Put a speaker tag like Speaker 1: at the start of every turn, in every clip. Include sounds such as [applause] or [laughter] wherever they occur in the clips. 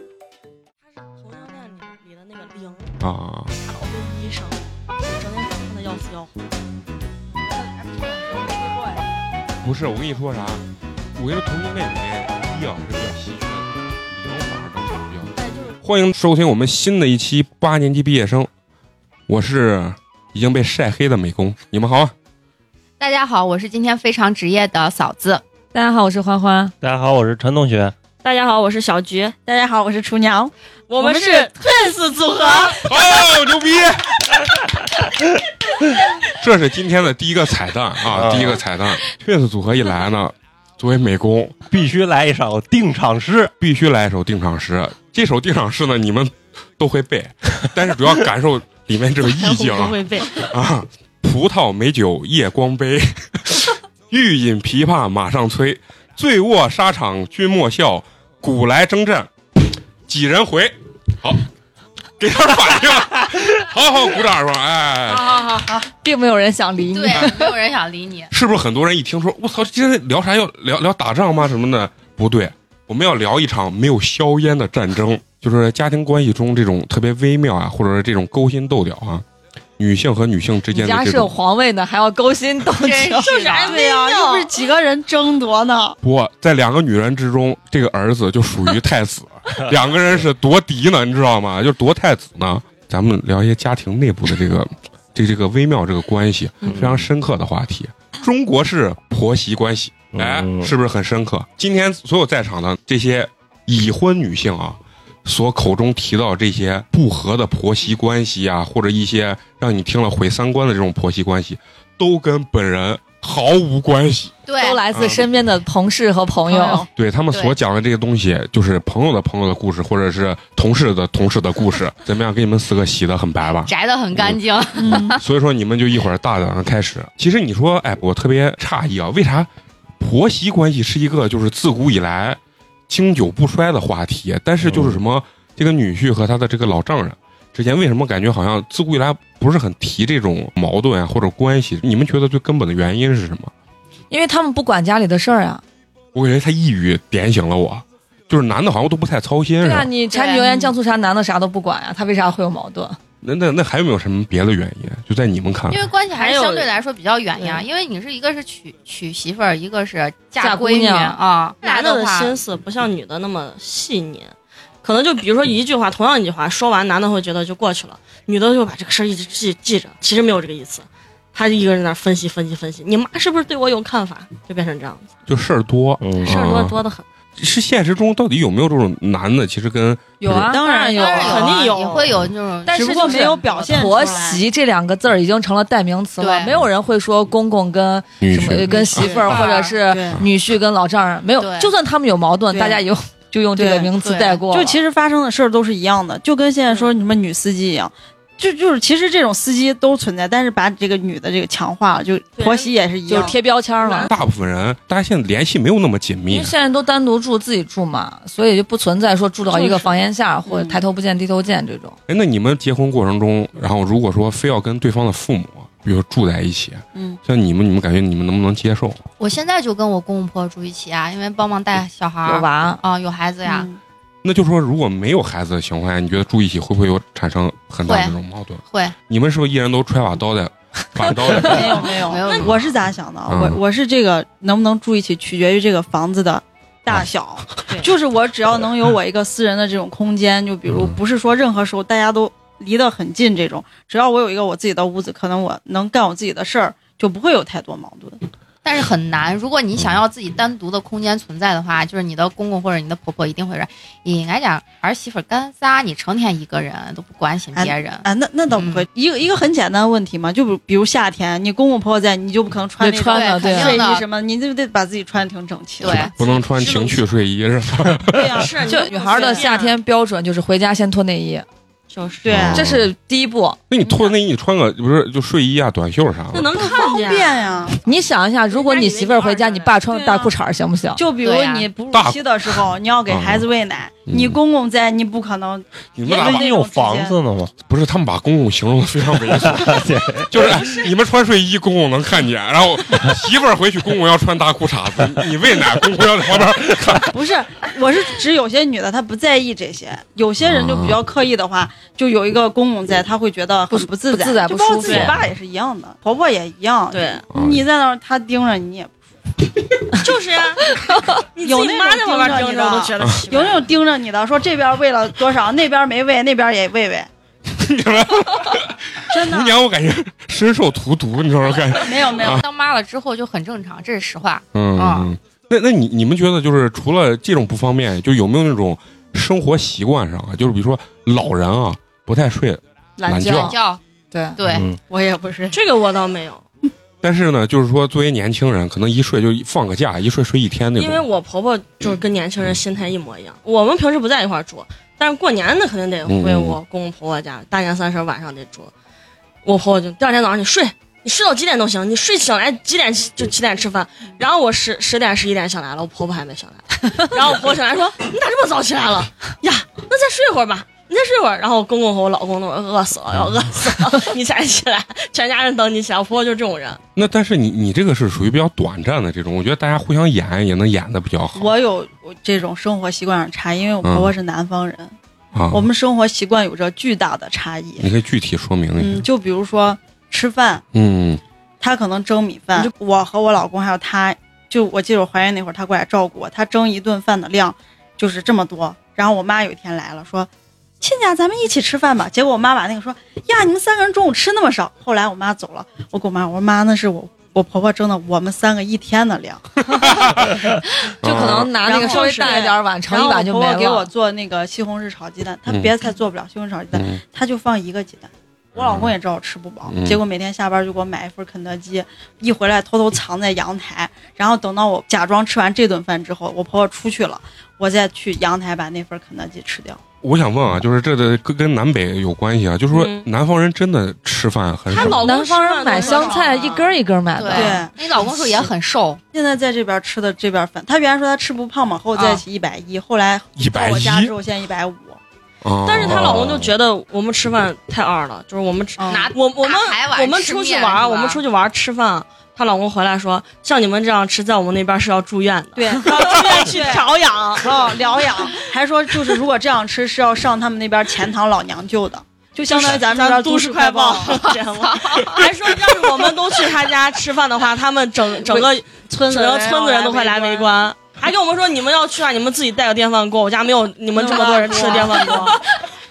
Speaker 1: 头条店里里的那个零
Speaker 2: 啊，
Speaker 1: 搞个医生，整天烦的要死要活。
Speaker 2: 不是，我跟你说啥？我跟你说，同性恋里面医啊是比较稀缺的，疗法感觉比较。
Speaker 1: 哎，就是
Speaker 2: 欢迎收听我们新的一期八年级毕业生，我是已经被晒黑的美工，你们好啊！
Speaker 3: 大家好，我是今天非常职业的嫂子。
Speaker 4: 大家好，我是花花。
Speaker 5: 大家好，我是陈同学。
Speaker 6: 大家好，我是小菊。大家好，我是厨娘。我
Speaker 1: 们
Speaker 6: 们
Speaker 1: 是
Speaker 6: 是 Twins 组合。
Speaker 2: 哦，牛逼！这是今天的第一个彩蛋啊，
Speaker 5: 啊
Speaker 2: 第一个彩蛋。确实组合一来呢，作为美工
Speaker 5: 必须来一首定场诗，
Speaker 2: 必须来一首定场诗。这首定场诗呢，你们都会
Speaker 1: [laughs]
Speaker 2: 背，但是主要感受里面这个意境
Speaker 1: 不
Speaker 2: 啊
Speaker 1: 会背，
Speaker 2: 啊！葡萄美酒夜光
Speaker 1: [laughs]
Speaker 2: 杯，欲饮琵琶马上催。醉卧沙场君莫笑，古来征战几人回。好，给点反
Speaker 1: [laughs]
Speaker 2: 应，好好鼓掌说，哎，
Speaker 6: 好好好，
Speaker 4: 并没有人想理你
Speaker 3: 对。，没有人想理 [laughs] 你。
Speaker 2: 是不是很多人一听说我操，今天聊啥要聊聊打仗吗什么的？不对，我们要聊一场没有硝烟的战争， [laughs] 就是家庭关系中这种特别微妙啊，或者是这种勾心斗角啊，女性和女性之
Speaker 4: 你
Speaker 2: 间的
Speaker 4: 家
Speaker 2: 这
Speaker 4: 是有
Speaker 2: 种
Speaker 4: 皇位呢，还要勾心斗
Speaker 3: 真
Speaker 4: 角。
Speaker 3: 啊是的，
Speaker 6: 对啊呀、又不是几个人争夺呢。
Speaker 2: 不在两个女人之中，这个儿子就属于太子，两个人是夺嫡呢，你知道吗？就夺太子呢。咱们聊一些家庭内部的这个这这个微妙这个关系，非常深刻的话题。中国式婆媳关系，哎，
Speaker 5: 嗯
Speaker 2: 是不是很深刻？今天所有在场的这些已婚女性啊，所口中提到这些不和的婆媳关系啊，或者一些让你听了毁三观的这种婆媳关系，都跟本人毫无关系。
Speaker 3: 对，
Speaker 4: 都来自身边的同事和朋友。
Speaker 2: 对他们
Speaker 3: 对
Speaker 2: 所讲的这些东西，就是朋友的朋友的故事，或者是同事的同事的故事，怎么样给你们四个洗的很白吧？
Speaker 3: 宅的很干净。
Speaker 6: 嗯，
Speaker 2: [laughs] 所以说你们就一会儿大胆的开始。其实你说，哎，我特别诧异啊，为啥婆媳关系是一个就是自古以来经久不衰的话题？但是就是什么、这个女婿和他的这个老丈人之间，为什么感觉好像自古以来不是很提这种矛盾啊或者关系？你们觉得最根本的原因是什么？
Speaker 4: 因为他们不管家里的事儿啊。
Speaker 2: 我感觉他一语点醒了我，就是男的好像都不太操心，
Speaker 4: 对
Speaker 2: 是
Speaker 4: 啊，
Speaker 2: 吧？
Speaker 4: 你柴米油盐酱醋茶，男的啥都不管啊，他为啥会有矛盾？
Speaker 2: 那那那还有没有什么别的原因？就在你们看
Speaker 3: 因
Speaker 2: 来
Speaker 3: 为关系还
Speaker 6: 还
Speaker 3: 是
Speaker 6: 有
Speaker 3: 相对来说比较远呀，
Speaker 6: 对
Speaker 3: 因为你是一个是娶娶媳妇儿，一个是
Speaker 4: 嫁
Speaker 3: 闺
Speaker 4: 姑
Speaker 3: 女
Speaker 4: 娘
Speaker 3: 啊。
Speaker 1: 男
Speaker 3: 的
Speaker 1: 的的
Speaker 3: 话
Speaker 1: 心思不像女的那么细腻，可能就比如说一句话，同样一句话说完，男的会觉得就过去了，女的就把这个事儿一直记记着，其实没有这个意思。他一个人在那儿分析分析分析，你妈是不是对我有看法？就变成这样哦子，
Speaker 2: 就事儿多，
Speaker 5: 嗯
Speaker 1: 事儿多
Speaker 2: 啊
Speaker 1: 多的很。
Speaker 2: 是现实中到底有没有这种男的？其实跟
Speaker 4: 有啊，
Speaker 6: 当然
Speaker 3: 当然
Speaker 6: 有
Speaker 3: 啊
Speaker 6: 啊
Speaker 1: 肯定有
Speaker 3: 也会有那种，
Speaker 4: 但是
Speaker 6: 只不过没有表现
Speaker 4: 婆
Speaker 6: 出来。
Speaker 4: 媳这两个字儿已经成了代名词了，
Speaker 3: 对
Speaker 4: 没有人会说公公跟
Speaker 2: 女
Speaker 4: 什么
Speaker 2: 婿
Speaker 4: 跟媳妇儿，
Speaker 3: 对
Speaker 4: 或者是
Speaker 1: 对，
Speaker 4: 女婿跟老丈人，没有
Speaker 3: 对。
Speaker 4: 就算他们有矛盾，
Speaker 6: 对
Speaker 4: 大家也有就用这个名词
Speaker 3: 对
Speaker 4: 带过了。
Speaker 6: 就其实发生的事儿都是一样的，就跟现在说什么女司机一样。就就是，其实这种司机都存在，但是把这个女的这个强化了，就婆媳也是一
Speaker 4: 就是
Speaker 6: 样。
Speaker 4: 贴标签了。
Speaker 6: 嗯
Speaker 2: 大部分人，大家现在联系没有那么紧
Speaker 4: 因
Speaker 2: 密啊
Speaker 4: 为，现在都单独住，自己住嘛，所以就不存在说住到一个房檐
Speaker 6: 嗯
Speaker 4: 下或者抬头不见低头见这种。
Speaker 2: 哎，那你们结婚过程中，然后如果说非要跟对方的父母，比如住在一起，
Speaker 6: 嗯，
Speaker 2: 像你们，你们感觉你们能不能接受？
Speaker 3: 我现在就跟我公公婆住一起啊，因为帮忙带小孩
Speaker 4: 有
Speaker 3: 儿
Speaker 4: 娃，
Speaker 3: 啊，有孩子呀，
Speaker 6: 嗯
Speaker 2: 那就说如果没有孩子的情况下，你觉得住一起会不会有产生很大的这种矛盾？
Speaker 3: 会
Speaker 2: 你们是不是一人都揣把刀在，把刀在 [laughs]
Speaker 3: [laughs]
Speaker 6: 没有没有
Speaker 3: 没有
Speaker 6: 我是咋想的？
Speaker 2: 嗯
Speaker 6: 我我是这个能不能住一起，取决于这个房子的
Speaker 4: 啊
Speaker 3: [laughs]
Speaker 6: 大小。
Speaker 1: 对
Speaker 6: 就是我只要能有我一个私人的这种空间，就比如
Speaker 4: 嗯
Speaker 6: 不是说任何时候大家都离得很近这种，只要我有一个我自己的屋子，可能我能干我自己的事儿，就不会有太多矛
Speaker 3: 嗯
Speaker 6: 盾。
Speaker 3: 但是很难。如果你想要自己单独的空间存在的话，就是你的公公或者你的婆婆一定会说：“应该讲儿媳妇儿干啥？你成天一个人都不关心别人。
Speaker 6: 啊，那那倒不
Speaker 3: 嗯
Speaker 6: 会，一个一个很简单的问题嘛，就比如比如夏天，你公公婆婆在，你就不可能穿
Speaker 4: 对
Speaker 6: 那
Speaker 4: 穿
Speaker 6: 种
Speaker 4: 的对
Speaker 3: 肯
Speaker 6: 睡
Speaker 3: 定
Speaker 6: 衣
Speaker 3: 的，
Speaker 6: 什么，你就得把自己穿的挺整齐的。
Speaker 3: 对
Speaker 2: 不能穿情趣睡衣是吧？
Speaker 6: 对呀、
Speaker 1: 是
Speaker 4: 就女孩儿的夏天标准就是回家先脱内衣，
Speaker 1: 就是
Speaker 6: 对
Speaker 2: 啊
Speaker 4: 这是第一步。
Speaker 2: 那你脱内衣，你穿个不是就睡衣啊、短袖啥的，
Speaker 1: 那能看
Speaker 6: 方
Speaker 1: 见啊
Speaker 6: 便呀。
Speaker 4: 你想一下，如果你媳妇儿回家，你爸穿个大裤衩儿行不行？
Speaker 6: 就比如
Speaker 3: 对呀
Speaker 6: 你哺乳
Speaker 2: 大
Speaker 6: 期的时候，你要给孩子喂奶，
Speaker 2: 嗯
Speaker 6: 你公公在，你不可能
Speaker 2: 你们
Speaker 6: 也
Speaker 2: 俩
Speaker 6: 能
Speaker 2: 把
Speaker 6: 那
Speaker 5: 你
Speaker 6: 种
Speaker 5: 有
Speaker 6: 直接
Speaker 5: 房子呢吗？
Speaker 2: 不是他们把公公形容的非常猥 [laughs] 琐，就是哎你们穿睡衣，公公能看见，然后媳妇儿回去，公公要穿大裤衩子，你喂奶，公公要在旁边
Speaker 6: 不是， [laughs] 我是指有些女的她不在意这些，有些人就比
Speaker 2: 啊
Speaker 6: 较刻意的话，就有一个公公在，她会觉得很不自在，
Speaker 4: 不自在
Speaker 6: 就
Speaker 4: 不
Speaker 6: 包括
Speaker 4: 舒服
Speaker 6: 自己爸也是一样的，婆婆也一样，
Speaker 1: 对，
Speaker 2: 嗯
Speaker 6: 你在那儿她盯着你也不，
Speaker 1: 就是 [laughs] 呀，你自
Speaker 6: 有
Speaker 1: 己
Speaker 6: 那
Speaker 1: 妈在
Speaker 6: 种
Speaker 1: 旁边
Speaker 6: 盯着
Speaker 1: 盯
Speaker 6: 你
Speaker 1: 着啊我
Speaker 6: 的
Speaker 1: 都觉得奇 [laughs] 怪
Speaker 6: 有那种盯着你的，说这边喂了多少，那边没喂，那边也喂 [laughs] 喂，真的
Speaker 2: 姑娘，我感觉深受荼毒，你知道吗？感觉，
Speaker 6: 没有没有，
Speaker 3: 当妈了之后就很正常，这是实话。
Speaker 2: 嗯，嗯那那你你们觉得就是除了这种不方便，就有没有那种生活习惯上啊？就是比如说老人啊不太睡，懒觉
Speaker 4: 觉，
Speaker 3: 叫
Speaker 6: 啊
Speaker 4: 对，
Speaker 3: 对，
Speaker 5: 嗯，
Speaker 6: 我也不是，
Speaker 1: 这个我倒没有，
Speaker 2: 但是呢，就是说作为年轻人，可能一睡就放个假，一睡睡一天那
Speaker 1: 因为
Speaker 2: 种。
Speaker 1: 我婆婆就是跟年轻人心态一模一样。我们平时不在一块儿住，但是过年那肯定得
Speaker 2: 嗯
Speaker 1: 回我公公婆婆家，大年三十晚上得住。我婆婆就第二天早上你睡，你睡到几点都行，你睡醒来几点就几点吃饭。然后我十十点十一点醒来了，我婆婆还没醒来，然后我婆婆醒来说：“你咋这么早起来了呀？那再睡会儿吧。”你再睡会儿，然后我公公和我老公都说饿死了，要饿死了， [laughs] 你才起来，全家人等你起来。我婆婆就是这种人，
Speaker 2: 那但是你你这个是属于比较短暂的这种，我觉得大家互相演也能演的比较好
Speaker 6: [laughs] 我有这种生活习惯上差异，因为我婆
Speaker 2: 嗯
Speaker 6: 婆是南方人，
Speaker 2: 啊。
Speaker 6: 我们生活习惯有着巨大的差异，
Speaker 2: 你可以具体说明一
Speaker 6: 嗯，
Speaker 2: 下。
Speaker 6: 就比如说吃饭。
Speaker 2: 嗯
Speaker 6: 他可能蒸米饭，我和我老公还有他，就我记得我怀孕那会儿，他过来照顾我，他蒸一顿饭的量就是这么多。然后我妈有一天来了，说：“亲家，咱们一起吃饭吧。”结果我妈把那个说：“呀，你们三个人中午吃那么少。”后来我妈走了，我跟我妈我说：“妈，那是我我婆婆蒸的，我们三个一天的量。
Speaker 4: 就可能拿那
Speaker 6: 然
Speaker 4: 个
Speaker 6: 后
Speaker 4: 稍微
Speaker 6: 是
Speaker 4: 大一点儿碗”盛
Speaker 6: 然
Speaker 4: 一
Speaker 6: 后
Speaker 4: 碗
Speaker 6: 我
Speaker 4: 就
Speaker 6: 婆
Speaker 4: 没
Speaker 6: 婆给我
Speaker 4: 了。
Speaker 6: 做那个西红柿炒鸡蛋，她
Speaker 2: 嗯
Speaker 6: 别的菜做不了西红柿炒鸡蛋，
Speaker 2: 嗯
Speaker 6: 她就放一个鸡蛋。我老公也知道我吃不饱，
Speaker 2: 嗯
Speaker 6: 结果每天下班就给我买一份肯德基，一回来偷偷藏在阳台，然后等到我假装吃完这顿饭之后，我婆婆出去了，我再去阳台把那份肯德基吃掉。
Speaker 2: 我想问啊，就是这的跟跟南北有关系啊，就是说
Speaker 1: 嗯
Speaker 2: 南方人真的吃饭很
Speaker 1: 他
Speaker 2: 少。
Speaker 1: 老公
Speaker 4: 南方人买
Speaker 1: 吃饭
Speaker 4: 香
Speaker 1: 都
Speaker 4: 菜
Speaker 1: 少啊
Speaker 4: 一根儿一根儿买的，
Speaker 6: 对
Speaker 3: 对，你老公说也很瘦，
Speaker 6: 现在在这边吃的这边饭，她原来说她吃不胖嘛，和我在一起一百一，后来到我家
Speaker 2: 110
Speaker 6: 之后现在一百五，
Speaker 2: 啊
Speaker 1: 但是她老公就觉得我们吃饭太二了，就是我们吃
Speaker 6: 嗯
Speaker 3: 拿 [laughs]
Speaker 1: [laughs] 我我们
Speaker 3: 大海碗
Speaker 1: 我们
Speaker 3: 吃
Speaker 1: 出去
Speaker 3: 面
Speaker 1: 玩
Speaker 3: 是
Speaker 1: 儿，
Speaker 3: 吧
Speaker 1: 我们出去玩儿吃饭，她老公回来说，像你们这样吃，在我们那边是要住院的，
Speaker 6: 对，然后住
Speaker 1: [laughs]
Speaker 6: 院去
Speaker 1: 调养。
Speaker 6: 哦，疗养，还说就是如果这样吃是要上他们那边钱塘老娘舅的，就相当于咱们这边
Speaker 1: 都
Speaker 6: 市
Speaker 1: 市快
Speaker 6: 报
Speaker 1: 报，
Speaker 6: [laughs]
Speaker 1: 这 [laughs] 样吗还说要是我们都去她家吃饭的话，他们 [laughs] 整整个
Speaker 6: 村
Speaker 1: 整
Speaker 6: 子
Speaker 1: 个村子人都会来围
Speaker 6: 观。
Speaker 1: 观，还跟我们说你们要去啊，你们自己带个电饭锅，我家没有你们这么多人吃的电饭锅，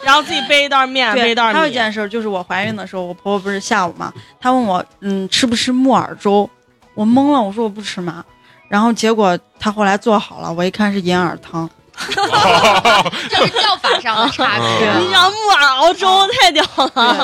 Speaker 1: 然后自己背一袋面，背
Speaker 6: 对，
Speaker 1: 一袋
Speaker 6: 还有一
Speaker 1: 米，
Speaker 6: 件啊事儿就是我怀孕的时候，我婆婆不是下午嘛，她问我嗯吃不吃木耳粥，我懵了，我说我不吃嘛，然后结果她后来做好了，我一看是银耳汤，
Speaker 3: 这是叫法上的差别。
Speaker 2: 啊
Speaker 1: 你想木耳熬粥太屌 了，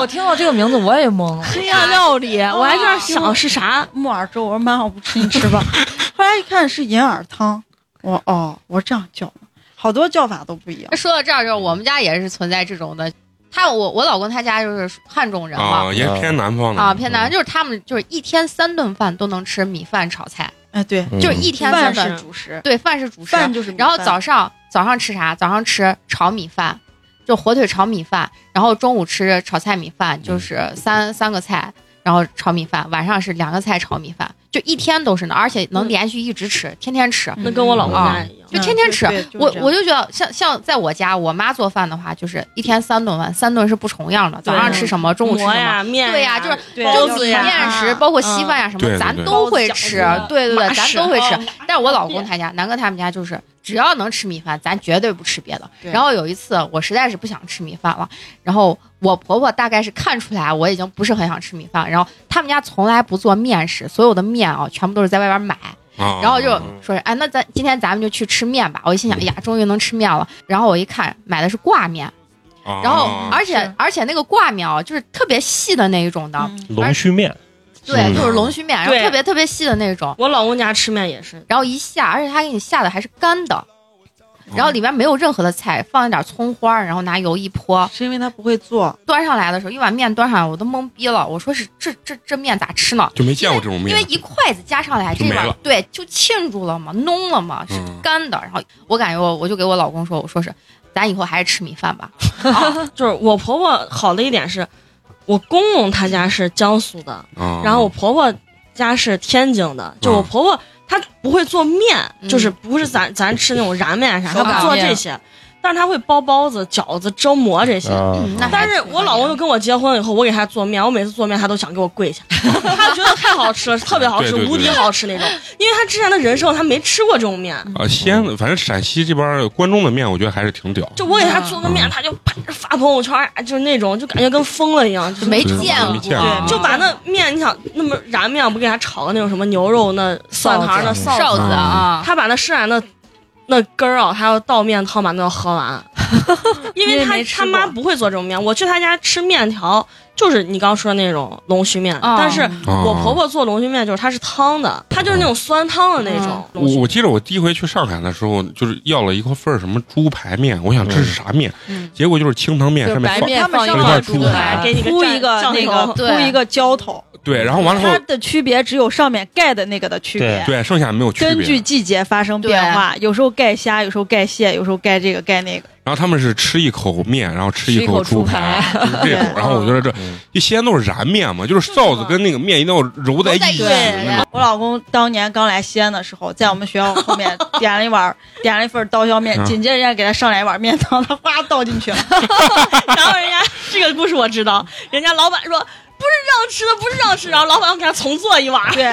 Speaker 4: [laughs] 我听到这个名字我也懵了。
Speaker 1: 哦黑暗料理，我还在那想是啥。
Speaker 6: 木耳粥，我说妈我不吃，你吃吧， [laughs] 后来一看是银耳汤，我哦，我说这样叫吗好多叫法都不一样
Speaker 3: 那，说到这儿，就是我们家也是存在这种的。他我我老公他家就是汉中人
Speaker 2: 啊，
Speaker 3: 嘛，
Speaker 2: 也偏南方的
Speaker 3: 啊偏南，就是他们就是一天三顿饭都能吃米饭炒菜，
Speaker 6: 哎对，
Speaker 5: 嗯
Speaker 3: 就是一天三
Speaker 6: 饭
Speaker 3: 顿
Speaker 6: 是主食，
Speaker 3: 对饭是主食，
Speaker 6: 饭就是米啊
Speaker 3: 然后
Speaker 6: 饭
Speaker 3: 早上早上吃啥？早上吃炒米饭，就火腿炒米饭，然后中午吃炒菜米饭，就是
Speaker 2: 嗯
Speaker 3: 三三个菜，然后炒米饭，晚上是两个菜炒米饭，就一天都是呢，而且能连续一直吃，天天吃。
Speaker 1: 那跟我老公家一样。
Speaker 3: 就天天吃
Speaker 6: 嗯嗯对对
Speaker 3: 我
Speaker 6: 就是这样
Speaker 3: 我就觉得像像在我家，我妈做饭的话，就是一天三顿饭，三顿是不重样的，早上吃什么，中午吃
Speaker 1: 馍
Speaker 3: 什么。
Speaker 1: 呀、面
Speaker 3: 对呀就是
Speaker 6: 啊对
Speaker 3: 包
Speaker 1: 包
Speaker 3: 子
Speaker 1: 子
Speaker 3: 呀、
Speaker 1: 呀
Speaker 6: 啊
Speaker 3: 面食，包括稀
Speaker 6: 嗯
Speaker 3: 饭呀什
Speaker 2: 对
Speaker 3: 么，
Speaker 2: 对
Speaker 3: 咱
Speaker 2: 对
Speaker 3: 都会吃
Speaker 1: 包子饺子。
Speaker 3: 对对对，咱
Speaker 6: 哦
Speaker 3: 都会吃。
Speaker 1: 嗯
Speaker 3: 但是我老公他家，南哥他们家就是，只要能吃米饭，咱绝对不吃别的。
Speaker 6: 对
Speaker 3: 然后有一次，我实在是不想吃米饭了，然后我婆婆大概是看出来我已经不是很想吃米饭，然后他们家从来不做面食，所有的面啊全部都是在外边买，
Speaker 2: 啊，
Speaker 3: 然后就说是哎，那咱今天咱们就去吃面吧。我一心想，哎呀，终于能吃面了。然后我一看买的是挂面，
Speaker 2: 啊，
Speaker 3: 然后而且
Speaker 6: 是
Speaker 3: 而且那个挂面啊，就是特别细的那一种的，
Speaker 6: 嗯
Speaker 5: 龙须面，
Speaker 3: 对，
Speaker 2: 嗯
Speaker 3: 就是龙须面，然后
Speaker 1: 对
Speaker 3: 特别特别细的那种。
Speaker 1: 我老公家吃面也是，
Speaker 2: 哦
Speaker 3: 然后一下，而且他给你下的还是干的，然后里面没有任何的菜，放一点葱花儿，然后拿油一泼，
Speaker 6: 是因为他不会做，
Speaker 3: 端上来的时候，一碗面端上来，我都懵逼了，我说是这这这面咋吃呢？
Speaker 2: 就没见过这种
Speaker 3: 因
Speaker 2: 面
Speaker 3: 为，一筷子夹上来，
Speaker 2: 就
Speaker 3: 这
Speaker 2: 没
Speaker 3: 碗
Speaker 2: 了
Speaker 3: 对就浸住了嘛，弄了嘛，是
Speaker 2: 嗯
Speaker 3: 干的。然后我感觉我我就给我老公说，我说是，咱以后还是吃米饭吧。
Speaker 1: 就是我婆婆好的一点是，我公公他家是江苏的，
Speaker 3: 哦
Speaker 2: 啊
Speaker 1: 然后我婆婆家是天津的，就我婆婆她不会做面，
Speaker 3: 嗯
Speaker 1: 就是不是咱咱吃那种燃面啊啥，
Speaker 4: 手
Speaker 1: 她
Speaker 4: 擀
Speaker 1: 不做
Speaker 4: 面
Speaker 1: 这些，但是她会包包子、饺子、蒸馍这些。
Speaker 7: 啊
Speaker 3: 嗯，那
Speaker 1: 但是我老公就跟我结婚以后，我给他做面，我每次做面他都想给我跪下， [laughs] 他觉得太好吃了，特别好
Speaker 2: [laughs]
Speaker 1: 吃，
Speaker 2: 对对对
Speaker 1: 无敌好吃那种。因为他之前的人生他没吃过这种面，
Speaker 2: 啊，西安的，反正陕西这边儿关中的面，我觉得还是挺屌。
Speaker 1: 就我给他做个面，他就啪发朋友圈，啊就是那种，就感觉跟疯了一样，就
Speaker 3: 没
Speaker 2: 对
Speaker 3: 见
Speaker 2: 没见
Speaker 3: 过
Speaker 2: 过，
Speaker 1: 就把那面，你想那么燃面不给他炒个那种什么牛肉那蒜苔儿那臊
Speaker 3: 哨
Speaker 1: 子，
Speaker 3: 子啊，
Speaker 1: 他把那剩下的那根儿啊，还有倒面汤把那个喝完，因
Speaker 4: 因
Speaker 1: 为
Speaker 4: 为
Speaker 1: 他
Speaker 4: 没吃
Speaker 1: 他
Speaker 4: 过
Speaker 1: 妈不会做这种面。我去他家吃面条，就是你刚说的那种龙须面，
Speaker 3: 哦
Speaker 1: 但是
Speaker 6: 嗯
Speaker 2: 啊
Speaker 1: 我婆婆做龙须面就是它是汤的，它就是那种酸汤的那种
Speaker 3: 嗯
Speaker 1: 龙
Speaker 2: 我
Speaker 1: 须。
Speaker 2: 我记得我第一回去上海的时候，就是要了一块份儿什么猪排面，我想这是啥面，
Speaker 3: 嗯
Speaker 2: 结果就是清汤面
Speaker 4: 就是
Speaker 2: 上面
Speaker 4: 白
Speaker 2: 放
Speaker 4: 面放一
Speaker 2: 上
Speaker 4: 块
Speaker 2: 面
Speaker 4: 猪
Speaker 2: 放
Speaker 4: 排，
Speaker 1: 给你个
Speaker 6: 铺
Speaker 1: 蘸
Speaker 6: 一个
Speaker 1: 酱
Speaker 6: 那
Speaker 1: 油
Speaker 6: 个铺
Speaker 3: 对
Speaker 6: 一个浇头，
Speaker 2: 对，然后完了
Speaker 6: 它
Speaker 2: 后
Speaker 6: 的区别只有上面盖的那个的区别。
Speaker 2: 对剩下没有区
Speaker 6: 根据
Speaker 2: 别。
Speaker 6: 季节发生变化，
Speaker 3: 啊
Speaker 6: 有时候盖虾，有时候盖蟹，有时候盖这个盖那个。
Speaker 3: 嗯
Speaker 2: 然后他们是吃一口面，然后吃
Speaker 4: 吃一口
Speaker 2: 猪
Speaker 4: 猪排，
Speaker 2: 就是这种。然后我觉得这
Speaker 7: 嗯
Speaker 2: 这西安都是燃面嘛，就是臊子跟那个面一定要揉在一起
Speaker 3: 揉在一起
Speaker 2: 那种。
Speaker 6: 我老公当年刚来西安的时候，在我们学校后面点了一碗，
Speaker 3: [laughs]
Speaker 6: 点了一份刀削面
Speaker 2: 嗯，
Speaker 6: 紧接着人家给他上来一碗面汤，他哗倒进去了。
Speaker 3: [laughs]
Speaker 1: 然后人家这个故事我知道，人家老板说不是这样吃的，不是这样吃的，然后老板又给他重做一碗，
Speaker 6: 对，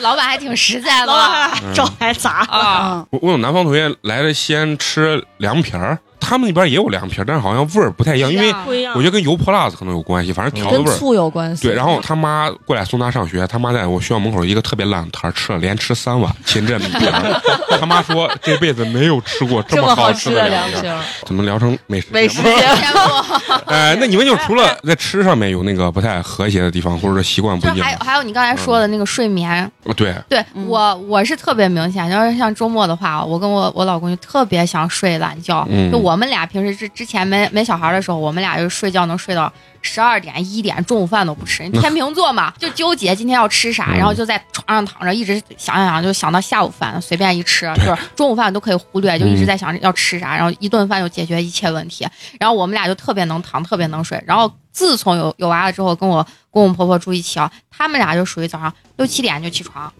Speaker 3: 老板还挺实在
Speaker 1: 老板 [laughs]
Speaker 3: 的
Speaker 2: 嗯
Speaker 1: 还招牌砸。
Speaker 3: 啊。
Speaker 6: 嗯，
Speaker 2: 我我有南方同学来了西安吃凉皮儿，他们那边也有凉皮儿，但是好像味儿不太一样，哎因为
Speaker 1: 不一样，
Speaker 2: 我觉得跟油泼辣子可能有关系，反正调的
Speaker 4: 跟
Speaker 2: 味儿。
Speaker 4: 醋有关系。
Speaker 2: 对，然后他妈过来送他上学，他妈在我学校门口一个特别烂的摊儿吃了，连吃三碗秦镇米饼儿。他妈说这辈子没有吃过
Speaker 4: 这
Speaker 2: 么
Speaker 4: 么好
Speaker 2: 吃
Speaker 4: 吃的
Speaker 2: 凉
Speaker 4: 凉
Speaker 2: 儿
Speaker 4: 皮。儿，
Speaker 2: 怎么聊成美食？
Speaker 4: 美食。节目
Speaker 3: 见过，
Speaker 2: 哎，那你们就除了在吃上面有那个不太和谐的地方，或者说习惯不
Speaker 3: 就
Speaker 2: 一
Speaker 3: 是还有
Speaker 2: 样，
Speaker 3: 还有你刚才说的那个睡眠，
Speaker 2: 呃对，
Speaker 3: 对
Speaker 6: 嗯
Speaker 3: 我我是特别明显，要是像周末的话，我跟我我老公就特别想睡懒觉。
Speaker 2: 嗯
Speaker 3: 就我们俩平时之之前没没小孩的时候，我们俩就睡觉能睡到十二点一点，中午饭都不
Speaker 2: [laughs]
Speaker 3: 吃。天秤座嘛，就纠结今天要吃啥，
Speaker 2: 嗯
Speaker 3: 然后就在床上躺着，一直想想想，就想到下午饭随便一吃，就是中午饭都可以忽略，就
Speaker 2: 嗯
Speaker 3: 一直在想着要吃啥，然后一顿饭就解决一切问题。然后我们俩就特别能躺，特别能睡。然后自从有有娃了之后，跟我公公婆婆住一起啊，他们俩就属于早上六七点就起床，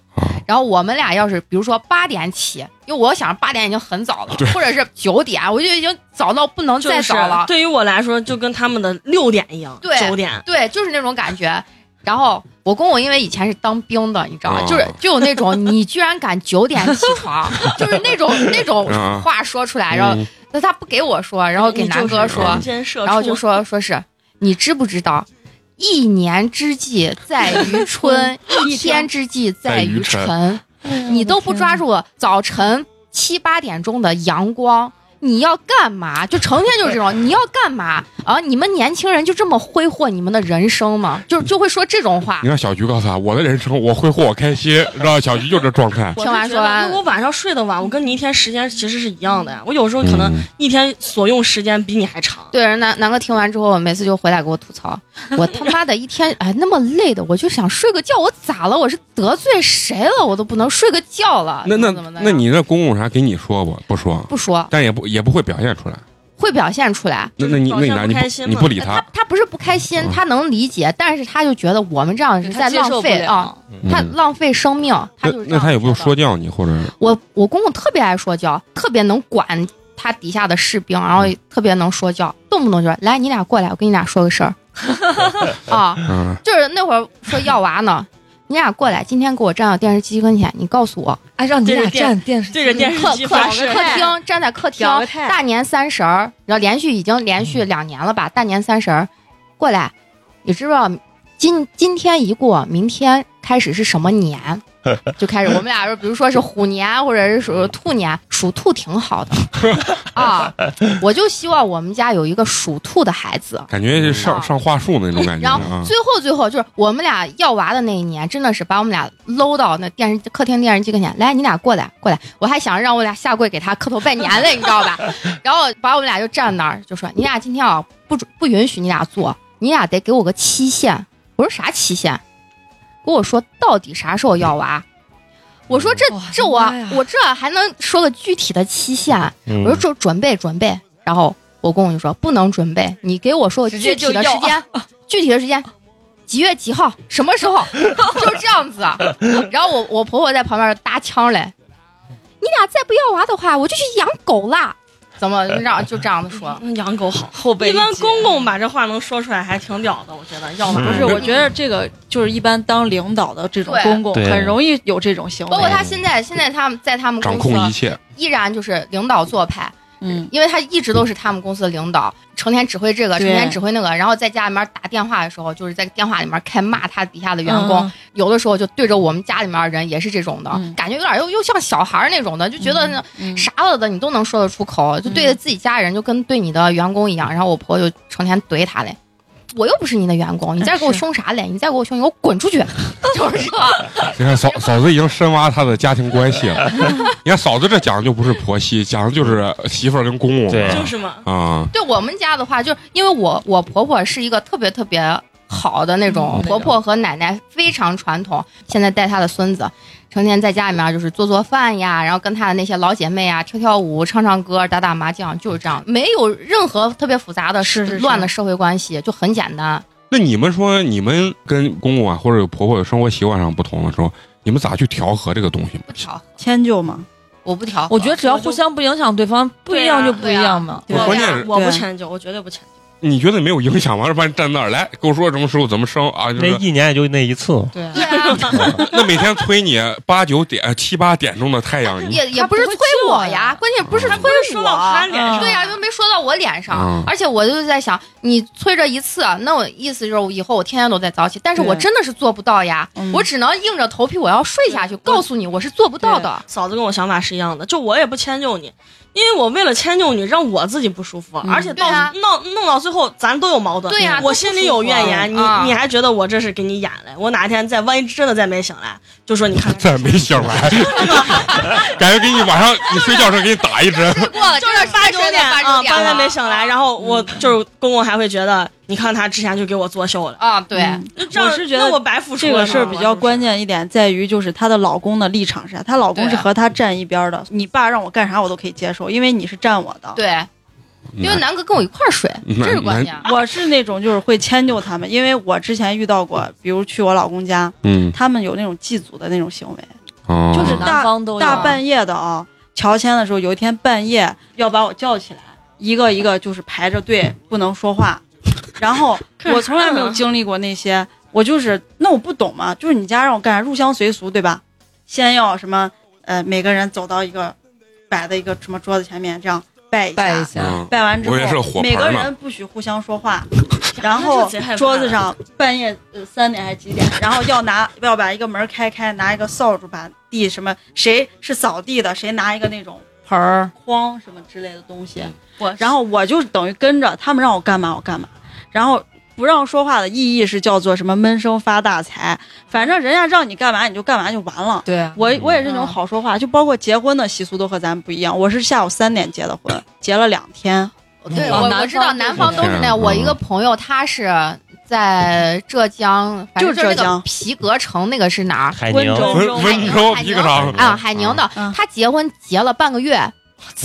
Speaker 3: 然后我们俩要是比如说八点起，因为我想八点已经很早了
Speaker 2: 对，
Speaker 3: 或者是九点，我就已经早到不能
Speaker 1: 就
Speaker 3: 再
Speaker 1: 是
Speaker 3: 早了。
Speaker 1: 对于我来说，就跟他们的六点一样，
Speaker 3: 对
Speaker 1: 九点。
Speaker 3: 对就是那种感觉。然后我公公因为以前是当兵的，你知道吗？
Speaker 2: 哦
Speaker 3: 就是就有那种你居然敢九点起
Speaker 2: [laughs]
Speaker 3: 床，就是那种那种
Speaker 2: 嗯
Speaker 3: 话说出来，然后
Speaker 2: 嗯
Speaker 3: 那他不给我说，然后给南哥说，
Speaker 2: 嗯
Speaker 1: 监社畜
Speaker 3: 然后就说说是你知不知道，一年之计在 [laughs] 于春，一天之计在于晨。哎你都不抓住早晨七八点钟的阳光，你要干嘛？就成天就是这种，你要干嘛啊？你们年轻人就这么挥霍你们的人生吗？就就会说这种话
Speaker 2: 你。让小菊告诉他，我的人生我挥霍我开心，然后小菊就这状态。
Speaker 1: 我
Speaker 3: 听完
Speaker 1: 是
Speaker 3: 说
Speaker 1: 觉得
Speaker 3: 完
Speaker 1: 如果晚上睡得晚，我跟你一天时间其实是一样的呀。我有时候可能
Speaker 2: 嗯
Speaker 1: 一天所用时间比你还长。
Speaker 3: 对，然后南南哥听完之后，每次就回来给我吐槽，我他妈的一天哎那么累的，我就想睡个觉，我咋了？我是得罪谁了？我都不能睡个觉了。
Speaker 2: 那那
Speaker 3: 啊怎么的呀
Speaker 2: 那你那公公啥给你说不？不说，
Speaker 3: 不说
Speaker 2: 但也不也不会表现出来。
Speaker 3: 会表现出来。
Speaker 2: 那那你
Speaker 1: 表
Speaker 2: 那你
Speaker 1: 现
Speaker 2: 咋
Speaker 1: 不
Speaker 2: 你
Speaker 1: 开心
Speaker 2: 不你
Speaker 1: 嘛
Speaker 2: 不理
Speaker 3: 他他不是不开心
Speaker 2: 嗯，
Speaker 3: 他能理解，但是他就觉得我们这样是在
Speaker 4: 他接
Speaker 3: 浪
Speaker 4: 受不
Speaker 3: 费
Speaker 4: 了
Speaker 3: 啊，，他
Speaker 2: 嗯
Speaker 3: 浪费生命。他
Speaker 2: 那
Speaker 3: 就是这
Speaker 2: 那
Speaker 3: 样
Speaker 2: 他有没有
Speaker 3: 觉得
Speaker 2: 说教你或者
Speaker 3: 我我公公特别爱说教，特别能管他底下的士
Speaker 2: 嗯
Speaker 3: 兵，然后也特别能说教，动不动就说来你俩过来，我跟你俩说个
Speaker 2: [laughs]
Speaker 3: 事儿啊。
Speaker 2: 嗯
Speaker 3: 就是那会儿说要娃呢，你俩过来，今天给我站到电视机跟前，你告诉我，
Speaker 4: 哎，让你
Speaker 1: 对
Speaker 4: 俩
Speaker 1: 着电
Speaker 4: 站电视
Speaker 1: 对着电视
Speaker 3: 客
Speaker 1: 机
Speaker 3: 客
Speaker 1: 发誓，
Speaker 3: 客厅站在客厅，
Speaker 4: 表个态
Speaker 3: 大年三十儿，然后连续已经连续两年了吧，大年三十儿过来，你知不知道今今天一过，明天开始是什么年？就开始我们俩说，比如说是虎年或者是属兔年，属兔挺好的啊，我就希望我们家有一个属兔的孩子。
Speaker 2: 感觉是上
Speaker 3: 啊
Speaker 2: 上话术那种感觉
Speaker 3: 然
Speaker 2: 啊
Speaker 3: 后。最后最后就是我们俩要娃的那一年，真的是把我们俩搂到那电视客厅电视机跟前，来你俩过来过来，我还想让我俩下跪给他磕头拜年嘞，你知道吧？然后把我们俩就站那儿就说你俩今天啊不准不允许你俩做，你俩得给我个期限。我说啥期限？跟我说到底啥时候要娃？我说这
Speaker 4: 哇
Speaker 3: 这我
Speaker 4: 妈呀
Speaker 3: 我这还能说个具体的期限？
Speaker 5: 嗯
Speaker 3: 我说准准备准备，然后我公公就说不能准备，你给我说个
Speaker 4: 直
Speaker 3: 具
Speaker 4: 接
Speaker 3: 体
Speaker 4: 就
Speaker 3: 的
Speaker 4: 要
Speaker 3: 时间，具体的时间。几月几号？什么时 [laughs] 候？就是这样子。然后我我婆婆在旁边搭腔嘞，你俩再不要娃的话，我就去养狗啦。
Speaker 2: [laughs]
Speaker 3: 怎么让就这样子说？
Speaker 1: 嗯养狗好。
Speaker 4: 后背
Speaker 1: 一嗯般
Speaker 4: 理解
Speaker 1: 公公把这话能说出来，还挺屌的，我觉得。要不
Speaker 4: 不是，
Speaker 2: 嗯
Speaker 4: 我觉得这个就是一般当领导的这种
Speaker 3: 对
Speaker 4: 公公
Speaker 5: 对
Speaker 4: 很容易有这种行为
Speaker 3: 包括，她现在现在他们在他们
Speaker 2: 掌控
Speaker 3: 公
Speaker 2: 一
Speaker 3: 司啊
Speaker 2: 切，
Speaker 3: 依然就是领导做派，
Speaker 4: 嗯，
Speaker 3: 因为她一直都是他们公司的领导，成天指挥这个，成
Speaker 4: 对
Speaker 3: 天指挥那个，然后在家里面打电话的时候，就是在电话里面开骂他底下的员工，
Speaker 4: 嗯
Speaker 3: 有的时候就对着我们家里面的人也是这种的，
Speaker 4: 嗯
Speaker 3: 感觉有点又又像小孩儿那种的，就觉得那
Speaker 4: 嗯
Speaker 3: 啥了的你都能说得出口，就对着自己家人就跟对你的员工一
Speaker 4: 嗯
Speaker 3: 样。然后我婆就成天怼他嘞，我又不是你的员工，你再给我
Speaker 4: 是
Speaker 3: 凶啥嘞？你再给我凶，你给我滚出去！ [laughs] 就是这，
Speaker 2: 你看嫂嫂子已经深挖她的家庭关系
Speaker 3: [laughs]
Speaker 2: 了。你看嫂子这讲的就不是婆媳，讲的就是媳妇儿跟公公。
Speaker 5: 对
Speaker 1: 就是嘛，
Speaker 2: 啊，
Speaker 3: 对我们家的话，就是因为我我婆婆是一个特别特别好的那种
Speaker 4: 嗯
Speaker 3: 婆婆和奶奶，非常传统。现在带她的孙子，成天在家里面就是做做饭呀，然后跟她的那些老姐妹啊跳跳舞、唱唱歌、打打麻将，就是这样，没有任何特别复杂的
Speaker 4: 嗯是是是
Speaker 3: 乱的社会关系，就很简单。
Speaker 2: 那你们说你们跟公公啊或者婆婆的生活习惯上不同的时候，你们咋去调和这个东西？
Speaker 3: 不调和，
Speaker 6: 迁就嘛，
Speaker 3: 我不调和。
Speaker 4: 我觉得只要互相不影响对方，不一样就不一样嘛。
Speaker 2: 对啊关键是
Speaker 1: 我不
Speaker 6: 对
Speaker 1: 迁就，我绝对不迁就。
Speaker 2: 你觉得没有影响吗？要不然站那儿来跟我说什么时候怎么生啊？就
Speaker 5: 那
Speaker 2: 是
Speaker 5: 一年也就那一次，
Speaker 4: 对啊
Speaker 3: 对啊，
Speaker 2: 那每天催你八九点七八点钟的太
Speaker 3: [laughs]
Speaker 2: 阳，你
Speaker 3: 也也不是
Speaker 4: 不会
Speaker 3: 催
Speaker 4: 救
Speaker 3: 我
Speaker 4: 的
Speaker 3: 呀，关键不
Speaker 2: 嗯
Speaker 3: 是催
Speaker 2: 他
Speaker 3: 我。嗯
Speaker 1: 说到他脸上，
Speaker 3: 对呀、又没说到我脸上，
Speaker 2: 嗯
Speaker 3: 而且我就在想，你催这一次，啊那我意思就是我以后我天天都在早起，但是我
Speaker 6: 对
Speaker 3: 真的是做不到呀，
Speaker 6: 嗯
Speaker 3: 我只能硬着头皮我要睡下去，
Speaker 1: 对
Speaker 3: 告诉你我是做不到的。
Speaker 1: 嫂子跟我想法是一样的，就我也不迁就你，因为我为了迁就你，让我自己不舒服，
Speaker 4: 嗯
Speaker 1: 而且
Speaker 3: 对
Speaker 1: 到
Speaker 3: 啊
Speaker 1: 闹弄到最后，咱都有矛盾。
Speaker 3: 对呀
Speaker 1: 我心里有怨言，
Speaker 3: 都不舒服啊
Speaker 1: 你你还觉得我这是给你演嘞？我哪天再万一真的再没醒来，就说你看
Speaker 2: [laughs] ，再没醒来，感觉给你晚上你 [laughs] 睡觉时候给你打一针。
Speaker 3: 睡过了，
Speaker 1: 就是八九
Speaker 3: 真的
Speaker 1: 点
Speaker 3: 八
Speaker 1: 啊，
Speaker 3: 九点
Speaker 1: 半夜
Speaker 3: 了
Speaker 1: 没醒来，然后我就是公公还会觉得，你看他之前就给我作秀了，
Speaker 3: 啊，对，
Speaker 6: 嗯
Speaker 1: 那这样
Speaker 4: 我是觉得
Speaker 1: 那我白付出
Speaker 6: 这
Speaker 1: 了
Speaker 6: 个
Speaker 1: 呢
Speaker 6: 事儿比较关。键一点在于，就是她的老公的立场是啥？她老公是
Speaker 3: 对啊
Speaker 6: 和她站一边儿的。你爸让我干啥我都可以接受，因为你是站我的。
Speaker 3: 对，因为南哥跟我一块儿睡，
Speaker 2: 嗯
Speaker 3: 这是关啊键。
Speaker 6: 我是那种就是会迁就他们，因为我之前遇到过，比如去我老公家，
Speaker 2: 嗯，
Speaker 6: 他们有那种祭祖的那种行为，
Speaker 2: 哦
Speaker 4: 就是
Speaker 6: 大
Speaker 4: 南方都有
Speaker 6: 大半夜的啊，乔迁的时候，有一天半夜要把我叫起来，一个一个就是排着队不能说话，然后
Speaker 1: 看
Speaker 6: 我从来没
Speaker 1: 啥
Speaker 6: 有
Speaker 1: 呢
Speaker 6: 经历过那些，我就是那我不懂嘛，就是你家让我干啥入乡随俗对吧？先要什么呃，每个人走到一个摆的一个什么桌子前面，这样拜一下，
Speaker 4: 拜一下，
Speaker 2: 嗯
Speaker 6: 拜完之后
Speaker 2: 我以为是个火盆呢
Speaker 6: 每个人不许互相说
Speaker 4: [laughs]
Speaker 6: 话，然
Speaker 1: 那
Speaker 6: 后
Speaker 1: 这贼害怕
Speaker 6: 桌子上半夜呃三点还几点，然后要拿要把一个门开开，拿一个扫帚把地什么，谁是扫地的，谁拿一个那种
Speaker 4: 盆儿，
Speaker 6: 筐什么之类的东西，
Speaker 4: 我
Speaker 6: 然后我就等于跟着他们让我干嘛我干嘛，然后不让说话的意义是叫做什么闷声发大财，反正人家让你干嘛你就干嘛就完了。
Speaker 4: 对啊，
Speaker 6: 我我也是那种好说话，就包括结婚的习俗都和咱们不一样。我是下午三点结的婚，结了两天。
Speaker 3: 对，
Speaker 6: 啊
Speaker 4: 嗯
Speaker 3: 我
Speaker 4: 南
Speaker 3: 我知道
Speaker 4: 方
Speaker 3: 南方都是那
Speaker 2: 这样
Speaker 3: 样。我一个朋友，他是在浙江，反正
Speaker 6: 就是
Speaker 3: 是那
Speaker 6: 浙
Speaker 3: 个
Speaker 6: 江
Speaker 3: 皮革城，那个啊是哪儿？
Speaker 5: 海宁
Speaker 6: 温州
Speaker 2: 啊温
Speaker 6: 州
Speaker 2: 温州
Speaker 3: 海宁
Speaker 2: 一个啥？
Speaker 3: 啊，海宁的
Speaker 6: 嗯，
Speaker 3: 他结婚结了半个月，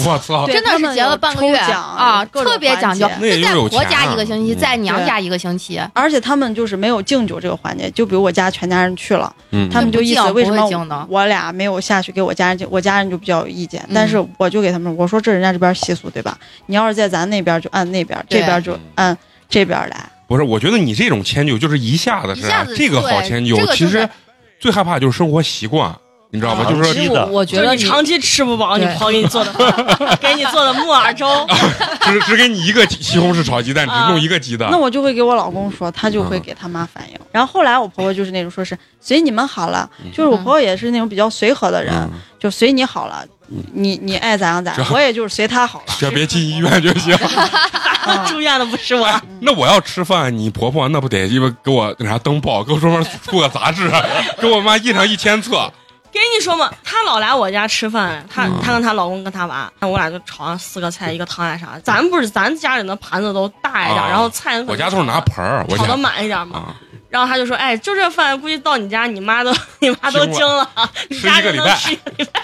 Speaker 2: 我操！
Speaker 6: 对
Speaker 3: 真的
Speaker 6: 他
Speaker 3: 是
Speaker 6: 们
Speaker 3: 结了半个月
Speaker 6: 有抽奖
Speaker 3: 啊，
Speaker 6: 各种
Speaker 3: 特别
Speaker 6: 环
Speaker 3: 讲究
Speaker 6: 节，
Speaker 2: 那也
Speaker 3: 就
Speaker 2: 就
Speaker 3: 在
Speaker 2: 是有
Speaker 3: 婆
Speaker 2: 钱
Speaker 3: 家
Speaker 2: 啊
Speaker 3: 一个星期，
Speaker 2: 嗯
Speaker 3: 在娘家一个星期，
Speaker 6: 而且他们就是没有敬酒这个环节，就比如我家全家人去了，
Speaker 2: 嗯
Speaker 6: 他们就意思为什
Speaker 3: 不会
Speaker 6: 么
Speaker 3: 敬的嗯
Speaker 6: 我俩没有下去给我家人敬，我家人就比较有意见，但是我就给他们我说这人家这边习俗对吧？你要是在咱那边就按那边，
Speaker 3: 对
Speaker 6: 这边就按这边来。
Speaker 2: 不是，我觉得你这种迁就就是一下子是啊
Speaker 3: 一下子
Speaker 2: 这个好迁就
Speaker 3: 对这，个
Speaker 2: 其
Speaker 3: 就是
Speaker 2: 实最害怕就是生活习惯，你知道吧？
Speaker 5: 啊
Speaker 2: 就是
Speaker 4: 嗯
Speaker 2: 说
Speaker 4: 其实
Speaker 5: 是的
Speaker 4: 我我
Speaker 1: 就
Speaker 4: 觉
Speaker 1: 是
Speaker 4: 得
Speaker 1: 你长期吃不饱，你
Speaker 4: 对
Speaker 1: 朋友给你
Speaker 2: [laughs]
Speaker 1: 做的饭，给你做的木耳粥，
Speaker 2: 只只给你一个西西红柿炒鸡蛋，只
Speaker 1: 啊
Speaker 2: 弄一个鸡蛋
Speaker 3: 嗯
Speaker 6: 那。我就会给我老公说，他就会给他妈反映，然后后来我婆婆就是那种说是随你们好了，就是我婆婆也是那种比较随和的人，
Speaker 2: 嗯
Speaker 6: 就随你好了，你你爱咋样咋样，
Speaker 2: 这
Speaker 6: 我也就是随她好了。
Speaker 2: 只要别进医院就行。啊
Speaker 1: [laughs] 住院的不是
Speaker 3: 啊
Speaker 1: 我，
Speaker 2: [laughs] 那我要吃饭，你婆婆那不得因为给我那啥登报，给我专门出个杂志， [laughs] 给我妈印上一千册。
Speaker 1: 跟你说嘛，她老来我家吃饭，她
Speaker 2: 嗯
Speaker 1: 她跟她老公跟她娃，我俩就炒上四个菜一个汤呀啥。咱不是咱家里那盘子都大一点，
Speaker 2: 啊
Speaker 1: 然后菜 [laughs]
Speaker 2: 我家都是拿盆儿，啊我
Speaker 1: 炒
Speaker 2: 家
Speaker 1: 的满一点嘛。
Speaker 2: 啊，
Speaker 1: 然后她就说：“哎，就这饭，估计到你家，你妈都 [laughs] 你妈都
Speaker 2: 惊
Speaker 1: 惊了，你
Speaker 2: 吃
Speaker 1: 家
Speaker 2: 一个
Speaker 1: 人
Speaker 2: 礼
Speaker 1: 能
Speaker 2: 拜
Speaker 1: 吃一个礼拜。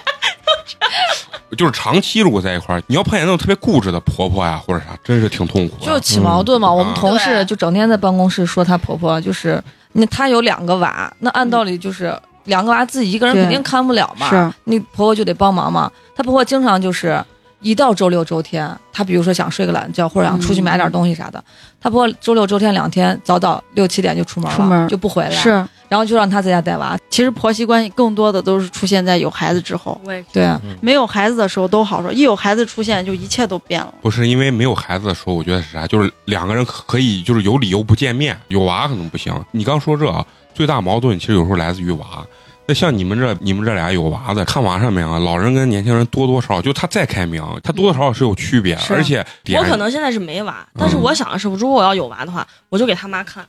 Speaker 2: 就是长期如果在一块儿，你要碰见那种特别固执的婆婆呀，或者啥，真是挺痛苦的。
Speaker 4: 就起矛盾嘛。我们
Speaker 2: 啊
Speaker 4: 同事
Speaker 3: 对
Speaker 4: 就整天在办公室说她婆婆，就是那她有两个娃，那按道理就是两个娃自己一个人
Speaker 6: 对
Speaker 4: 肯定看不了嘛，
Speaker 6: 是
Speaker 4: 你婆婆就得帮忙嘛。她婆婆经常就是一到周六周天，她比如说想睡个懒觉或者想出去买点东西啥的，她婆婆周六周天两天早早六七点就出门了，
Speaker 6: 出门
Speaker 4: 就不回来，
Speaker 6: 是，
Speaker 4: 然后就让她在家带娃。
Speaker 6: 其实婆媳关系更多的都是出现在有孩子之后，
Speaker 1: 我也
Speaker 4: 对，
Speaker 6: 没有孩子的时候都好说，一有孩子出现就一切都变了。
Speaker 2: 不是因为没有孩子的时候，我觉得是啥？就是两个人可可以就是有理由不见面，有娃可能不行。你刚说这啊，最大矛盾其实有时候来自于娃。那像你们这你们这俩有娃的，看娃上面啊，老人跟年轻人多多少少，就他再开明，他多多少少是有区别，
Speaker 4: 是
Speaker 2: 而且
Speaker 1: 啊我可能现在是没娃，但是
Speaker 2: 嗯
Speaker 1: 我想的是，如果我要有娃的话，我就给他妈看，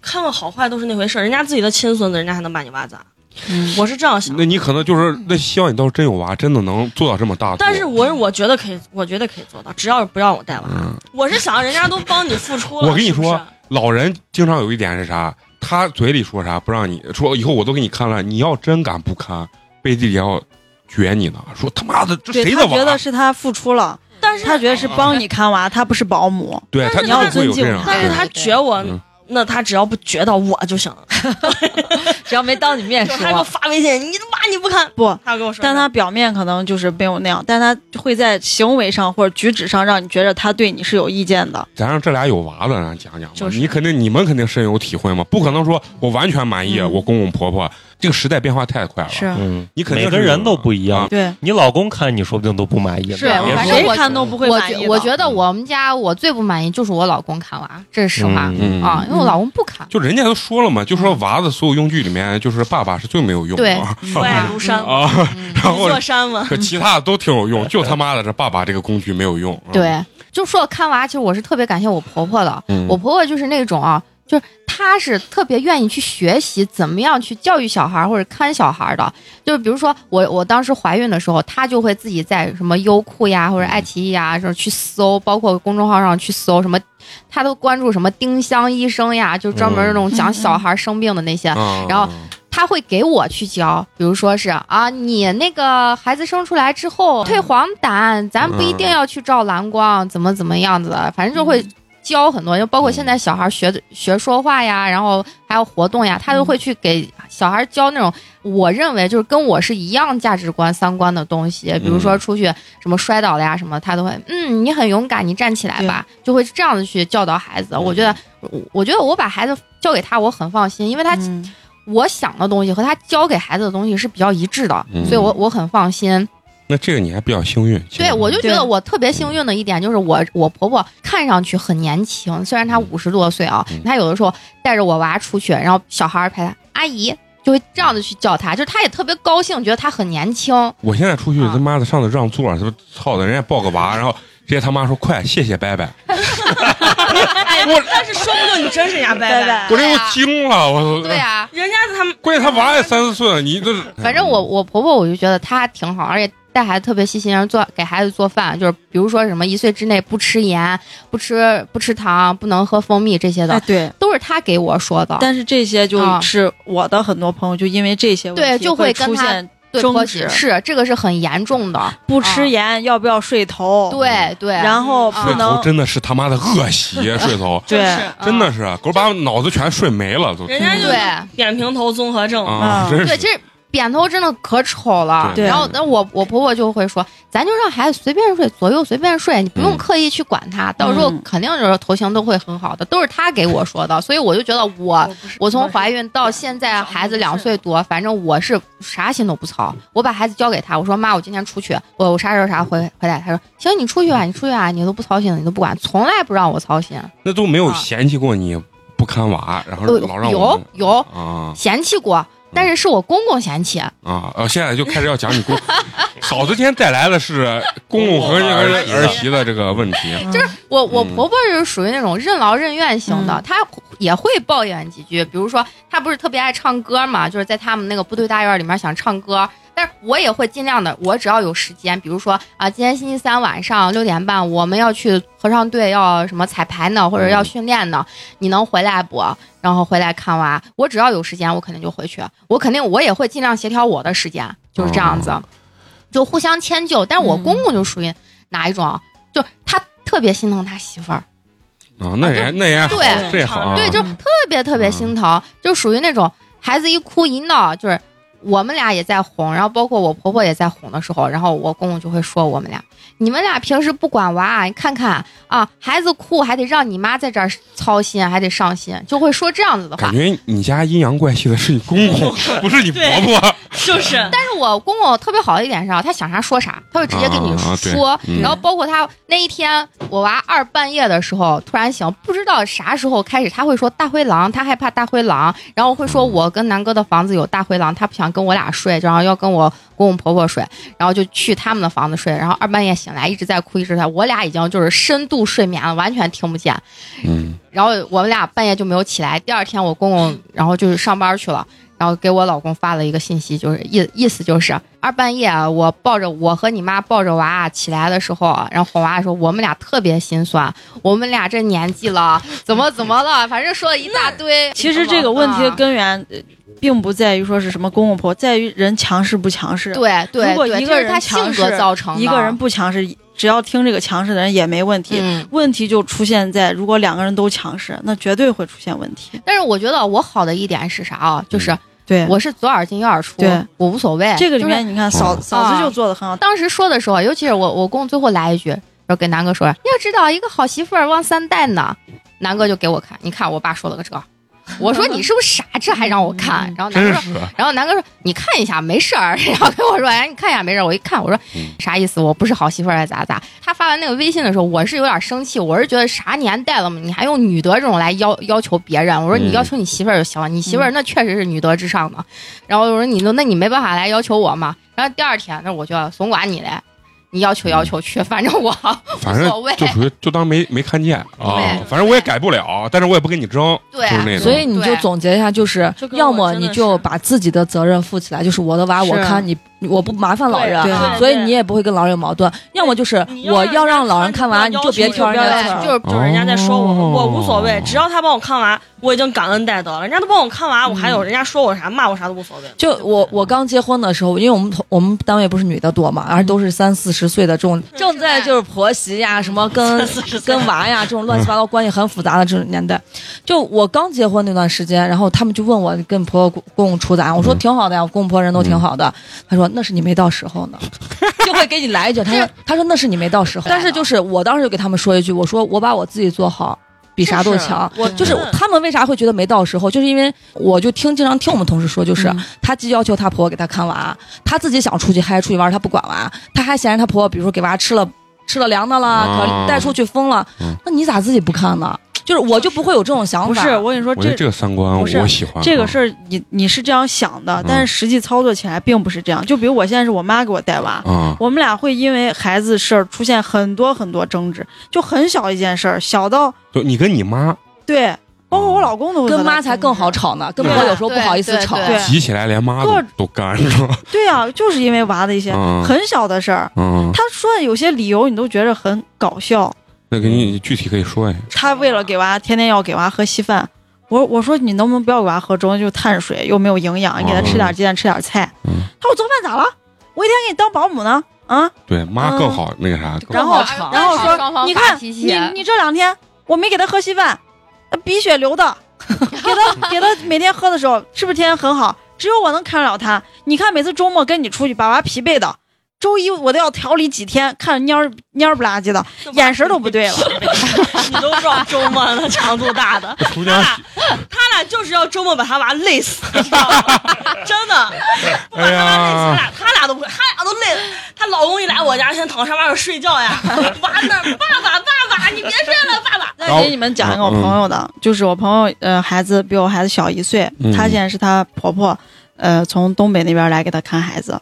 Speaker 1: 看个好坏都是那回事儿。人家自己的亲孙子，人家还能把你娃咋？我是这样想的
Speaker 2: 那。你可能就是那希望你到时候真有娃，真的能做到这么大度。
Speaker 1: 但是我是我觉得可以，我觉得可以做到，只要不让我带娃。
Speaker 2: 嗯，
Speaker 1: 我是想人家都帮你付出了，
Speaker 2: 我跟你
Speaker 1: 是不是
Speaker 2: 说老人经常有一点是啥？他嘴里说啥不让你说，以后我都给你看了，你要真敢不看，背地里要撅你呢，说他妈的这
Speaker 6: 对
Speaker 2: 谁
Speaker 6: 他
Speaker 2: 的娃？哦
Speaker 6: 觉得是他付出了，
Speaker 1: 但
Speaker 3: 啊
Speaker 1: 是
Speaker 6: 他觉得是帮你看娃，他不是保姆。
Speaker 2: 对他
Speaker 1: 但是
Speaker 2: 他
Speaker 1: 他
Speaker 2: 会有这样，
Speaker 1: 但是他觉我
Speaker 2: 嗯，
Speaker 1: 那他只要不觉到我就行了。
Speaker 4: 只要没当你面
Speaker 1: 就
Speaker 4: 哎说，
Speaker 1: 他给我发微信，你他妈你不看，
Speaker 6: 不，
Speaker 1: 他跟我
Speaker 2: 啊
Speaker 1: 说，
Speaker 6: 但他表面可能就是没有那样，但他会在行为上或者举止上让你觉得他对你是有意见的。
Speaker 2: 咱让这俩有娃的人讲讲吧，
Speaker 1: 就是
Speaker 2: 你肯定你们肯定深有体会嘛，不可能说我完全满意，啊
Speaker 6: 嗯
Speaker 2: 我公公婆婆这个时代变化太快了，
Speaker 6: 是
Speaker 5: 嗯，
Speaker 2: 你肯定是
Speaker 5: 每个人都不一样，
Speaker 6: 对，
Speaker 5: 你老公看你说不定都不满意呢。嗯
Speaker 6: 是
Speaker 3: 对
Speaker 5: 别
Speaker 3: 反
Speaker 5: 说
Speaker 3: 正
Speaker 6: 谁
Speaker 3: 我
Speaker 6: 看都不会
Speaker 3: 我
Speaker 6: 满
Speaker 3: 觉
Speaker 6: 意的。嗯
Speaker 2: [laughs]
Speaker 3: 我觉得我们家我最不满意就是我老公看娃，这是实话、
Speaker 2: 嗯
Speaker 3: 啊，因为我老公不
Speaker 2: [laughs]
Speaker 3: 看。
Speaker 2: 就人家都说了嘛，就说娃的所有用具里面，就是爸爸是最没有用
Speaker 3: 对
Speaker 2: 的啊
Speaker 1: 父爱如山嘛，
Speaker 2: 啊，
Speaker 3: 嗯
Speaker 2: [laughs] 然后
Speaker 1: 一座山嘛。
Speaker 2: 可其他的都挺有用，就他妈的这爸爸这个工具没有用。啊，
Speaker 3: 对，就说到看娃，其实我是特别感谢我婆婆的。
Speaker 2: 嗯
Speaker 3: 我婆婆就是那种啊，就是她是特别愿意去学习怎么样去教育小孩儿或者看小孩儿的。就是比如说我我当时怀孕的时候，她就会自己在什么优酷呀或者爱奇艺呀，就是去搜，包括公众号上去搜什么，她都关注什么丁香医生呀，就专门那种讲小孩儿生病的那些。
Speaker 2: 啊
Speaker 3: 然后他会给我去教，比如说是啊，你那个孩子生出来之后退黄疸，咱不一定要去照蓝光，怎么怎么样子的，反正就会教很多，就包括现在小孩学的学说话呀，然后还有活动呀，他都会去给小孩教那种我认为就是跟我是一样价值观三观的东西，比如说出去什么摔倒了呀什么，他都会嗯，你很勇敢，你站起来吧，就会这样子去教导孩子。我觉得，我我觉得我把孩子交给他，我很放心，因为他
Speaker 6: 嗯
Speaker 3: 我想的东西和他教给孩子的东西是比较一致的，
Speaker 2: 嗯
Speaker 3: 所以我我很放心。
Speaker 2: 那这个你还比较幸运，其实
Speaker 3: 对，我就觉得
Speaker 6: 对
Speaker 3: 我特别幸运的一点就是我我婆婆看上去很年轻，虽然她五十多岁啊
Speaker 2: 嗯，
Speaker 3: 她有的时候带着我娃出去，然后小孩儿拍她阿姨，就会这样子去叫她，就是她也特别高兴，觉得她很年轻。
Speaker 2: 我现在出去
Speaker 3: 啊
Speaker 2: 他妈的上次让座，他妈操的，人家抱个娃，然后直接他妈说快谢谢拜拜，我
Speaker 1: 但是说不定你真是人家
Speaker 6: 拜
Speaker 1: [laughs] 拜拜，
Speaker 6: 拜。
Speaker 2: 我这都惊了，我
Speaker 3: 哎对啊，
Speaker 1: 人家他们
Speaker 2: 关键他娃也三四岁了，你这
Speaker 3: 反正我我婆婆我就觉得她挺好，而且带孩子特别细心，然后做给孩子做饭，就是比如说什么一岁之内不吃盐、不吃不吃糖、不能喝蜂蜜这些的，
Speaker 6: 哎，对。
Speaker 3: 都是她给我说的。
Speaker 6: 但是这些就
Speaker 3: 啊
Speaker 6: 是我的很多朋友就因为这些问题
Speaker 3: 对就
Speaker 6: 会
Speaker 3: 会跟
Speaker 6: 出
Speaker 3: 他
Speaker 6: 现
Speaker 3: 对
Speaker 6: 争
Speaker 3: 婆媳
Speaker 6: 执
Speaker 3: 是这个是很严重的，
Speaker 6: 不吃盐要不要睡头，，
Speaker 4: 哦
Speaker 3: 对对，
Speaker 6: 然后
Speaker 3: 啊
Speaker 6: 不
Speaker 2: 睡头
Speaker 6: 能
Speaker 2: 真的是他妈的恶习，啊
Speaker 3: [laughs]
Speaker 2: 睡头
Speaker 1: 就
Speaker 6: 对
Speaker 1: 是。
Speaker 3: 嗯
Speaker 2: 真的是啊狗把脑子全睡没了都
Speaker 1: 人家就
Speaker 3: 对
Speaker 1: 是扁平头综合症，
Speaker 2: 啊，
Speaker 6: 嗯
Speaker 2: 真
Speaker 3: 对，
Speaker 2: 是
Speaker 3: 其实扁头真的可丑了。
Speaker 2: 对
Speaker 3: 然后那我我婆婆就会说，咱就让孩子随便睡，左右随便睡，你不用刻意去管他，到时候肯定就是头型都会很好的，都是她给我说的，所以我就觉得我。
Speaker 6: 哦
Speaker 1: 不是
Speaker 3: 我从怀孕到现在，孩子两岁多，反正我是啥心都不操。我把孩子交给他，我说妈，我今天出去，我我啥时候啥回回来。他说行，你出去吧，你出去啊，你都不操心，你都不管，从来不让我操心。
Speaker 2: 那都没有嫌弃过你。不看娃，然后
Speaker 3: 呃
Speaker 2: 老让我
Speaker 3: 有
Speaker 2: 们
Speaker 3: 有
Speaker 2: 啊
Speaker 3: 嫌弃过，但是是我公公嫌弃，
Speaker 2: 啊！呃，现在就开始要讲
Speaker 3: [laughs]
Speaker 2: 你公嫂子今天带来的是公公和这个
Speaker 5: 儿
Speaker 3: 哦
Speaker 5: 媳的
Speaker 2: 儿媳的这个问题，
Speaker 3: 就是我我
Speaker 2: 嗯
Speaker 3: 婆婆是属于那种任劳任怨型的，她也会抱怨几句，比如说她不是特别爱唱歌嘛，就是在他们那个部队大院里面想唱歌，但是我也会尽量的，我只要有时间，比如说啊，今天星期三晚上六点半我们要去合唱队要什么彩排呢，或者
Speaker 2: 嗯
Speaker 3: 要训练呢，你能回来不？然后回来看娃，我只要有时间，我肯定就回去，我肯定我也会尽量协调我的时间，就是这样子，就互相迁就。但是我
Speaker 4: 嗯
Speaker 3: 公公就属于哪一种啊？就他特别心疼他媳妇儿，
Speaker 2: 啊，那也那也好，
Speaker 3: 对
Speaker 2: 这也好啊，
Speaker 3: 对，就特别特别心疼，就属于那种孩子一哭一闹，就是我们俩也在哄，然后包括我婆婆也在哄的时候，然后我公公就会说我们俩，你们俩平时不管娃，你看看啊，孩子哭还得让你妈在这儿操心，还得上心，就会说这样子的话
Speaker 2: 感。觉你家阴阳怪气的是你公公， [laughs] 不是你婆婆，
Speaker 1: 就是
Speaker 2: 哦
Speaker 3: 但是我公公特别好的一点是啊，他想啥说啥，他会直接跟你
Speaker 2: 啊啊对
Speaker 3: 说。
Speaker 2: 嗯
Speaker 3: 然后包括他那一天，我娃二半夜的时候突然醒，不知道啥时候开始，他会说大灰狼，他害怕大灰狼，然后会说
Speaker 2: 嗯
Speaker 3: 我跟南哥的房子有大灰狼，他不想跟我俩睡，然后要跟我公公婆婆睡，然后就去他们的房子睡。然后二半夜醒来一直在哭，一直在，我俩已经就是深度睡眠了，完全听不见。
Speaker 2: 嗯，
Speaker 3: 然后我们俩半夜就没有起来。第二天我公
Speaker 6: [laughs]
Speaker 3: 公然后就是上班去了，然后给我老公发了一个信息，就是意意思就是二半夜啊我抱着我和你妈抱着娃啊起来的时候啊，然后哄娃的时候，我们俩特别心酸，我们俩这年纪了，怎么怎么了，反正说了一大堆。啊
Speaker 6: [laughs] [laughs] 其实这个问题的根源，呃并不在于说是什么公公婆，在于人强势不强势。
Speaker 3: 对对
Speaker 6: 如果
Speaker 3: 对，
Speaker 6: 一
Speaker 3: 这
Speaker 6: 个
Speaker 3: 是他
Speaker 6: 人
Speaker 3: 性
Speaker 6: 强
Speaker 3: 格
Speaker 6: 势
Speaker 3: 造成的，
Speaker 6: 一个人不强势，只要听这个强势的人也没问题。
Speaker 3: 嗯。
Speaker 6: 问题就出现在如果两个人都强势，那绝对会出现问题。
Speaker 3: 但是我觉得我好的一点是啥啊？就是
Speaker 6: 嗯对
Speaker 3: 我是左耳进右耳出
Speaker 6: 对，
Speaker 3: 我无所谓。
Speaker 6: 这个里
Speaker 3: 就是
Speaker 6: 面你看嫂嫂子就做的很好，
Speaker 3: 当时说的时候，啊尤其是我我公最后来一句，说给南哥说，你要知道一个好媳妇儿旺三代呢。南哥就给我看，你看我爸说了个这个，我说你是不是傻，这还让我看？然后南哥
Speaker 2: 嗯真
Speaker 3: 说，
Speaker 2: 是
Speaker 3: 然后南哥说你看一下没事儿， [laughs] 然后跟我说哎你看一下没事儿，我一看我说
Speaker 2: 嗯
Speaker 3: 啥意思？我不是好媳妇儿还咋咋？他发完那个微信的时候，我是有点生气，我是觉得啥年代了嘛，你还用女德这种来要要求别人？我说你
Speaker 2: 嗯
Speaker 3: 要求你媳妇儿就行了，你媳妇儿那确实是女德至上的。然后我说你那那你没办法来要求我嘛。然后第二天那我就怂管你嘞，你要求要求去，反正我 [laughs]
Speaker 2: 反
Speaker 3: 无
Speaker 2: 正
Speaker 3: 所谓
Speaker 2: 就属于就当没没看见啊
Speaker 3: 对，
Speaker 2: 反正我也改不了，但是我也不跟你争，
Speaker 3: 对
Speaker 2: 就是那种，
Speaker 4: 所以你就
Speaker 3: 对
Speaker 4: 总结一下，就是
Speaker 1: 就跟我
Speaker 4: 要么
Speaker 1: 真的
Speaker 4: 你就是把自己的责任负起来，就是我的娃我
Speaker 6: 是
Speaker 4: 看你，我不麻烦老人啊
Speaker 6: 对，
Speaker 1: 对
Speaker 4: 所以你也不会跟老人有矛盾。要么就是我要让老人看完，你
Speaker 1: 你
Speaker 4: 就别挑人
Speaker 1: 人
Speaker 4: 家
Speaker 1: 家
Speaker 4: 刺
Speaker 1: 错
Speaker 4: 儿。
Speaker 1: 就是就是人家在说我，
Speaker 2: 哦
Speaker 1: 我无所谓，只要他帮我看完，我已经感恩戴德了。人家都帮我看完，我还有人家说我啥骂我啥都无所
Speaker 4: [laughs]
Speaker 1: 谓。
Speaker 4: 就我我刚结婚的时候，因为我们同我们单位不是女的多嘛，而都是三四十岁的这种，正在就是婆媳呀、什么跟跟娃呀这种乱七八糟关系很复杂的这种年代。就我刚结婚那段时间，然后他们就问我跟婆婆公公处咋，我说
Speaker 2: 嗯
Speaker 4: 挺好的呀，我公公婆人都挺好的。他说那是你没到时候呢，就会给你来一句，他 [laughs] 说他说那是你没到时候。但是就是我当时就给他们说一句，我说我把我自己做好。比啥都
Speaker 1: 是
Speaker 4: 强，
Speaker 1: 我
Speaker 4: 就是嗯
Speaker 1: 真的
Speaker 4: 他们为啥会觉得没到时候，就是因为我就听经常听我们同事说，就是、她既要求她婆婆给她看娃，她自己想出去嗨出去玩，她不管娃，她还嫌着她婆婆，比如说给娃吃了吃了凉的啦，
Speaker 2: 啊
Speaker 4: 可带出去疯了
Speaker 2: 嗯，
Speaker 4: 那你咋自己不看呢？就是我就不会有这种想法。
Speaker 6: 不是我跟你说
Speaker 2: 我觉得这个三观
Speaker 6: 不是
Speaker 2: 我喜欢啊，
Speaker 6: 这个事儿你你是这样想的
Speaker 2: 嗯，
Speaker 6: 但是实际操作起来并不是这样。就比如我现在是我妈给我带娃，
Speaker 2: 啊，
Speaker 6: 我们俩会因为孩子事儿出现很多很多争执，就很小一件事儿，小到
Speaker 2: 就你跟你妈嗯
Speaker 6: 对，包括我老公都会
Speaker 4: 跟
Speaker 6: 和他
Speaker 4: 妈才
Speaker 6: 争执
Speaker 4: 更好。吵呢，跟
Speaker 2: 对
Speaker 4: 婆婆有时候不好意思
Speaker 3: 对
Speaker 4: 吵。
Speaker 3: 对
Speaker 2: 急起来，连妈都
Speaker 6: 各
Speaker 2: 都干是吧？
Speaker 6: 对啊，就是因为娃的一些
Speaker 2: 嗯
Speaker 6: 很小的事儿，
Speaker 2: 嗯，
Speaker 6: 他说的有些理由你都觉得很搞笑。
Speaker 2: 那给你具体可以说一下，
Speaker 6: 他为了给娃天天要给娃喝稀饭，我我说你能不能不要给娃喝粥，就碳水又没有营养，你给他吃点鸡蛋吃点菜。
Speaker 2: 嗯
Speaker 6: 他说我做饭咋了？我一天给你当保姆呢啊！
Speaker 2: 对妈
Speaker 6: 嗯
Speaker 2: 更好那个啥，更
Speaker 6: 然后
Speaker 4: 更好吵
Speaker 6: 然后
Speaker 3: 双
Speaker 6: 说
Speaker 3: 啊方
Speaker 6: 你
Speaker 3: 发
Speaker 6: 看
Speaker 3: 脾气
Speaker 6: 你你这两天我没给他喝稀饭，呃鼻血流
Speaker 3: [laughs]
Speaker 6: 的，给他给他每天喝的时候是不是天天很好？只有我能看得了他。你看每次周末跟你出去，把娃疲惫的。周一我都要调理几天，看蔫儿蔫儿不拉几的，眼神都不对了。
Speaker 1: 你都知道周末的强度
Speaker 2: [laughs]
Speaker 1: 大的，
Speaker 2: 厨娘，
Speaker 1: 他俩就是要周末把他娃累死，你知道
Speaker 2: [laughs]
Speaker 1: 吗？真的，不把
Speaker 2: 哎
Speaker 1: 他娃累死，
Speaker 2: 呀，
Speaker 1: 他俩他俩都不，他俩都累了。她老公一来我家，先躺沙发上睡
Speaker 2: [laughs]
Speaker 1: 觉呀，娃那儿爸爸爸爸，你别睡了，爸爸。
Speaker 6: 那给你们讲一个我朋友的，就是我朋友，呃，孩子比我孩子小一岁，
Speaker 2: 嗯
Speaker 6: 她现在是她婆婆，呃，从东北那边来给她看孩子，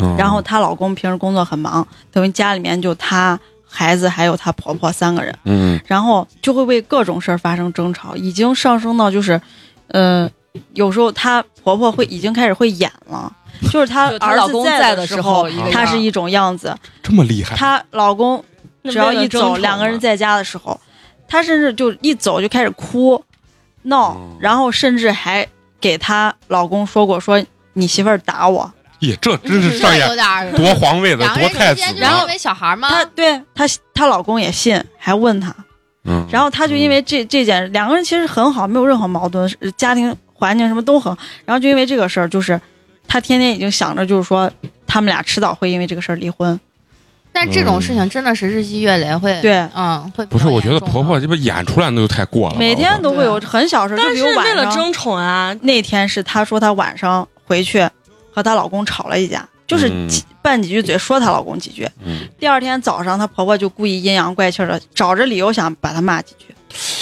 Speaker 2: 嗯
Speaker 6: 然后她老公平时工作很忙，等于家里面就她孩子还有她婆婆三个人，
Speaker 2: 嗯
Speaker 6: 然后就会为各种事儿发生争吵，已经上升到就是，呃，有时候她婆婆会已经开始会演了，就是她
Speaker 4: 就她
Speaker 6: 儿
Speaker 4: 老
Speaker 6: 子
Speaker 4: 公在
Speaker 6: 的
Speaker 4: 的时
Speaker 6: 候
Speaker 4: 候一
Speaker 2: 个，
Speaker 6: 她
Speaker 4: 样
Speaker 6: 是一种样子，
Speaker 2: 这么厉害，
Speaker 6: 她老公
Speaker 1: 那
Speaker 6: 只要
Speaker 1: 为了
Speaker 6: 一
Speaker 1: 争吵啊
Speaker 6: 走，两个人
Speaker 1: 嘛
Speaker 6: 在家的时候，她甚至就一走就开始哭闹
Speaker 2: 嗯，
Speaker 6: 然后甚至还给她老公说过说你媳妇儿打我，
Speaker 2: 耶，这真是上
Speaker 3: 这
Speaker 2: 演
Speaker 3: 有点儿
Speaker 2: 夺皇位的
Speaker 3: 两个
Speaker 2: 夺
Speaker 3: 人
Speaker 2: 太
Speaker 3: 之
Speaker 2: 子啊
Speaker 3: 间就
Speaker 2: 的
Speaker 3: 是因为小孩
Speaker 1: 啊
Speaker 3: 吗？
Speaker 6: 她对她她老公也信，还问她，
Speaker 2: 嗯，
Speaker 6: 然后她就因为这这件事，两个人其实很好，没有任何矛盾，是家庭环境什么都很好，然后就因为这个事儿，就是她天天已经想着就是说他们俩迟早会因为这个事儿离婚，
Speaker 3: 但这种事情真的是日积月累会，
Speaker 6: 对
Speaker 3: 嗯，会比
Speaker 2: 不是，
Speaker 3: 较
Speaker 2: 我觉得
Speaker 3: 严重的
Speaker 2: 婆婆这不演出来那就太过了吧，
Speaker 6: 每天都会有很小事儿，就
Speaker 1: 但
Speaker 6: 比
Speaker 1: 是
Speaker 6: 如晚
Speaker 1: 为了
Speaker 6: 上
Speaker 1: 争宠啊，
Speaker 6: 那天是她说她晚上回去和她老公吵了一架，就是
Speaker 2: 嗯
Speaker 6: 几拌几句嘴说她老公几句。
Speaker 2: 嗯
Speaker 6: 第二天早上，她婆婆就故意阴阳怪气的找着理由想把她骂几句。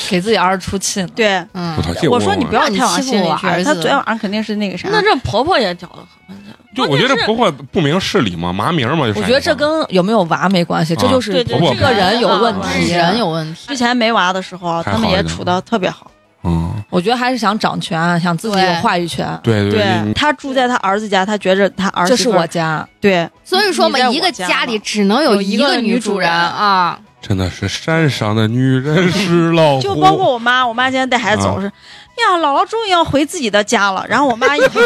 Speaker 4: 给自己儿子出气呢。
Speaker 6: 对，
Speaker 3: 嗯
Speaker 2: 嗯我，操，这
Speaker 6: 我说你不要
Speaker 3: 让你
Speaker 6: 太往
Speaker 3: 欺负
Speaker 6: 心里
Speaker 3: 我
Speaker 6: 去
Speaker 3: 儿，
Speaker 6: 啊她
Speaker 3: 子
Speaker 6: 昨天晚上肯定是那个啥。
Speaker 1: 那这婆婆也屌的很。
Speaker 2: 就我觉得婆婆不明事理嘛，麻名嘛，就是
Speaker 4: 我觉得这跟有没有娃没关系，
Speaker 2: 啊
Speaker 4: 这就
Speaker 1: 对
Speaker 4: 是
Speaker 2: 婆
Speaker 1: 对
Speaker 2: 婆
Speaker 4: 这个人有问
Speaker 3: 这
Speaker 4: 题。
Speaker 3: 是人，有问题，
Speaker 6: 之前没娃的时候，
Speaker 2: 还
Speaker 6: 他
Speaker 2: 好
Speaker 6: 们
Speaker 2: 一
Speaker 6: 也
Speaker 2: 点
Speaker 6: 处的特别好。
Speaker 2: 嗯，
Speaker 4: 我觉得还是想掌权，想自己有
Speaker 3: 对
Speaker 4: 话语权。
Speaker 2: 对
Speaker 6: 对
Speaker 2: 对，
Speaker 6: 她住在她儿子家，她觉着她儿子
Speaker 4: 这是我家，
Speaker 6: 对
Speaker 2: 哦
Speaker 3: 所以说嘛
Speaker 6: 你在，我
Speaker 3: 一个
Speaker 6: 家
Speaker 3: 家里
Speaker 6: 嘛
Speaker 3: 只能
Speaker 6: 有一
Speaker 3: 一
Speaker 6: 个
Speaker 3: 个
Speaker 6: 女主
Speaker 3: 主人
Speaker 6: 人
Speaker 3: 啊，
Speaker 2: 真的是山上的女人是老虎，
Speaker 6: [laughs] 就包括我妈，我妈今天带孩子走
Speaker 2: 啊
Speaker 6: 是，哎呀，姥姥终于要回自己的家了。然后我妈一回，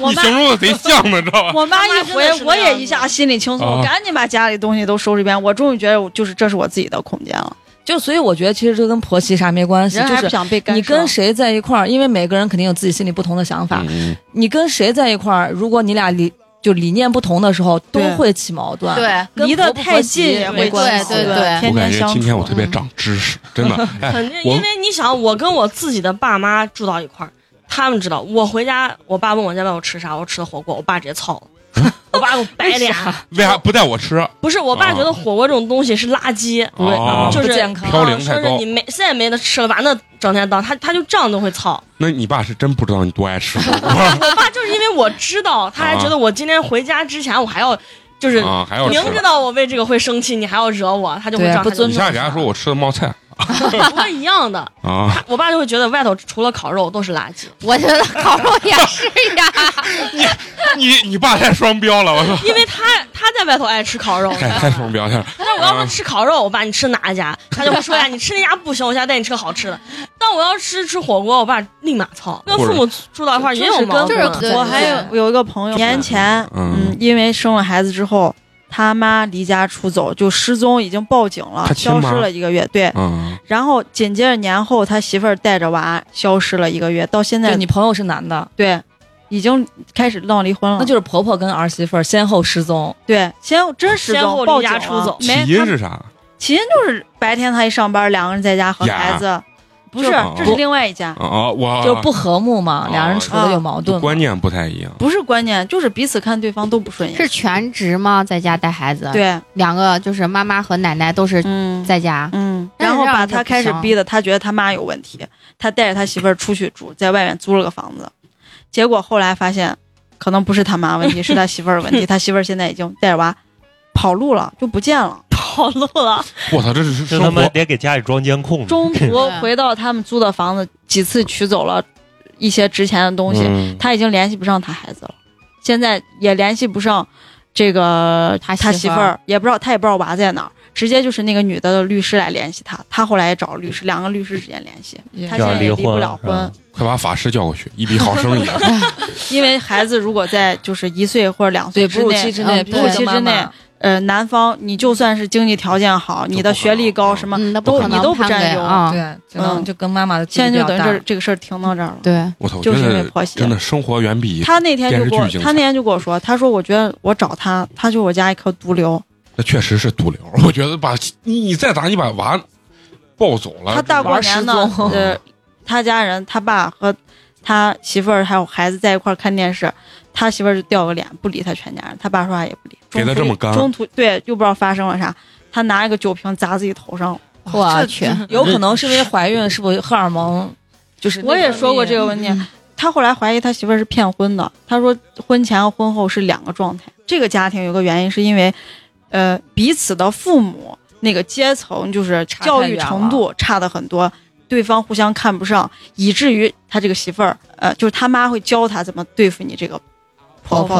Speaker 6: 我
Speaker 2: 你
Speaker 6: 妈
Speaker 2: 形容的贼像呢，知 [laughs]
Speaker 6: [laughs]
Speaker 2: 道吧？
Speaker 6: 我妈一
Speaker 1: 他妈真的
Speaker 6: 回，
Speaker 1: 是
Speaker 6: 我
Speaker 1: 那样
Speaker 6: 也一下心里轻松，
Speaker 2: 啊
Speaker 6: 我赶紧把家里东西都收拾一遍。我终于觉得，我就是这是我自己的空间了，
Speaker 4: 就所以我觉得其实这跟婆媳啥没关系，
Speaker 6: 人
Speaker 4: 就
Speaker 6: 还不
Speaker 4: 是
Speaker 6: 想被干涉。
Speaker 4: 你跟谁在一块儿，因为每个人肯定有自己心里不同的想法，
Speaker 2: 嗯
Speaker 4: 你跟谁在一块儿，如果你俩理就理念不同的时候，都
Speaker 6: 对
Speaker 4: 会起矛盾。，
Speaker 3: 对，
Speaker 4: 跟
Speaker 6: 离得
Speaker 4: 婆不
Speaker 6: 太
Speaker 4: 婆媳
Speaker 6: 近也
Speaker 4: 没
Speaker 6: 会
Speaker 4: 关
Speaker 6: 起
Speaker 4: 系
Speaker 6: 矛盾
Speaker 3: 对对
Speaker 6: 天
Speaker 2: 我感
Speaker 6: 天
Speaker 2: 觉
Speaker 6: 相
Speaker 2: 今天我
Speaker 6: 处。嗯
Speaker 2: 特别长知识，真的，哎，
Speaker 1: 肯定，
Speaker 2: 我
Speaker 1: 因为你想，我跟我自己的爸妈住到一块儿，他们知道我回家，我爸问我在外头吃啥，我吃的火锅，我爸直接操了，
Speaker 2: 嗯
Speaker 1: 我爸给我白脸。
Speaker 2: 为啥不带我吃？
Speaker 1: 不是，我爸觉得火锅这种东西是垃圾，
Speaker 4: 对
Speaker 2: 哦
Speaker 1: 就是
Speaker 4: 不健康
Speaker 2: 嘌呤
Speaker 1: 啊
Speaker 2: 太
Speaker 1: 说是
Speaker 2: 高
Speaker 1: 你没现在没得吃了吧？那整天当他他就这样都会
Speaker 4: [laughs]
Speaker 1: 操。
Speaker 2: 那你爸是真不知道你多爱吃火
Speaker 6: [laughs]
Speaker 2: 锅
Speaker 1: 我爸就是因为我知道，他还觉得我今天回家之前我还要就是
Speaker 2: 啊，哦还要吃
Speaker 1: 明。知道我为这个会生气，你还要惹我，他就会
Speaker 4: 对啊
Speaker 1: 这样
Speaker 4: 不
Speaker 1: 他就
Speaker 4: 尊
Speaker 2: 你
Speaker 4: 重
Speaker 2: 下次给他说我吃的冒菜
Speaker 1: 不会一样的。
Speaker 2: 啊，
Speaker 1: 他我爸就会觉得外头除了烤肉都是垃圾。
Speaker 3: 我觉得 [laughs] 烤肉也是呀，
Speaker 2: [laughs]
Speaker 3: [laughs]
Speaker 2: 你你爸太双标了，我操，
Speaker 1: [laughs] 因为他他在外头爱吃烤肉，
Speaker 6: 哎
Speaker 2: 太太双标了。
Speaker 1: 但我要说吃烤肉，我爸你吃哪家？
Speaker 6: 嗯
Speaker 1: 他就会说呀，你吃那家不行，我现在带你吃个好吃的。但我要吃吃火锅，我爸立马操。跟父母住到一块儿也有矛
Speaker 4: 就
Speaker 1: 盾
Speaker 4: 是，
Speaker 3: 跟对
Speaker 6: 我还有有一个朋友，年前，
Speaker 2: 嗯
Speaker 6: 嗯，因为生了孩子之后，他妈离家出走，就失踪，已经报警了
Speaker 2: 他，亲
Speaker 6: 消
Speaker 2: 妈
Speaker 6: 失了一个月。对，
Speaker 2: 嗯，
Speaker 6: 然后紧接着年后，他媳妇儿带着娃消失了一个月，到现
Speaker 4: 就
Speaker 6: 在
Speaker 4: 你朋友是男的，
Speaker 6: 对，已经开始闹离婚了。
Speaker 4: 那就是婆婆跟儿媳妇儿先后失踪，
Speaker 6: 对，先真失
Speaker 1: 先
Speaker 6: 踪，
Speaker 1: 后
Speaker 6: 报
Speaker 1: 离
Speaker 6: 警啊
Speaker 1: 家出
Speaker 6: 了
Speaker 1: 走
Speaker 2: 起
Speaker 6: 没
Speaker 2: 因
Speaker 6: 他
Speaker 2: 是啥？
Speaker 6: 起因就是白天他一上班，两个人在家和
Speaker 2: 呀
Speaker 6: 孩子，不是
Speaker 2: 就不，
Speaker 6: 这是另外一家，
Speaker 2: 啊，我
Speaker 4: 就是不和睦嘛，
Speaker 2: 哦
Speaker 4: 俩人处的有矛
Speaker 2: 就
Speaker 4: 盾嘛。
Speaker 2: 观念不太一样。
Speaker 6: 不是关键，就是彼此看对方都不顺眼。
Speaker 3: 是全职吗？在家带孩子，，
Speaker 6: 对，
Speaker 3: 两个就是妈妈和奶奶都是
Speaker 6: 嗯，
Speaker 3: 在家，
Speaker 6: 嗯，
Speaker 3: 但
Speaker 6: 然
Speaker 3: 是
Speaker 6: 后
Speaker 3: 这样
Speaker 6: 把
Speaker 3: 就
Speaker 6: 他
Speaker 3: 不
Speaker 6: 开始
Speaker 3: 行
Speaker 6: 逼的，他觉得他妈有问题，他带着他媳妇儿出去住，在外面租了个房子，结果后来发现，可能不是他妈问题，是他媳妇儿问题，他媳妇儿现在已经带着娃跑路了，就不见了。
Speaker 1: 跑路了。
Speaker 2: 我操，这是
Speaker 5: 这他
Speaker 2: 生
Speaker 5: 妈
Speaker 2: 活
Speaker 5: 得给家里装监控呢。 [laughs]
Speaker 6: 中途回到他们租的房子，几次取走了一些值钱的东西，
Speaker 2: 嗯
Speaker 6: 他已经联系不上他孩子了，现在也联系不上这个
Speaker 3: 他媳妇
Speaker 6: 他
Speaker 3: 儿
Speaker 6: 媳妇儿，也不知道他也不知道娃在哪儿，直接就是那个女的的律师来联系他，他后来也找律师，两个律师之间联系，
Speaker 4: 也
Speaker 6: 他
Speaker 5: 这
Speaker 6: 现
Speaker 5: 样
Speaker 6: 在也离
Speaker 5: 离婚
Speaker 6: 不了
Speaker 5: 是吧
Speaker 6: 婚，
Speaker 2: 快把法师叫过去，一笔好
Speaker 6: [laughs]
Speaker 2: 生意。
Speaker 6: 因为孩子如果在就是一岁或者两
Speaker 4: 对
Speaker 6: 岁
Speaker 4: 哺
Speaker 6: 之内，
Speaker 4: 乳期之
Speaker 6: 嗯
Speaker 4: 内，
Speaker 6: 哺乳期之
Speaker 4: 不能跟妈
Speaker 6: 内
Speaker 4: 妈，
Speaker 6: 呃，男方你就算是经济条件好，
Speaker 2: 就
Speaker 6: 你的
Speaker 2: 不可
Speaker 6: 学历
Speaker 2: 能
Speaker 6: 高
Speaker 2: 嗯
Speaker 6: 什么，
Speaker 3: 嗯，那
Speaker 6: 都
Speaker 3: 不可
Speaker 6: 你
Speaker 3: 能
Speaker 6: 都不
Speaker 3: 判
Speaker 6: 占
Speaker 3: 给
Speaker 6: 优
Speaker 3: 啊，
Speaker 4: 对，只能
Speaker 6: 嗯
Speaker 4: 就跟妈妈的距离
Speaker 6: 现在就
Speaker 4: 比
Speaker 6: 等于
Speaker 4: 较
Speaker 6: 这
Speaker 4: 大
Speaker 6: 这个事儿停到这儿了。
Speaker 3: 对，
Speaker 2: 我操，我觉
Speaker 6: 就是因为
Speaker 2: 得
Speaker 6: 婆媳
Speaker 2: 真的生活远比
Speaker 6: 他那天就
Speaker 2: 电视
Speaker 6: 给我
Speaker 2: 剧，精彩
Speaker 6: 他那天就跟我说，他说我觉得我找他，他就是我家一颗毒瘤。
Speaker 2: 那确实是 [laughs] 毒瘤。我觉得把你你再咋，你把娃抱走了，
Speaker 6: 他大过年
Speaker 4: 玩
Speaker 6: 呢
Speaker 4: 失，
Speaker 2: 踪嗯
Speaker 6: 呃，他家人他爸和他媳妇儿还有孩子在一块儿看电视，他媳妇儿就掉个脸，不理他全家人，他爸说话也不理。
Speaker 2: 给他
Speaker 6: 中途
Speaker 2: 这么干
Speaker 6: 中途对，又不知道发生了啥，他拿一个酒瓶砸自己头上了。
Speaker 3: 我去，
Speaker 4: 有可能是因为怀孕，是不是荷尔蒙？就是
Speaker 6: 我也说过这个问题
Speaker 3: 嗯，
Speaker 6: 他后来怀疑他媳妇儿是骗婚的，他说婚前和婚后是两个状态。这个家庭有个原因是因为，呃，彼此的父母那个阶层就是
Speaker 4: 差太
Speaker 6: 教育
Speaker 4: 远
Speaker 6: 程度差的很
Speaker 2: 嗯
Speaker 6: 多，对方互相看不上，以至于他这个媳妇儿，呃，就是他妈会教他怎么对付你这个婆
Speaker 4: 婆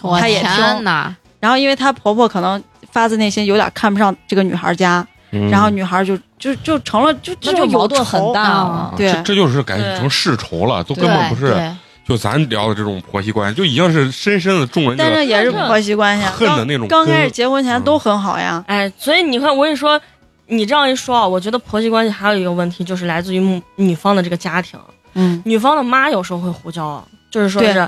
Speaker 4: 婆
Speaker 3: 我
Speaker 6: 他也
Speaker 3: 天
Speaker 6: 听。
Speaker 3: 呐，
Speaker 6: 然后因为她婆婆可能发自内心有点看不上这个女孩家，
Speaker 2: 嗯
Speaker 6: 然后女孩就就就成了就这
Speaker 4: 那就
Speaker 6: 种
Speaker 4: 矛盾很大
Speaker 2: 啊
Speaker 4: 了。
Speaker 6: 对
Speaker 2: 这这就是感觉成世仇了，都根
Speaker 4: 对
Speaker 2: 本不
Speaker 3: 嗯对
Speaker 2: 是
Speaker 3: 对，
Speaker 2: 就咱聊的这种婆媳关系，就已经是深深的种人
Speaker 6: 但
Speaker 2: 这
Speaker 6: 是也是婆媳关系啊。
Speaker 2: 恨的
Speaker 6: 刚
Speaker 2: 那种
Speaker 6: 刚开
Speaker 2: 根
Speaker 6: 始结婚前
Speaker 2: 嗯
Speaker 6: 都很好呀，
Speaker 1: 哎，所以你看，我跟你说，你这样一说啊，我觉得婆媳关系还有一个问题，就是来自于母女方的这个家庭，
Speaker 6: 嗯，
Speaker 1: 女方的妈有时候会胡搅啊，就是说
Speaker 6: 对
Speaker 1: 是，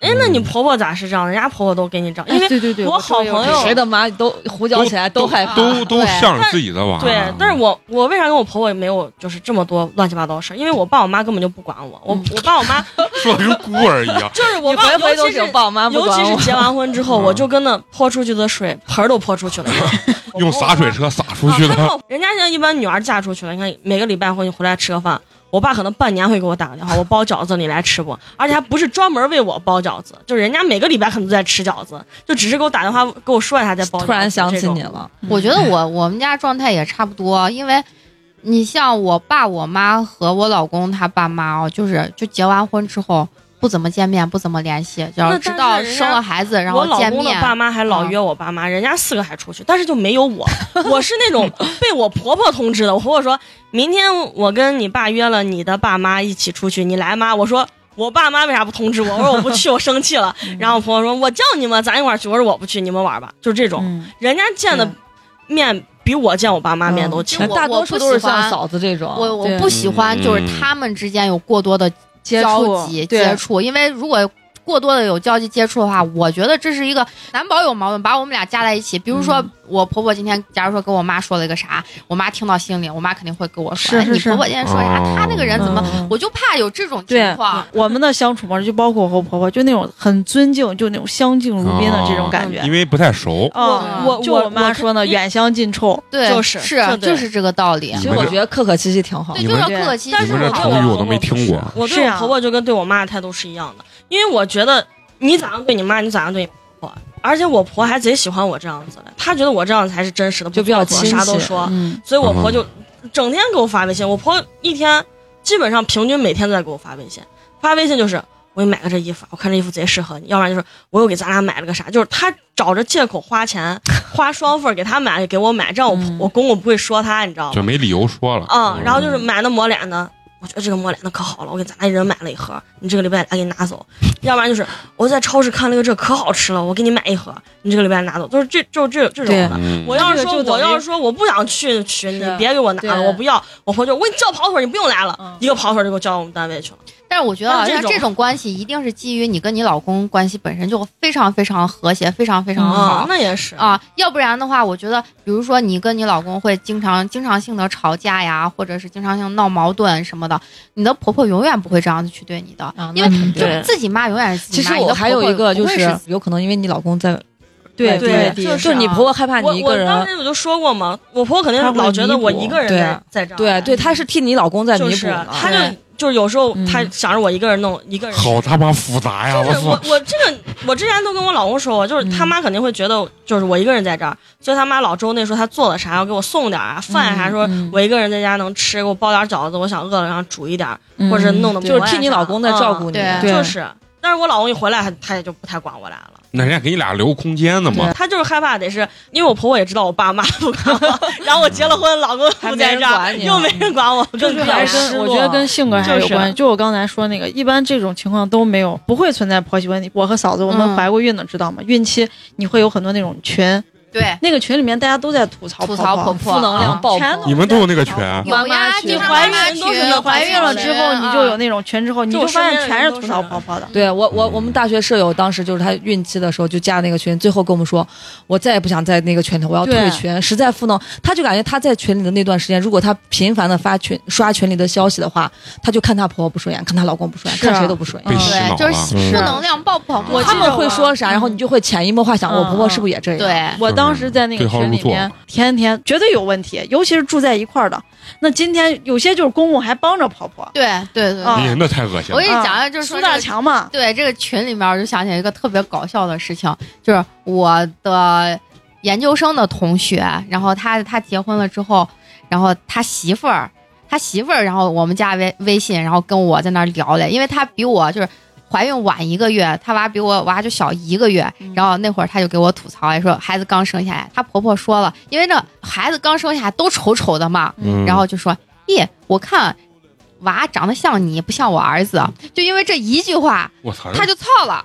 Speaker 1: 哎，那你婆婆咋是这样的？人家婆婆都给你这样，因为
Speaker 6: 哎对对对，
Speaker 1: 我好
Speaker 6: 周围有
Speaker 1: 朋友
Speaker 6: 谁
Speaker 4: 谁的妈都胡搅
Speaker 2: 都
Speaker 4: 起来都害怕，
Speaker 2: 都都
Speaker 3: 对
Speaker 2: 向着自己的娃。
Speaker 1: 对，但是我我为啥跟我婆婆也没有就是这么多乱七八糟的事儿？因为我爸我妈根本就不管我，我我爸我妈，
Speaker 2: 说的跟孤儿一
Speaker 6: [laughs]
Speaker 2: 样
Speaker 1: 嗯 [laughs] 就是我
Speaker 4: 你
Speaker 1: 爸，
Speaker 4: [laughs] 回回都
Speaker 1: 尤其是
Speaker 4: 爸妈不
Speaker 1: 尤
Speaker 4: 管
Speaker 1: 其是
Speaker 4: 我。
Speaker 1: 结完婚之后，
Speaker 2: 嗯
Speaker 1: 我就跟那泼出去的水盆儿都泼出去了，我
Speaker 2: [laughs] 用
Speaker 1: 婆婆
Speaker 2: 洒水
Speaker 1: 妈
Speaker 2: 车洒出去
Speaker 1: 啊然
Speaker 2: 的。
Speaker 1: 后人家现在一般女儿嫁出去了，你看每个礼拜回回来吃个饭，我爸可能半年会给我打个电话，我包饺子你来吃不？而且还不是专门为我包饺子，就人家每个礼拜可能都在吃饺子，就只是给我打电话给我说一下再包饺子。
Speaker 4: 突然想起
Speaker 1: 这种
Speaker 4: 你，了，
Speaker 1: 嗯
Speaker 3: 我觉得我我们家状态也差不多，因为你像我爸、我妈和我老公他爸妈哦，就是就结完婚之后不怎么见面，不怎么联系，然后
Speaker 1: 那
Speaker 3: 直
Speaker 1: 但
Speaker 3: 到
Speaker 1: 是人家
Speaker 3: 生了孩子然
Speaker 1: 我
Speaker 3: 后
Speaker 1: 老
Speaker 3: 见
Speaker 1: 公的
Speaker 3: 面。啊
Speaker 1: 爸妈还老约我爸妈，人家四个还出去，但是就没有我。我是那
Speaker 3: [laughs]
Speaker 1: 种被我婆婆通知的。我婆婆说明天我跟你爸约了你的爸妈一起出去，你来吗？我说我爸妈为啥不通知我？我说我不去，我生
Speaker 3: [laughs]
Speaker 1: 气了。
Speaker 3: 嗯
Speaker 1: 然后我婆婆说我叫你们，咱一块儿去。我说我不去，你们玩吧。就是这种，
Speaker 6: 嗯，
Speaker 1: 人家见的面比我见我爸妈面都
Speaker 4: 嗯
Speaker 1: 勤
Speaker 3: 其实。我
Speaker 4: 大多数都是像嫂子这种。
Speaker 3: 我我
Speaker 4: 对
Speaker 3: 不喜欢，就是
Speaker 2: 嗯
Speaker 3: 他们之间有过多的
Speaker 6: 接
Speaker 3: 交
Speaker 6: 触
Speaker 3: 集
Speaker 6: 对
Speaker 3: 接触，因为如果过多的有交集接触的话，我觉得这是一个难保有矛盾，把我们俩加在一起。比如说，
Speaker 4: 嗯
Speaker 3: 我婆婆今天假如说跟我妈说了一个啥，我妈听到心里，我妈肯定会跟我说：“
Speaker 6: 是
Speaker 3: 哎
Speaker 6: 是
Speaker 3: 你
Speaker 6: 是
Speaker 3: 婆婆今天说啥？
Speaker 2: 哦
Speaker 3: 她那个人怎么？”
Speaker 4: 嗯
Speaker 3: 我就怕有这种
Speaker 6: 对嗯
Speaker 3: 情况。
Speaker 6: 我们的相处模式就包括我和我婆婆，就那种很尊敬，就那种相敬如宾的这种感觉。
Speaker 2: 因为不太熟，
Speaker 6: 啊，
Speaker 1: 我
Speaker 6: 就
Speaker 1: 我
Speaker 6: 我妈说呢，
Speaker 1: 因
Speaker 6: 远香近臭。
Speaker 3: 对，
Speaker 1: 就是
Speaker 3: 是
Speaker 1: 就对
Speaker 3: 就是这个道理
Speaker 4: 其。
Speaker 2: 你
Speaker 4: 实
Speaker 2: 们
Speaker 4: 我
Speaker 2: 这
Speaker 4: 觉得客客气气挺好
Speaker 3: 对，
Speaker 2: 你
Speaker 3: 就
Speaker 2: 们
Speaker 3: 要
Speaker 6: 这
Speaker 3: 客气。
Speaker 1: 但
Speaker 2: 你
Speaker 1: 是
Speaker 2: 们这
Speaker 1: 我
Speaker 2: 成语我都没听过。
Speaker 1: 我
Speaker 6: 是
Speaker 1: 对我
Speaker 6: 啊
Speaker 1: 婆婆就跟对我妈的态度是一样的，因为我觉得你咋样对你妈，你咋样对我，而且我婆还贼喜欢我这样子的，她觉得我这样才是真实的，
Speaker 4: 就比较
Speaker 1: 不做作
Speaker 4: 亲
Speaker 1: 啥都
Speaker 4: 切
Speaker 1: 说，
Speaker 6: 嗯，
Speaker 1: 所以我婆就整天给我发微信，我婆一天基本上平均每天都在给我发微信，发微信就是。我给你买个这衣服，我看这衣服贼适合你，要不然就是我又给咱俩买了个啥，就是她找着借口花钱，花双份儿给她买给我买，这样我、
Speaker 4: 嗯
Speaker 1: 我公公不会说她，你知道吗？
Speaker 2: 就没理由说了。
Speaker 4: 哦
Speaker 1: 嗯，然后就是买那抹脸的，我觉得这个抹脸的可好了，我给咱俩一人买了一盒，你这个礼拜来给你
Speaker 4: [laughs]
Speaker 1: 拿走。要不然就是我在超市看那个这可好吃了，我给你买一盒，你这个礼拜拿走，就是这就这这种
Speaker 6: 对
Speaker 1: 的。
Speaker 2: 嗯
Speaker 1: 我要是
Speaker 6: 这个
Speaker 1: 说
Speaker 6: 就等
Speaker 1: 我
Speaker 6: 于
Speaker 1: 要是说我不想去去，你
Speaker 6: 是
Speaker 1: 别给我拿了，
Speaker 6: 对
Speaker 1: 我不要。我婆就我给你叫跑腿儿，你不用来了，
Speaker 6: 嗯
Speaker 1: 一个跑腿儿就给我叫到我们单位去了。
Speaker 3: 但是我觉得啊，
Speaker 1: 但是
Speaker 3: 像
Speaker 1: 这种
Speaker 3: 这种关系一定是基于你跟你老公关系本身就非常非常和谐，非常
Speaker 6: 嗯
Speaker 3: 非常好。
Speaker 1: 啊，那也是。
Speaker 3: 啊，要不然的话，我觉得，比如说你跟你老公会经常经常性的吵架呀，或者是经常性闹矛盾什么的，你的婆婆永远不会这样子去对你的，
Speaker 4: 啊那
Speaker 3: 因为
Speaker 4: 肯定
Speaker 3: 就自己妈永远是自己
Speaker 4: 其
Speaker 3: 妈。
Speaker 4: 实
Speaker 3: 你
Speaker 4: 我
Speaker 3: 的
Speaker 4: 还
Speaker 3: 婆
Speaker 4: 有
Speaker 3: 婆
Speaker 4: 一个就
Speaker 3: 不会
Speaker 4: 是，有可能因为你老公在，
Speaker 6: 对
Speaker 4: 对
Speaker 6: 对，
Speaker 1: 就是
Speaker 4: 就你婆婆害怕
Speaker 1: 啊我
Speaker 4: 你一
Speaker 1: 我
Speaker 4: 个
Speaker 1: 当
Speaker 4: 人，
Speaker 1: 时我就说过嘛，我婆婆肯定
Speaker 6: 她会
Speaker 1: 老觉
Speaker 6: 弥
Speaker 1: 得
Speaker 6: 补
Speaker 1: 我一个人
Speaker 4: 对
Speaker 1: 在在这儿啊
Speaker 4: 对对，她是替你老公在弥
Speaker 1: 就
Speaker 4: 补啊
Speaker 1: 是
Speaker 4: 了，
Speaker 1: 她就就是有时候
Speaker 4: 嗯
Speaker 1: 她想着我一个人弄一个人
Speaker 2: 嗯好他妈复杂呀！啊
Speaker 1: 就
Speaker 2: 我
Speaker 1: 是我
Speaker 2: 操，
Speaker 1: 我这个我之前都跟我老公说过，就是他妈肯定会觉得就是我一个人在这儿，所以他妈老周那时候他做了啥要给我送点儿啊饭啊啥，
Speaker 4: 嗯
Speaker 1: 说
Speaker 4: 嗯
Speaker 1: 我一个人在家能吃，给我包点儿饺子，我想饿了然后煮一点儿，
Speaker 4: 嗯
Speaker 1: 或者弄得
Speaker 4: 就是
Speaker 1: 磨呀
Speaker 4: 替你
Speaker 1: 啥啊
Speaker 4: 老公在照顾你，
Speaker 3: 嗯对
Speaker 1: 就是。但是我老公一回来，他他也就不太管我俩了。
Speaker 2: 那人家给你俩留空间的嘛。
Speaker 1: 他就是害怕，得是因为我婆婆也知道我爸妈不管我，然后我结了婚，老公
Speaker 4: 还
Speaker 1: 不
Speaker 4: 没
Speaker 1: 在
Speaker 4: 人
Speaker 1: 这儿，
Speaker 4: 管你
Speaker 1: 又没人管我，
Speaker 6: 就
Speaker 1: 更
Speaker 6: 是
Speaker 1: 可
Speaker 6: 还
Speaker 1: 怜
Speaker 4: 是
Speaker 6: 跟我
Speaker 4: 失落
Speaker 6: 觉得跟性格还是有
Speaker 1: 就是
Speaker 6: 关系。就我刚才说那个，一般这种情况都没有，不会存在婆媳问题。我和嫂子我们
Speaker 3: 嗯
Speaker 6: 怀过孕的，知道吗？孕期你会有很多那种群，
Speaker 3: 对，
Speaker 6: 那个群里面大家都在吐槽
Speaker 3: 吐槽
Speaker 6: 婆
Speaker 3: 婆
Speaker 6: 婆，
Speaker 3: 婆
Speaker 4: 负能量
Speaker 3: 啊
Speaker 4: 爆
Speaker 6: 全
Speaker 4: 棚
Speaker 6: 都。
Speaker 2: 你们都有那个群啊，
Speaker 4: 妈
Speaker 3: 有
Speaker 4: 妈
Speaker 3: 呀，
Speaker 4: 群
Speaker 3: 就是
Speaker 6: 你
Speaker 3: 妈
Speaker 6: 怀
Speaker 3: 妈
Speaker 6: 孕都是
Speaker 3: 群
Speaker 6: 那
Speaker 3: 怀孕了啊之后
Speaker 6: 你就有
Speaker 3: 那
Speaker 6: 那种群之后，你
Speaker 1: 就
Speaker 6: 就发
Speaker 1: 身
Speaker 6: 现
Speaker 1: 边
Speaker 6: 全
Speaker 1: 人
Speaker 6: 是
Speaker 1: 都
Speaker 6: 吐
Speaker 1: 是
Speaker 6: 槽婆婆的。
Speaker 4: 对我，我我们大学舍友当时就是她孕期的时候就加那个群，最后跟我们说，我再也不想在那个群里，我要退
Speaker 6: 对
Speaker 4: 群，实在不能。她就感觉她在群里的那段时间，如果她频繁的发群刷群里的消息的话，她就看她婆婆不顺眼，看她老公不顺眼，
Speaker 6: 是啊
Speaker 4: 看谁都不顺眼。
Speaker 2: 被
Speaker 6: 嗯
Speaker 2: 洗脑
Speaker 3: 对，就是
Speaker 2: 了。
Speaker 3: 负能量爆棚，
Speaker 6: 我
Speaker 4: 他
Speaker 6: 记
Speaker 4: 们
Speaker 6: 得
Speaker 4: 会
Speaker 6: 我
Speaker 4: 说啥，然后你就会潜移默化想，
Speaker 6: 嗯
Speaker 4: 我婆婆是不是也这样？
Speaker 3: 对，
Speaker 6: 我当时在那个
Speaker 2: 对号
Speaker 6: 群
Speaker 2: 入
Speaker 6: 里
Speaker 2: 座
Speaker 6: 面，天天绝对有问题，尤其是住在一块儿的。那今天有些就是公公还帮着婆婆，
Speaker 3: 对对对，
Speaker 6: 啊
Speaker 3: 对
Speaker 2: 哎呀，那太恶心
Speaker 3: 我
Speaker 2: 了
Speaker 3: 跟！你讲，就是
Speaker 6: 苏
Speaker 3: 说
Speaker 6: 大
Speaker 3: 这个
Speaker 6: 强嘛，
Speaker 3: 对这个群里面，我就想起来一个特别搞笑的事情，就是我的研究生的同学，然后他他结婚了之后，然后他媳妇儿，他媳妇儿，然后我们加微微信，然后跟我在那儿聊嘞，因为他比我就是。怀孕晚一个月，他娃比我娃就小一个月，然后那会儿他就给我吐槽，哎说孩子刚生下来，他婆婆说了，因为那孩子刚生下来都丑丑的嘛，
Speaker 2: 嗯
Speaker 3: 然后就说：“咦，我看娃长得像你，不像我儿子。”就因为这一句话，
Speaker 2: 我操，
Speaker 3: 他就操了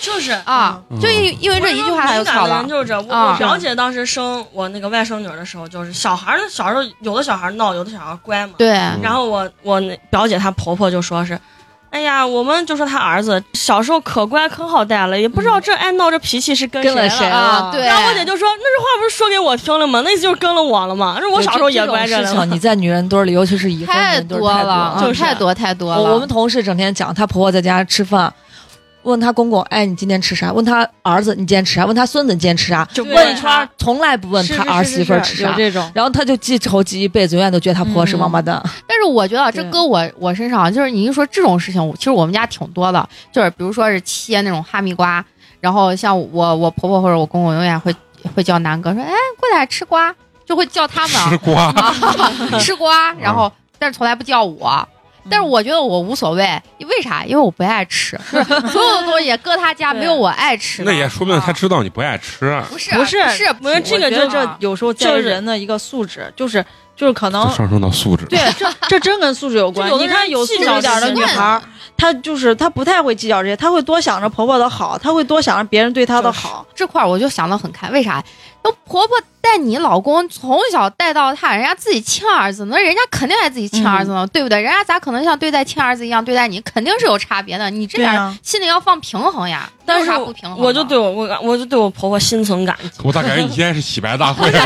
Speaker 1: 就是
Speaker 3: 啊！
Speaker 2: 嗯
Speaker 3: 就因因为这一句话他就操
Speaker 1: 我跟你说敏感的
Speaker 3: 了
Speaker 1: 人。就是这，我
Speaker 3: 啊
Speaker 1: 我表姐当时生我那个外甥女儿的时候，就是小孩儿小时候有的小孩儿闹，有的小孩儿乖嘛。
Speaker 3: 对，
Speaker 1: 然后我我那表姐她婆婆就说是，哎呀，我们就说她儿子小时候可乖可好带了，也不知道这爱闹这脾气是跟
Speaker 4: 跟
Speaker 1: 谁
Speaker 4: 了
Speaker 1: 了。
Speaker 4: 谁
Speaker 3: 啊对
Speaker 1: 然后我姐就说：“那这话不是说给我听了吗？那意思就是跟了我了吗？那我
Speaker 4: 对
Speaker 1: 小
Speaker 4: 这
Speaker 1: 时候也
Speaker 4: 这种
Speaker 1: 乖着
Speaker 4: 事
Speaker 1: 呢。
Speaker 4: 情，你在女人堆儿里，尤其是已婚女人堆儿
Speaker 3: 多
Speaker 4: 太多
Speaker 3: 了，
Speaker 4: 啊
Speaker 3: 嗯
Speaker 1: 就是
Speaker 3: 太多太多了。
Speaker 4: 我我们同事整天讲，她婆婆在家吃饭，问她公公，哎，你今天吃啥？问她儿子，你今天吃啥？问她孙子，你今天吃啥？
Speaker 6: 就
Speaker 1: 对
Speaker 4: 问一圈儿，从来不问
Speaker 6: 是
Speaker 4: 她
Speaker 6: 是
Speaker 4: 儿
Speaker 6: 是
Speaker 4: 媳妇儿
Speaker 6: 是
Speaker 4: 吃啥
Speaker 6: 有。这种。
Speaker 4: 然后她就记仇记一辈子，永远都觉得她婆婆是
Speaker 6: 嗯
Speaker 4: 王八蛋。
Speaker 3: 但是我觉得啊这
Speaker 6: 对
Speaker 3: 搁我我身上，啊就是你一说这种事情，我其实我们家挺多的，就是比如说是切那种哈密瓜，然后像我我婆婆或者我公公永远会会叫南哥说：“哎，过来吃瓜。”就会叫他们
Speaker 2: 吃瓜， [laughs]
Speaker 3: 啊，吃
Speaker 2: 嗯
Speaker 3: 瓜，然后但是从来不叫我。但是我觉得我无所谓，为啥？因为我不爱吃，就是所有的东西搁他家
Speaker 1: 对
Speaker 3: 没有我爱吃的。
Speaker 2: 那也说明他
Speaker 3: 啊
Speaker 2: 知道你不爱吃，啊
Speaker 3: 不是
Speaker 6: 不
Speaker 3: 是
Speaker 6: 是
Speaker 3: 是
Speaker 1: 不是啊这个
Speaker 6: 我觉得
Speaker 1: 就是
Speaker 6: 这有时候在于人的一个素质，就是就是可能
Speaker 2: 就上升到素质。
Speaker 6: 对，这这真跟素质有关
Speaker 1: 就。有的
Speaker 6: 你
Speaker 1: 人
Speaker 6: 看有素质
Speaker 1: 细致
Speaker 6: 一点的
Speaker 1: 习
Speaker 6: 女
Speaker 1: 惯
Speaker 6: 孩儿，她就是她不太会计较这些，她会多想着婆婆的好，她会多想着别人对她的好。
Speaker 3: 这块儿我就想得很开，为啥？那婆婆带你老公从小带到大，人家自己亲儿子，那人家肯定爱自己亲儿子呢，对不对？人家咋可能像对待亲儿子一样对待你？肯定是有差别的，你这
Speaker 6: 对啊
Speaker 3: 点
Speaker 6: 呀，
Speaker 3: 心里要放平衡呀。
Speaker 1: 但
Speaker 3: 有
Speaker 1: 是
Speaker 3: 啥不平衡的？
Speaker 1: 我就对我我我就对我婆婆心存感激，
Speaker 2: 我咋感觉你今天是洗白大会？
Speaker 6: 嗯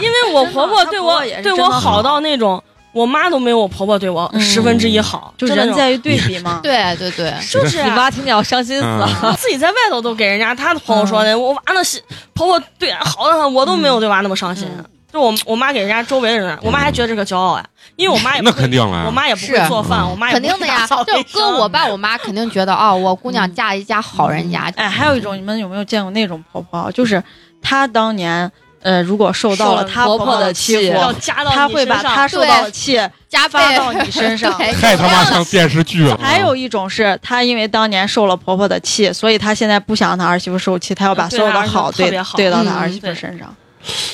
Speaker 1: 因为我
Speaker 6: 真的
Speaker 1: 婆婆
Speaker 6: 她
Speaker 1: 对
Speaker 6: 婆婆
Speaker 1: 我
Speaker 6: 也是
Speaker 1: 对
Speaker 6: 真
Speaker 1: 我
Speaker 6: 的
Speaker 1: 好
Speaker 2: 好
Speaker 1: 到那种，我妈都没有我婆婆对我
Speaker 4: 嗯
Speaker 1: 十分之一好，
Speaker 6: 就
Speaker 1: 真的
Speaker 6: 人
Speaker 1: 那种
Speaker 6: 在于对比嘛。
Speaker 3: [laughs] 对对对，
Speaker 1: 就是啊
Speaker 4: 你妈听见我伤心死了。
Speaker 2: 嗯
Speaker 1: [laughs] 自己在外头都给人家她的朋友说的，我娃那是婆婆对俺好的很，我都没有对娃那么上心
Speaker 6: 嗯。
Speaker 1: 就我我妈给人家周围的人，我妈还觉得这个骄傲呀，因为我妈也不
Speaker 2: 那
Speaker 1: 会
Speaker 2: 肯定啊了呀
Speaker 1: 我妈也不
Speaker 3: 是
Speaker 1: 会做饭，我妈也
Speaker 3: 肯
Speaker 1: 不会
Speaker 3: 定的呀
Speaker 1: 打扫。
Speaker 3: 就
Speaker 1: 卫生
Speaker 3: 搁我爸我妈肯定觉得哦，我姑娘嫁一家好人家，
Speaker 6: 哎，还有一种，你们有没有见过那种婆婆？就是她当年，呃，如果受到了
Speaker 1: 受了
Speaker 6: 她
Speaker 4: 婆婆
Speaker 6: 婆
Speaker 4: 的
Speaker 6: 的
Speaker 4: 气
Speaker 6: 欺负，
Speaker 1: 要加到
Speaker 6: 她
Speaker 1: 你
Speaker 6: 会把
Speaker 1: 身上
Speaker 6: 她受到的气。
Speaker 3: 加倍
Speaker 6: 哎发到你身
Speaker 1: [laughs]
Speaker 6: 上
Speaker 3: 对
Speaker 2: 太他妈像电视剧了！啊
Speaker 6: 还有一种是她因为当年受了婆婆的气，所以她现在不想让她儿媳妇受气，她要把
Speaker 1: 嗯
Speaker 6: 所有
Speaker 1: 对
Speaker 6: 的
Speaker 1: 她儿媳妇
Speaker 6: 好
Speaker 1: 特
Speaker 6: 对
Speaker 1: 别好
Speaker 6: 对到她
Speaker 3: 嗯
Speaker 6: 儿媳妇
Speaker 1: 对
Speaker 6: 身上。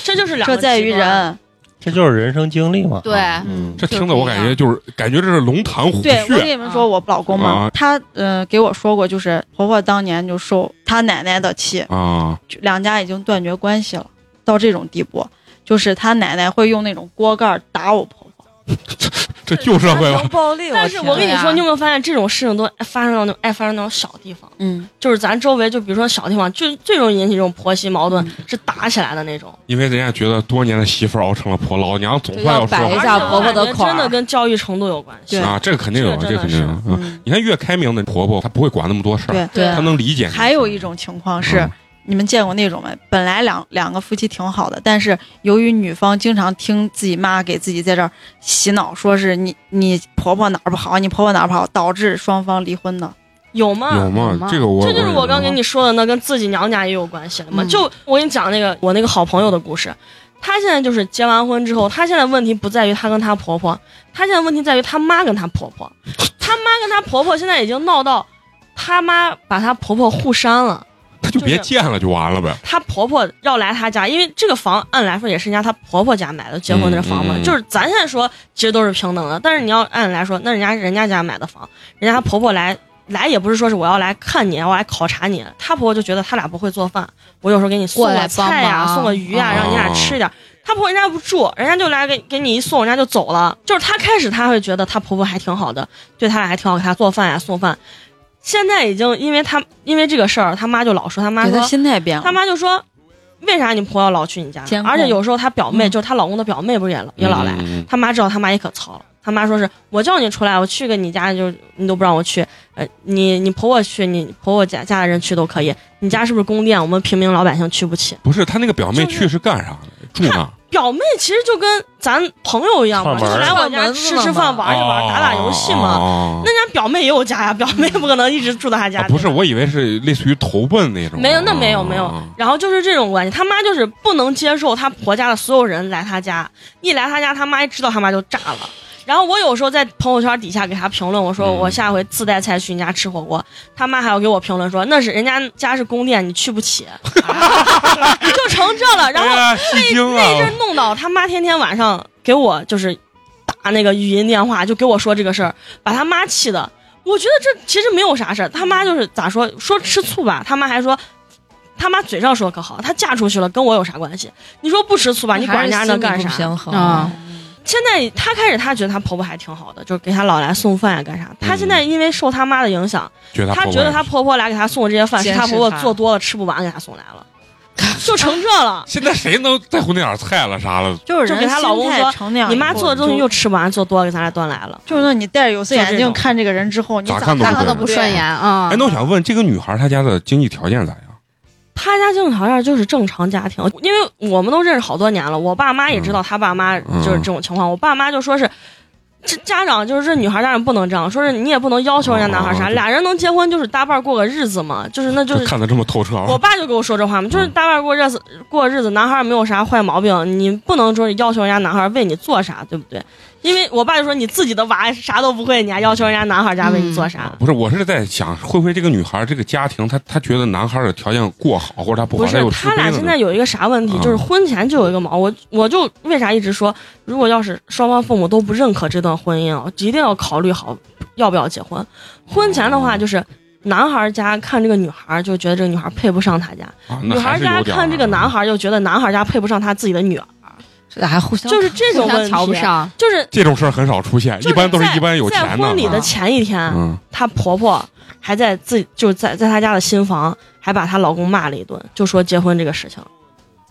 Speaker 1: 这就是两个
Speaker 6: 这在于
Speaker 1: 极端。嗯
Speaker 6: 人。
Speaker 5: 这就是人生经历嘛。
Speaker 3: 对
Speaker 5: 嗯，
Speaker 2: 这听着我感觉就是感觉这是龙潭虎
Speaker 6: 对，我跟
Speaker 2: 穴，
Speaker 6: 你们说，我老公嘛
Speaker 2: 啊，
Speaker 6: 他呃给我说过，就是婆婆当年就受她奶奶的气，
Speaker 2: 啊，
Speaker 6: 就两家已经断绝关系了，到这种地步，就是她奶奶会用那种锅盖儿打我婆婆。
Speaker 2: 这旧社会吧
Speaker 4: 家庭？暴力，
Speaker 1: 但是
Speaker 4: 天
Speaker 1: 我跟你
Speaker 3: 对啊
Speaker 1: 说，你有没有发现这种事情都发生到那种爱发生到那种小地方？
Speaker 6: 嗯，
Speaker 1: 就是咱周围，就比如说小地方，最最容易引起这种婆媳
Speaker 6: 嗯
Speaker 1: 矛盾，是打起来的那种。
Speaker 2: 因为人家觉得多年的媳妇熬成了婆，老娘总算要说
Speaker 4: 就要摆一
Speaker 2: 话
Speaker 4: 下婆婆的
Speaker 1: 而且我感觉
Speaker 4: 款儿
Speaker 1: 真的跟教育程度有关系
Speaker 6: 对。
Speaker 2: 啊，这个肯定有，
Speaker 1: 这
Speaker 2: 这
Speaker 1: 个真
Speaker 2: 个
Speaker 1: 的
Speaker 2: 肯定有。嗯，
Speaker 6: 嗯，
Speaker 2: 你看越开明的婆婆，她不会管那么多事儿，
Speaker 6: 对
Speaker 4: 对
Speaker 2: 她能理解你。
Speaker 6: 还有一种情况是，
Speaker 2: 嗯
Speaker 6: 你们见过那种吗？本来两两个夫妻挺好的，但是由于女方经常听自己妈给自己在这儿洗脑，说是你你婆婆哪儿不好，你婆婆哪儿不好，导致双方离婚的。
Speaker 1: 啊有吗？
Speaker 2: 有
Speaker 3: 有
Speaker 2: 吗
Speaker 3: 吗？
Speaker 2: 这个我
Speaker 1: 这就是我刚给
Speaker 2: 你
Speaker 1: 你说的那跟自己娘家也有关系了嘛。
Speaker 6: 嗯
Speaker 1: 就我跟你讲那个我那个好朋友的故事，她现在就是结完婚之后，她现在问题不在于她跟她婆婆，她现在问题在于她妈跟她婆婆，她妈跟她婆婆现在已经闹到，她妈把她婆婆互删了。
Speaker 2: 她就别见了就完了呗。
Speaker 1: 她婆婆要来她家，因为这个房按来说也是人家她婆婆家买的结婚的房嘛，
Speaker 2: 嗯嗯嗯
Speaker 1: 就是咱现在说其实都是平等的，但是你要按来说，那人家人家家买的房，人家她婆婆来来也不是说是我要来看你，我来考察你。他婆婆就觉得他俩不会做饭，我有时候给你送
Speaker 3: 过来
Speaker 1: 个菜呀、
Speaker 3: 帮忙
Speaker 1: 送个鱼呀、
Speaker 2: 哦
Speaker 1: 让你俩吃一点。他婆婆人家不住，人家就来给给你一送，人家就走了。就是她开始她会觉得她婆婆还挺好的，对她俩还挺好，给她做饭呀、送饭。现在已经因为她因为这个事儿，她妈就老说她妈
Speaker 4: 给
Speaker 1: 说
Speaker 4: 他心态变了，
Speaker 1: 他妈就说，为啥你婆要老去你家
Speaker 4: 啊监？控
Speaker 1: 而且有时候她表妹，
Speaker 4: 嗯
Speaker 1: 就是她老公的表妹，不是也老也老来？
Speaker 2: 嗯
Speaker 1: 他妈知道他妈也可操了，他妈说是我叫你出来，我去个你家就你都不让我去，呃，你你婆婆去，你婆婆家家的人去都可以，你家是不是宫殿？我们平民老百姓去不起。
Speaker 2: 不是他那个表妹
Speaker 1: 就是
Speaker 2: 去是干啥的？住那儿
Speaker 1: 表妹其实就跟咱朋友一样嘛，
Speaker 5: 串
Speaker 1: 就
Speaker 5: 门儿
Speaker 1: 来我
Speaker 4: 串
Speaker 1: 家
Speaker 4: 门子
Speaker 1: 吃
Speaker 4: 了
Speaker 1: 吃
Speaker 4: 嘛
Speaker 1: 饭、玩一玩、打打游戏嘛。
Speaker 2: 哦
Speaker 1: 那人家表妹也有家呀，表妹不可能一直住到她家、
Speaker 2: 啊不是，我以为是类似于投奔那种。
Speaker 1: 没有，那没有没有
Speaker 2: 啊。
Speaker 1: 然后就是这种关系，他妈就是不能接受他婆家的所有人来他家，一来他家，他妈一知道他妈就炸了。然后我有时候在朋友圈底下给他评论，我说
Speaker 2: 嗯
Speaker 1: 我下回自带菜去你家吃火锅，他妈还要给我评论说那是人家家是宫殿，你去不起， [laughs] 就成这了。然后
Speaker 2: 哎呀戏精
Speaker 1: 那
Speaker 2: 啊
Speaker 1: 一
Speaker 4: 哦
Speaker 1: 阵！弄到他妈天天晚上给我就是打那个语音电话，就给我说这个事儿，把他妈气的。我觉得这其实没有啥事儿，他
Speaker 4: 嗯
Speaker 1: 妈就是咋说说吃醋吧，他妈还说。他妈嘴上说可好，她嫁出去了，跟我有啥关系？你说不吃醋吧，你管人家能干
Speaker 4: 还是
Speaker 1: 啥？
Speaker 4: 心理不平嗯衡
Speaker 3: 啊，
Speaker 1: 现在她开始，她觉得她婆婆还挺好的，就是给她老来送饭呀、干
Speaker 4: 嗯
Speaker 1: 啥。她现在因为受她妈的影响，
Speaker 2: 觉得
Speaker 1: 她
Speaker 2: 婆
Speaker 1: 觉得
Speaker 2: 婆
Speaker 1: 她婆婆来给她送的这些饭是
Speaker 4: 监
Speaker 1: 她
Speaker 4: 视
Speaker 1: 婆婆
Speaker 4: 她
Speaker 1: 做多了吃不完给她送来
Speaker 4: [laughs]
Speaker 1: 了，就成这了。
Speaker 2: 现在谁能在乎那点儿菜了啥了？
Speaker 6: 就是
Speaker 1: 就
Speaker 6: 人
Speaker 1: 给她老公
Speaker 6: 心态
Speaker 1: 说
Speaker 6: 成那样以
Speaker 1: 你
Speaker 6: 后，
Speaker 1: 妈做的东西又吃不完，做多了给咱俩端来了。
Speaker 6: 就是说你戴着有色眼
Speaker 1: 就这
Speaker 6: 镜
Speaker 1: 种
Speaker 6: 看这个人之后，你
Speaker 2: 咋
Speaker 6: 咋
Speaker 2: 看都
Speaker 3: 大
Speaker 2: 不
Speaker 3: 家
Speaker 2: 对
Speaker 3: 都不顺眼啊
Speaker 2: 哎，。那我想问，这个女孩她家的经济条件咋样？
Speaker 1: 她家正常样就是正常家庭，因为我们都认识好多年了，我爸妈也知
Speaker 2: 嗯
Speaker 1: 道她爸妈就是这种情况，我爸妈就说是。这家长就是这女孩家长不能这样，说是你也不能要求人家男孩
Speaker 2: 哦
Speaker 1: 啥，
Speaker 2: 对
Speaker 1: 俩人能结婚就是搭伴儿过个日子嘛，就是那就是
Speaker 2: 看得这么透彻啊。
Speaker 1: 我爸就跟我说这话嘛，就是
Speaker 2: 嗯
Speaker 1: 搭伴儿过日子过日子，男孩儿没有啥坏毛病，你不能说是要求人家男孩儿为你做啥，对不对？因为我爸就说你自己的娃啥都不会，你还要求人家男孩儿家为你做啥？
Speaker 2: 不是，我是在想，会不会这个女孩这个家庭，她她觉得男孩的条件过好，或者她不好，
Speaker 1: 不
Speaker 2: 她
Speaker 1: 是
Speaker 2: 有，自
Speaker 1: 他
Speaker 2: 卑
Speaker 1: 俩
Speaker 2: 的
Speaker 1: 现
Speaker 2: 那
Speaker 1: 在
Speaker 2: 种。
Speaker 1: 有一个啥问题，
Speaker 2: 啊
Speaker 1: 就是婚前就有一个毛，我我就为啥一直说，如果要是双方父母都不认可这段婚姻啊，一定要考虑好要不要结婚。婚前的话就是。男孩家看这个女孩，就觉得这个女孩配不上他家；
Speaker 2: 啊，
Speaker 1: 女
Speaker 2: 那还
Speaker 1: 孩
Speaker 2: 是有
Speaker 1: 家
Speaker 2: 点儿啊
Speaker 1: 看这个男，孩，就觉得男孩家配不上他自己的女儿，
Speaker 4: 这还互相
Speaker 1: 就是这种
Speaker 3: 互
Speaker 1: 问
Speaker 3: 相瞧
Speaker 1: 题。
Speaker 3: 不上，
Speaker 1: 就是
Speaker 2: 这种事儿很少出现，
Speaker 1: 就
Speaker 2: 一
Speaker 1: 是
Speaker 2: 般都
Speaker 1: 在
Speaker 2: 是一般有
Speaker 1: 在
Speaker 2: 钱
Speaker 1: 婚礼
Speaker 2: 的。
Speaker 1: 的前一天，
Speaker 2: 嗯，
Speaker 1: 她婆婆还在自己就在在她家的新房，还把她老公骂了一顿，就说结婚这个事情。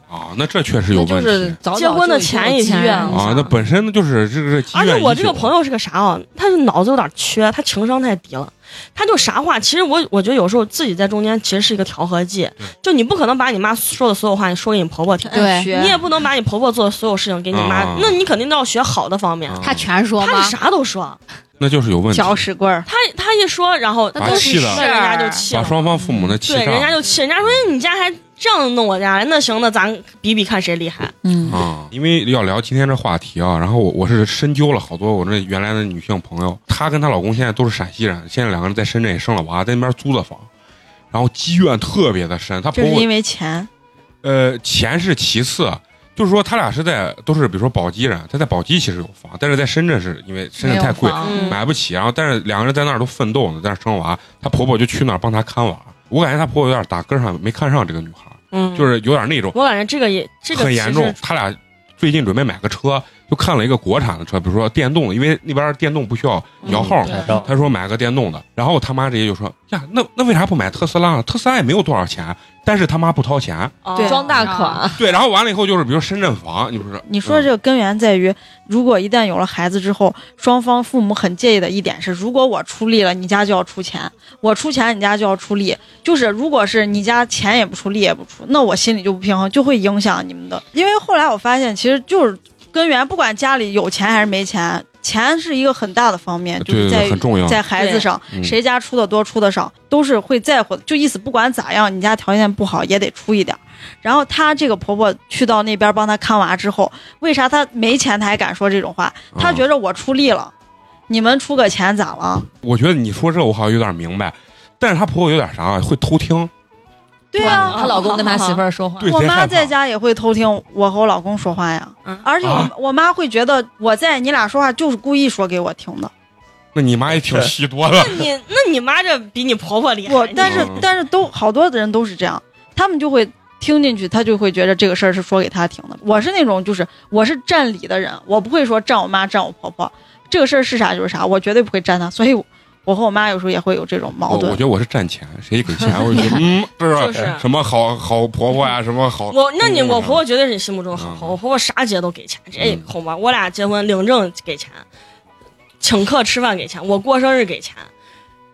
Speaker 2: 啊，那这确实有
Speaker 4: 那
Speaker 2: 问
Speaker 4: 就
Speaker 2: 题。
Speaker 4: 是早早
Speaker 1: 结婚的
Speaker 4: 就已经有嗯
Speaker 1: 前一
Speaker 4: 积
Speaker 1: 天
Speaker 4: 怨了
Speaker 2: 啊，那本身就是这个积
Speaker 1: 而
Speaker 2: 怨
Speaker 1: 且
Speaker 2: 已
Speaker 1: 我这个
Speaker 2: 久
Speaker 1: 朋友是个啥啊？他是脑子有点缺，他情商太低了，他就啥话。其实我我觉得有时候自己在中间其实是一个调和剂，就你不可能把你妈说的所有话你说给你婆婆听，
Speaker 3: 对
Speaker 4: 学
Speaker 1: 你也不能把你婆婆做的所有事情给你妈，
Speaker 2: 啊
Speaker 1: 那你肯定都要学好的方面。
Speaker 2: 啊
Speaker 3: 他全说
Speaker 1: 他
Speaker 3: 吗
Speaker 1: 是？啥都说，
Speaker 2: 那就是有问题，
Speaker 6: 搅屎棍儿，
Speaker 1: 他他一说，然后
Speaker 2: 把
Speaker 1: 他都
Speaker 2: 气
Speaker 1: 是
Speaker 2: 了
Speaker 1: 人家就气
Speaker 2: 把
Speaker 1: 了，
Speaker 2: 双方父母的气
Speaker 1: 对，人家
Speaker 2: 上
Speaker 1: 就气，人家说哎你家还这样弄我家，那行，那咱比比看谁厉害。
Speaker 4: 嗯，
Speaker 2: 啊。因为要聊今天这话题啊，然后我我是深究了好多我那原来的女性朋友，她跟她老公现在都是陕西人，现在两个人在深圳也生了娃，在那边租的房，然后积怨特别的深。她
Speaker 6: 就
Speaker 2: 婆
Speaker 6: 是
Speaker 2: 婆
Speaker 6: 因为钱。
Speaker 2: 呃，钱是其次，就是说他俩是在都是比如说宝鸡人，他在宝鸡其实有房，但是在深圳是因为深圳太贵
Speaker 4: 没有，房
Speaker 1: 嗯
Speaker 2: 买不起。然后但是两个人在那儿都奋斗呢，在那儿生娃，她婆婆就去那儿帮她看娃。我感觉她婆婆有点打根儿上没看上这个女孩，
Speaker 1: 嗯，
Speaker 2: 就是有点那种
Speaker 1: 我感觉这个也这个
Speaker 2: 很严重
Speaker 1: 其实。
Speaker 2: 他俩最近准备买个车，就看了一个国产的车，比如说电动的，因为那边电动不需要
Speaker 6: 嗯
Speaker 2: 摇号。
Speaker 5: 拍照
Speaker 2: 他说买个电动的，然后他妈直接就说呀，那那为啥不买特斯拉呢？特斯拉也没有多少钱，但是他妈不掏
Speaker 6: [laughs]
Speaker 2: 钱，
Speaker 1: 哦
Speaker 6: 对
Speaker 4: 装
Speaker 3: 啊
Speaker 4: 大
Speaker 3: [laughs]
Speaker 4: 款，
Speaker 2: 对，然后完了以后就是，比如深圳房，你不是
Speaker 6: 你说这个根源在于，如果一旦有了孩子之后，双方父母很介意的一点是，如果我出力了，你家就要出钱；我出钱，你家就要出力。就是如果是你家钱也不出，力也不出，那我心里就不平衡，就会影响你们的。因为后来我发现，其实就是根源，不管家里有钱还是没钱，钱是一个很大的方面，
Speaker 2: 嗯
Speaker 6: 就
Speaker 2: 呃对
Speaker 6: 是
Speaker 2: 对
Speaker 6: 在
Speaker 2: 对
Speaker 6: 于
Speaker 2: 很重要，
Speaker 6: 在孩子上，
Speaker 2: 嗯
Speaker 6: 谁家出的多出的少，都是会在乎的。就意思不管咋样，你家条件不好也得出一点儿。然后她这个婆婆去到那边帮她看娃之后，为啥她没钱她还敢说这种话？她觉
Speaker 2: 得、
Speaker 6: 着我出力了，你们出个钱咋了？
Speaker 2: 我觉得你说这我好像有点明白，但是她婆婆有点啥啊，会偷听，
Speaker 6: 对
Speaker 4: 她
Speaker 6: 啊，
Speaker 4: 她老公跟她媳妇儿说话，
Speaker 2: 对，
Speaker 6: 我
Speaker 2: 贼害
Speaker 6: 妈
Speaker 2: 怕
Speaker 6: 在，家也会偷听我和我老公说话呀
Speaker 1: 嗯，
Speaker 6: 而且我
Speaker 2: 啊
Speaker 6: 我妈会觉得我在你俩说话就是故意说给我听的。
Speaker 2: 那你妈也挺吸多了。
Speaker 1: 你那你妈这比你婆婆厉害。
Speaker 6: 我
Speaker 1: 你
Speaker 6: 但是
Speaker 2: 嗯
Speaker 6: 但是都好多的人都是这样，他们就会听进去，他就会觉得这个事儿是说给他听的。我是那种就是我是占理的人，我不会说占我妈占我婆婆，这个事儿是啥就是啥，我绝对不会占她。所以我，我和我妈有时候也会有这种
Speaker 2: 我
Speaker 6: 矛
Speaker 2: 我
Speaker 6: 盾
Speaker 2: 觉。得我是占钱，谁给钱我就觉得
Speaker 6: [laughs]
Speaker 2: 嗯，这
Speaker 1: 就是
Speaker 2: 什么好好婆婆呀，什么好
Speaker 1: 我那你
Speaker 2: 公公
Speaker 1: 我
Speaker 2: 呀
Speaker 1: 婆婆绝对是你心目中的好
Speaker 2: 哦嗯
Speaker 1: 婆婆，我婆婆啥节都给钱，这
Speaker 2: 嗯
Speaker 1: 恐怕我俩结婚领证给钱，请客吃饭给钱，我过生日给钱，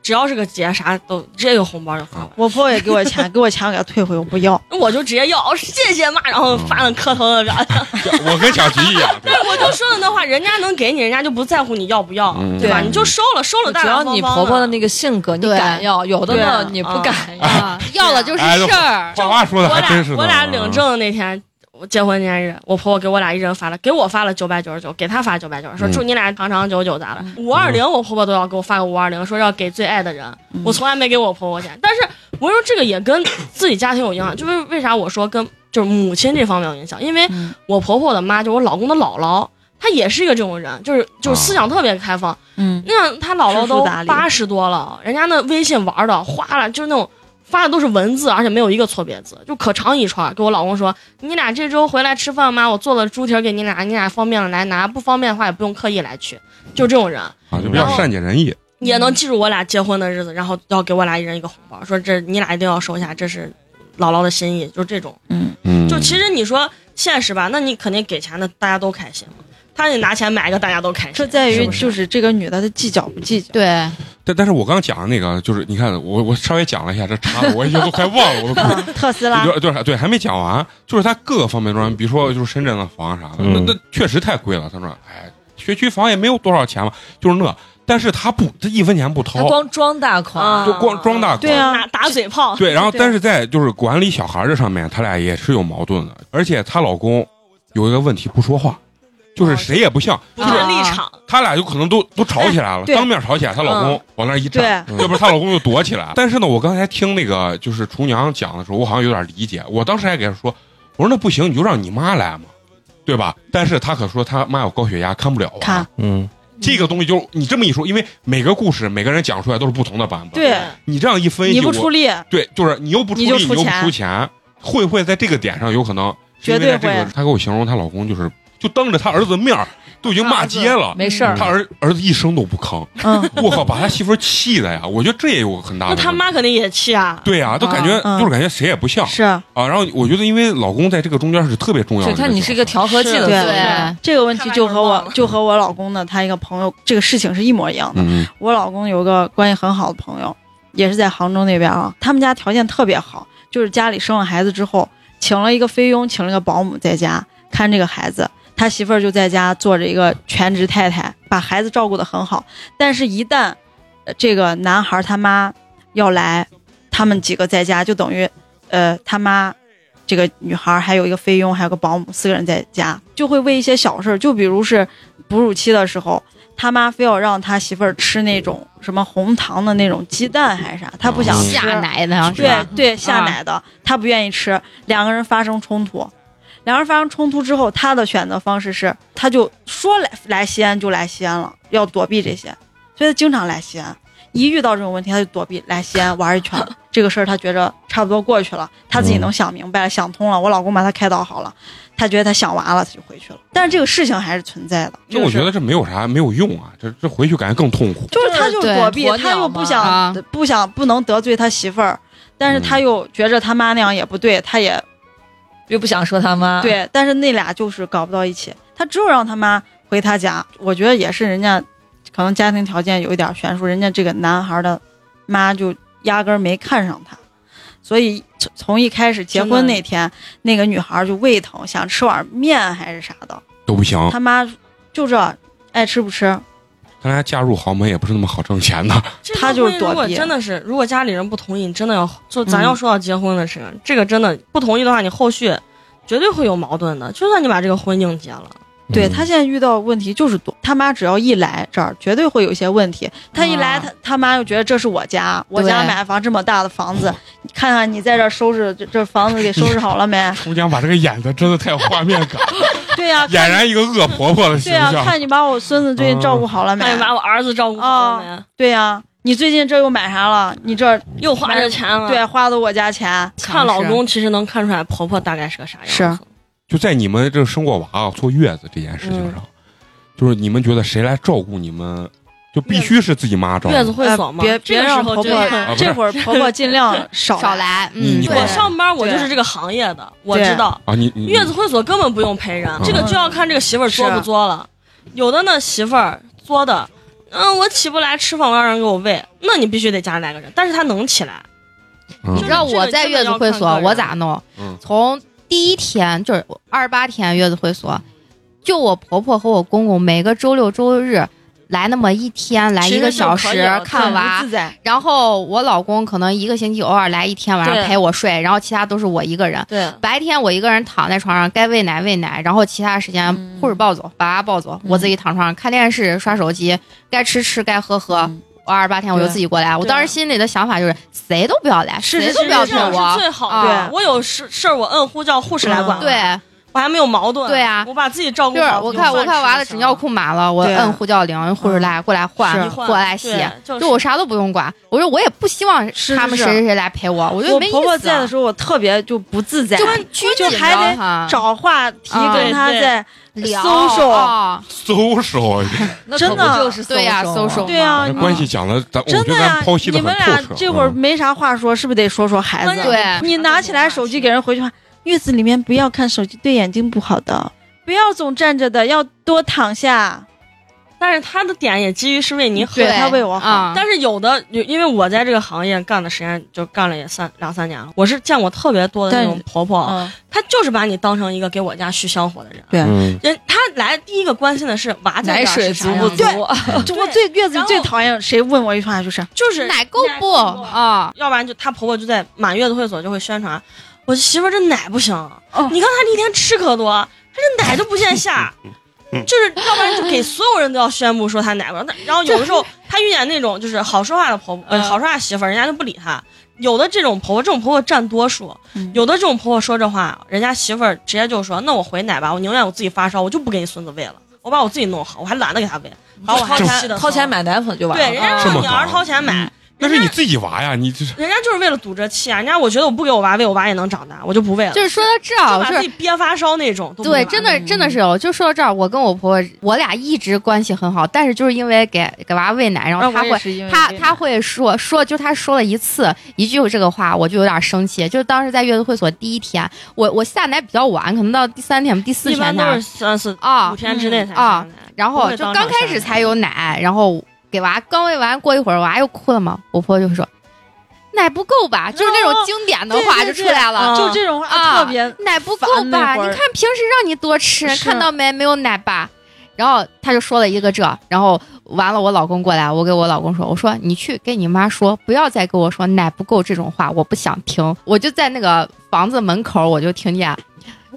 Speaker 1: 只要是个节啥都直接有红包就发过来，
Speaker 6: 我婆婆也给我
Speaker 2: [laughs]
Speaker 6: 钱，给我钱我给她退回，我不
Speaker 2: 嗯
Speaker 6: 要。
Speaker 1: 那我就直接要谢谢妈，然后发了磕头的表情， [laughs]
Speaker 2: [laughs] 我跟小菊一样，对
Speaker 1: 我就说的那话，人家能给你，人家就不在乎你要不要，
Speaker 2: 嗯
Speaker 1: 对吧？
Speaker 2: 对
Speaker 1: 你就收了，收了大
Speaker 4: 只
Speaker 1: 大
Speaker 4: 要
Speaker 1: 方方
Speaker 4: 你婆婆的
Speaker 1: 了
Speaker 4: 那个性格，你
Speaker 3: 对
Speaker 4: 敢要；有的呢
Speaker 1: 对，
Speaker 4: 你不敢要。
Speaker 3: 啊，要了就是
Speaker 2: 哎
Speaker 3: 事儿。
Speaker 2: 话话说的
Speaker 1: 我
Speaker 2: 还
Speaker 1: 俩
Speaker 2: 真是呢啊
Speaker 1: 我俩领证那天，我结婚纪念日，我婆婆给我俩一人发了，给我发了九百九十九，给她发九百九十，说
Speaker 2: 嗯
Speaker 1: 祝你俩长长久久咋的？五二零，我婆婆都要给我发个五二零，说要给最爱的人。我从来没给我婆婆钱，但是我说这个也跟自己家庭有影响，就是为啥我说跟就是母亲这方面有影响，因为
Speaker 6: 嗯
Speaker 1: 我婆婆的妈就我老公的姥姥。她也是一个这种人，就是就是
Speaker 2: 啊
Speaker 1: 思想特别开放。
Speaker 6: 嗯，
Speaker 1: 那样她姥姥
Speaker 6: 知
Speaker 1: 都
Speaker 6: 书达理
Speaker 1: 八十多了，人家那微信玩的哗啦，就是那种发的都是文字，而且没有一个错别字，就可长一串。给我老公说，你俩这周回来吃饭吗？我做了猪蹄儿给你俩，你俩方便了来拿，不方便的话也不用刻意来取。就这种人
Speaker 2: 啊，就比较善解人意，
Speaker 1: 也能记住我俩结婚的日子，然后要给我俩一人一个红包，说这你俩一定要收下，这是姥姥的心意，就这种。
Speaker 2: 嗯，
Speaker 1: 就其实你说现实吧，那你肯定给钱的，大家都开心。他得拿钱买一个，大家都开心。
Speaker 6: 这在
Speaker 2: 是
Speaker 6: 于
Speaker 2: 不是
Speaker 6: 就是这个女的她计较不计较。
Speaker 3: 对，
Speaker 2: 但但是我刚讲的那个就是你看我我稍微讲了一下，这差了我已经都快忘了，我都快
Speaker 1: [laughs]
Speaker 6: 啊，特斯拉，
Speaker 2: 对对对，还没讲完，就是他各个方面装，比如说就是深圳的房啥的，那
Speaker 5: 嗯
Speaker 2: 那确实太贵了。他说，哎，学区房也没有多少钱嘛，就是那，但是他不，他一分钱不
Speaker 4: 他
Speaker 2: 掏，
Speaker 4: 光装大款，
Speaker 1: 啊
Speaker 2: 就光装大款。
Speaker 6: 对啊
Speaker 1: 拿打嘴炮，
Speaker 2: 对然后
Speaker 6: 对
Speaker 2: 但是在就是管理小孩这上面，他俩也是有矛盾的，而且她老公有一个问题不说话，
Speaker 1: 哦
Speaker 2: 就是谁也不像，
Speaker 1: 不
Speaker 2: 就
Speaker 1: 看
Speaker 2: 是
Speaker 1: 立场。
Speaker 2: 他俩就可能都都吵起来了，
Speaker 6: 哎对嗯
Speaker 2: 当面吵起来，她老公往那儿一站，
Speaker 5: 对
Speaker 2: 要不是她老公就躲起来。但是呢，我刚才听那个就是厨娘讲的时候，我好像有点理解，我当时还给她说，我说那不行，你就让你妈来嘛，对吧？但是她可说她妈有高血压，看不了啊。
Speaker 6: 看
Speaker 5: 嗯，
Speaker 2: 这个东西就是你这么一说，因为每个故事每个人讲出来都是不同的版本，
Speaker 6: 对，
Speaker 2: 你这样一分析，
Speaker 6: 你不出
Speaker 2: 我
Speaker 6: 力，
Speaker 2: 对，就是你又不出力，
Speaker 6: 你
Speaker 2: 你
Speaker 6: 就出
Speaker 2: 又不
Speaker 6: 钱
Speaker 2: 出钱，会不会在这个点上有可能？是因为
Speaker 6: 绝
Speaker 2: 在
Speaker 6: 对
Speaker 2: 这个
Speaker 6: 会
Speaker 2: 她给我形容她老公就是就当着她儿子的面儿都已经骂街了，
Speaker 4: 没事儿
Speaker 6: 嗯。
Speaker 2: [laughs] 他儿儿子一声都不吭，
Speaker 6: 嗯，
Speaker 2: 我靠，把他媳妇儿气的呀！我觉得这也有很啊大
Speaker 1: 那
Speaker 2: 的。
Speaker 1: 他妈肯定也气啊。
Speaker 2: 对呀、都感觉、
Speaker 6: 嗯
Speaker 2: 就是感觉谁也不像
Speaker 6: 是啊
Speaker 2: 啊。然后我觉得，因为老公在这个中间是特别重要的角
Speaker 4: 对，
Speaker 2: 色。
Speaker 4: 看你是一个调和剂的
Speaker 1: 是
Speaker 4: 作
Speaker 6: 对
Speaker 4: 用，
Speaker 3: 对
Speaker 6: 这个问题就和
Speaker 1: 看完就忘
Speaker 6: 我
Speaker 1: 了
Speaker 6: 就和我老公的他一个朋友这个事情是一模一样的。
Speaker 2: 嗯，
Speaker 6: 我老公有个关系很好的朋友，也是在杭州那边啊，他们家条件特别好，就是家里生了孩子之后，请了一个菲佣，请了个保姆在家看这个孩子，他媳妇儿就在家做着一个全职太太，把孩子照顾得很好。但是，一旦呃这个男孩他妈要来，他们几个在家就等于，呃，他妈。这个女孩还有一个菲佣，还有个保姆，四个人在家就会为一些小事儿，就比如是哺乳期的时候，他妈非要让他媳妇儿吃那种什么红糖的那种鸡蛋还是啥，他不想吃。
Speaker 3: 下奶的，是
Speaker 6: 对
Speaker 3: 吧？
Speaker 6: 对，下
Speaker 2: 啊
Speaker 6: 奶的，他不愿意吃，两个人发生冲突，两个人发生冲突之后，他的选择方式是，他就说来来西安就来西安了，要躲避这些，所以他经常来西安，一遇到这种问题他就躲避，来西安玩一圈，这个事儿他觉着差不多过去了，他
Speaker 2: 嗯
Speaker 6: 自己能想明白了，想通了，我老公把他开导好了，他觉得他想完了，他就回去了，但是这个事情还是存在的，
Speaker 2: 就我觉得这没有啥没有用啊，这这回去感觉更痛苦。
Speaker 6: 就是他就是躲避
Speaker 4: 就是，对
Speaker 6: 他又不想、
Speaker 3: 鸵鸟嘛
Speaker 6: 不想不能得罪他媳妇儿，但是他又觉着他妈那样也不对，他也
Speaker 4: 又不想说他妈。，
Speaker 6: 对，但是那俩就是搞不到一起，他只有让他妈回他家，我觉得也是人家可能家庭条件有一点悬殊，人家这个男孩的妈就压根儿没看上他，所以从从一开始结
Speaker 1: 真的
Speaker 6: 婚那天，那个女孩就胃疼，想吃碗面还是啥的，
Speaker 2: 都不行，
Speaker 6: 他妈就这爱吃不吃，
Speaker 2: 看来嫁入豪门也不是那么好挣钱的。
Speaker 1: 这个
Speaker 6: 他就是躲避
Speaker 1: 如果真的是，如果家里人不同意，你真的要就咱要说到结婚的事，这个真的不同意的话，你后续绝对会有矛盾的。就算你把这个婚硬结了，
Speaker 6: 对
Speaker 2: 嗯？
Speaker 6: 他现在遇到问题就是多，他妈只要一来这儿，绝对会有一些问题。他一来，
Speaker 4: 啊
Speaker 6: 他他妈又觉得这是我家，我家
Speaker 4: 对
Speaker 6: 买房这么大的房子，你看看你在这儿收拾这这房子给收拾好了没
Speaker 2: 姑娘把这个演的真的太有画面感，
Speaker 6: 对呀、
Speaker 2: 俨
Speaker 6: 看
Speaker 2: 然一个恶婆婆的形
Speaker 6: 对呀、
Speaker 2: 象。
Speaker 6: 看你把我孙子最近照顾好了没？
Speaker 1: 那你把我儿子照顾好了没？啊
Speaker 6: 对呀、你最近这又买啥了？你这
Speaker 1: 又花着钱了。
Speaker 6: 对，花的我家钱，
Speaker 1: 看老公其实能看出来婆婆大概是个啥样子。
Speaker 6: 是
Speaker 2: 就在你们这生过娃啊、坐月子这件事情上，就是你们觉得谁来照顾你们，就必须是自己妈照顾。
Speaker 1: 月子会所
Speaker 6: 呃
Speaker 1: 吗？
Speaker 6: 别
Speaker 1: 这
Speaker 6: 别
Speaker 1: 个时
Speaker 6: 让
Speaker 1: 候
Speaker 6: 婆
Speaker 1: 真的
Speaker 2: 啊
Speaker 6: 婆
Speaker 2: 不是
Speaker 6: 这会儿婆婆尽量少
Speaker 3: 少。来，
Speaker 2: 你
Speaker 3: 嗯，
Speaker 2: 你
Speaker 3: 对
Speaker 2: 管
Speaker 1: 我上班我就是这个行业的，我知道
Speaker 2: 啊，你你
Speaker 1: 月子会所根本不用陪人，这个就要看这个媳妇儿作不作了。有的那媳妇儿作的，嗯，我起不来吃饭，我让人给我喂，那你必须得家里来个人，但是她能起来。
Speaker 2: 嗯
Speaker 3: 你知道我在月子会
Speaker 1: 这个真的要
Speaker 3: 所
Speaker 1: 看个人
Speaker 3: 我咋弄
Speaker 2: 嗯？
Speaker 3: 从第一天就是二十八天月子会所，就我婆婆和我公公每个周六周日来那么一天，来一个小
Speaker 1: 其实就可以
Speaker 3: 时
Speaker 1: 了
Speaker 3: 看
Speaker 6: 很
Speaker 3: 娃
Speaker 6: 不。自在，
Speaker 3: 然后我老公可能一个星期偶尔来一天晚上
Speaker 4: 对
Speaker 3: 陪我睡，然后其他都是我一个人。
Speaker 1: 对，
Speaker 3: 白天我一个人躺在床上，该喂奶喂奶，然后其他时间
Speaker 4: 嗯
Speaker 3: 护士抱走，把娃抱走，
Speaker 6: 嗯
Speaker 3: 我自己躺床上看电视、刷手机，该吃吃，该喝喝
Speaker 4: 嗯。
Speaker 3: 我二十八天我就
Speaker 4: 对
Speaker 3: 自己过来，我
Speaker 1: 对
Speaker 3: 当时心里的想法就是谁都不要来，
Speaker 6: 是
Speaker 3: 谁
Speaker 6: 是
Speaker 3: 都不要
Speaker 1: 这
Speaker 3: 陪
Speaker 1: 样
Speaker 3: 我，
Speaker 1: 是最好的。
Speaker 3: 啊
Speaker 1: 我有事事儿，我摁呼叫护士来管。
Speaker 6: 嗯
Speaker 3: 对，
Speaker 1: 我还没有矛盾。
Speaker 3: 对啊
Speaker 1: 我把自己照顾
Speaker 3: 就是
Speaker 1: 好。
Speaker 3: 我看我看娃的纸尿裤满了，我
Speaker 6: 对嗯
Speaker 3: 摁呼叫铃，护士来过来换，
Speaker 1: 一
Speaker 3: 过来洗，，
Speaker 1: 就
Speaker 3: 就我啥都不用管。我说我也不希望
Speaker 6: 是
Speaker 3: 他们
Speaker 6: 是
Speaker 3: 谁谁谁来陪我，我觉得
Speaker 6: 我
Speaker 3: 没意思。啊
Speaker 6: 婆婆在的时候，我特别就不自在，
Speaker 3: 就
Speaker 6: 就还得
Speaker 3: 得
Speaker 6: 找话题
Speaker 3: 啊
Speaker 6: 跟她
Speaker 1: 对
Speaker 6: 在。
Speaker 3: 聊
Speaker 6: 搜索
Speaker 3: 啊
Speaker 2: 搜手， [laughs]
Speaker 4: 那
Speaker 6: 真
Speaker 4: 可不
Speaker 6: 的
Speaker 4: 就是搜
Speaker 3: 对呀
Speaker 4: 手
Speaker 3: 搜手
Speaker 4: 吗
Speaker 6: 对啊
Speaker 2: 那关系讲的，咱哎我
Speaker 6: 真
Speaker 2: 觉
Speaker 6: 的
Speaker 2: 得
Speaker 6: 呀
Speaker 2: 咱剖析，的
Speaker 6: 你
Speaker 2: 很
Speaker 6: 们俩
Speaker 2: 透彻。
Speaker 6: 这会儿
Speaker 2: 嗯
Speaker 6: 没啥话说，是不是得说说孩
Speaker 1: 关键
Speaker 6: 子？
Speaker 3: 对
Speaker 6: 你拿起来手机给人回去话，月子里面不要看手机，对眼睛不好的。不要总站着的，要多躺下。
Speaker 1: 但是他的点也基于是为你好。
Speaker 3: 对
Speaker 6: 她为我好
Speaker 3: 啊
Speaker 1: 但是有的，有因为我在这个行业干的时间就干了也三两三年了，我是见过特别多的那种
Speaker 6: 但
Speaker 1: 婆婆，
Speaker 6: 嗯，
Speaker 1: 她就是把你当成一个给我家续香火的人。
Speaker 6: 对
Speaker 2: 嗯，
Speaker 1: 人她来第一个关心的是娃在
Speaker 4: 奶
Speaker 1: 家
Speaker 4: 水
Speaker 1: 是啥
Speaker 4: 足
Speaker 1: 样
Speaker 4: 不
Speaker 1: 子
Speaker 4: 足？
Speaker 6: 嗯就
Speaker 1: [laughs] 对
Speaker 6: 我最月子
Speaker 1: 然
Speaker 6: 里
Speaker 1: 后
Speaker 6: 最讨厌谁问我一句话就是，
Speaker 1: 就是
Speaker 3: 奶够
Speaker 1: 奶
Speaker 3: 不
Speaker 1: 够
Speaker 3: 啊？
Speaker 1: 要不然就她婆婆就在满月子会所就会宣传，我媳妇儿这奶不行，
Speaker 6: 哦
Speaker 1: 你看她这一天吃可多，她这奶都不见下，
Speaker 2: 嗯
Speaker 1: 就是要不然就给所有人都要宣布说她奶不行。然后有的
Speaker 4: [laughs]
Speaker 1: 时候她遇见那种就是好说话的婆婆，呃，
Speaker 4: 嗯
Speaker 1: 好说话的媳妇儿，人家就不理她。有的这种婆婆，这种婆婆占多数
Speaker 6: 嗯。
Speaker 1: 有的这种婆婆说这话，人家媳妇儿直接就说：“那我回奶吧，我宁愿我自己发烧，我就不给你孙子喂了，我把我自己弄好，我还懒得给他喂，把我
Speaker 4: 掏
Speaker 1: 还
Speaker 4: 钱掏钱。买啊嗯奶粉就”完了。
Speaker 1: 对，人家
Speaker 2: 这么
Speaker 1: 让女儿
Speaker 2: 搞
Speaker 1: 掏钱买，
Speaker 2: 那是你自己娃呀，你这是
Speaker 1: 人家就是为了堵这气啊！人家我觉得我不给我娃喂，我娃也能长大，我就不喂了，
Speaker 3: 就是说到这儿，
Speaker 1: 就
Speaker 3: 我
Speaker 1: 把
Speaker 3: 是
Speaker 1: 自己憋发烧那种。都不
Speaker 3: 对，
Speaker 1: 给娃
Speaker 3: 真的真的是有。就说到这儿，我跟我婆婆，我俩一直关系很好，但是就是因为给给娃喂奶，然
Speaker 1: 啊
Speaker 3: 后她会。
Speaker 4: 会
Speaker 3: 她她会说说，就她说了一次一句这个话，我就有点生气。就是当时在月子会所第一天，我我下奶比较晚，可能到第三天、第四
Speaker 1: 一般
Speaker 3: 天
Speaker 1: 都
Speaker 3: 才
Speaker 1: 是三呃四
Speaker 3: 啊
Speaker 1: 五天之内才
Speaker 3: 嗯啊
Speaker 1: 上来
Speaker 3: 然
Speaker 1: 不
Speaker 3: 后
Speaker 1: 会
Speaker 3: 就
Speaker 1: 当
Speaker 3: 刚
Speaker 1: 场
Speaker 3: 开
Speaker 1: 下
Speaker 3: 始
Speaker 1: 奶
Speaker 3: 才有奶，然后给娃刚喂完，过一会儿娃又哭了嘛，我婆婆就说奶不够吧，就是那种
Speaker 6: 哦
Speaker 3: 经典的
Speaker 6: 对
Speaker 3: 话
Speaker 6: 对
Speaker 3: 就出
Speaker 6: 对嗯
Speaker 3: 来了。
Speaker 1: 啊
Speaker 6: 就这种
Speaker 3: 啊
Speaker 6: 话特别
Speaker 3: 奶不够
Speaker 6: 烦
Speaker 3: 吧？
Speaker 6: 那
Speaker 3: 你
Speaker 6: 会儿
Speaker 3: 看平时让你多吃，
Speaker 6: 是
Speaker 3: 看到没？没有奶吧？然后他就说了一个这，然后完了，我老公过来，我给我老公说，我说你去跟你妈说，不要再跟我说奶不够这种话，我不想听。我就在那个房子门口，我就听见，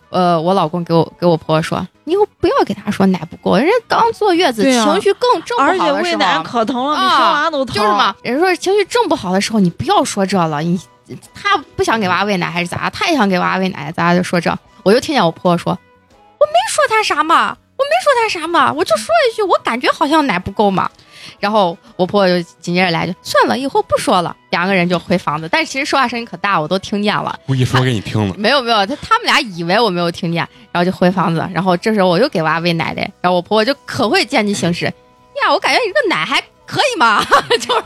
Speaker 3: 呃，我老公给我给我婆婆说，你又不要给她说奶不够，人家刚坐月子，
Speaker 6: 对啊
Speaker 3: 情绪更正
Speaker 6: 而
Speaker 3: 不
Speaker 6: 且
Speaker 3: 好的
Speaker 6: 喂
Speaker 3: 时
Speaker 6: 奶
Speaker 3: 候，
Speaker 6: 可疼了，比
Speaker 3: 啊
Speaker 6: 生娃都疼。
Speaker 3: 就是嘛，人说情绪正不好的时候，你不要说这了。你他不想给娃喂奶还是咋？他也想给娃喂奶，咋就说这？我就听见我婆婆说：“我没说他啥嘛，我没说他啥嘛，我就说一句，我感觉好像奶不够嘛。”然后我婆婆就紧接着来一句：“算了，以后不说了。”两个人就回房子，但是其实说话声音可大，我都听见了。
Speaker 2: 故意说给你听的。
Speaker 3: [laughs] 没有没有，他他们俩以为我没有听见，然后就回房子，然后这时候我又给娃喂奶的，然后我婆婆就可会见机行事，呀，我感觉你这奶还可以嘛， [laughs] 就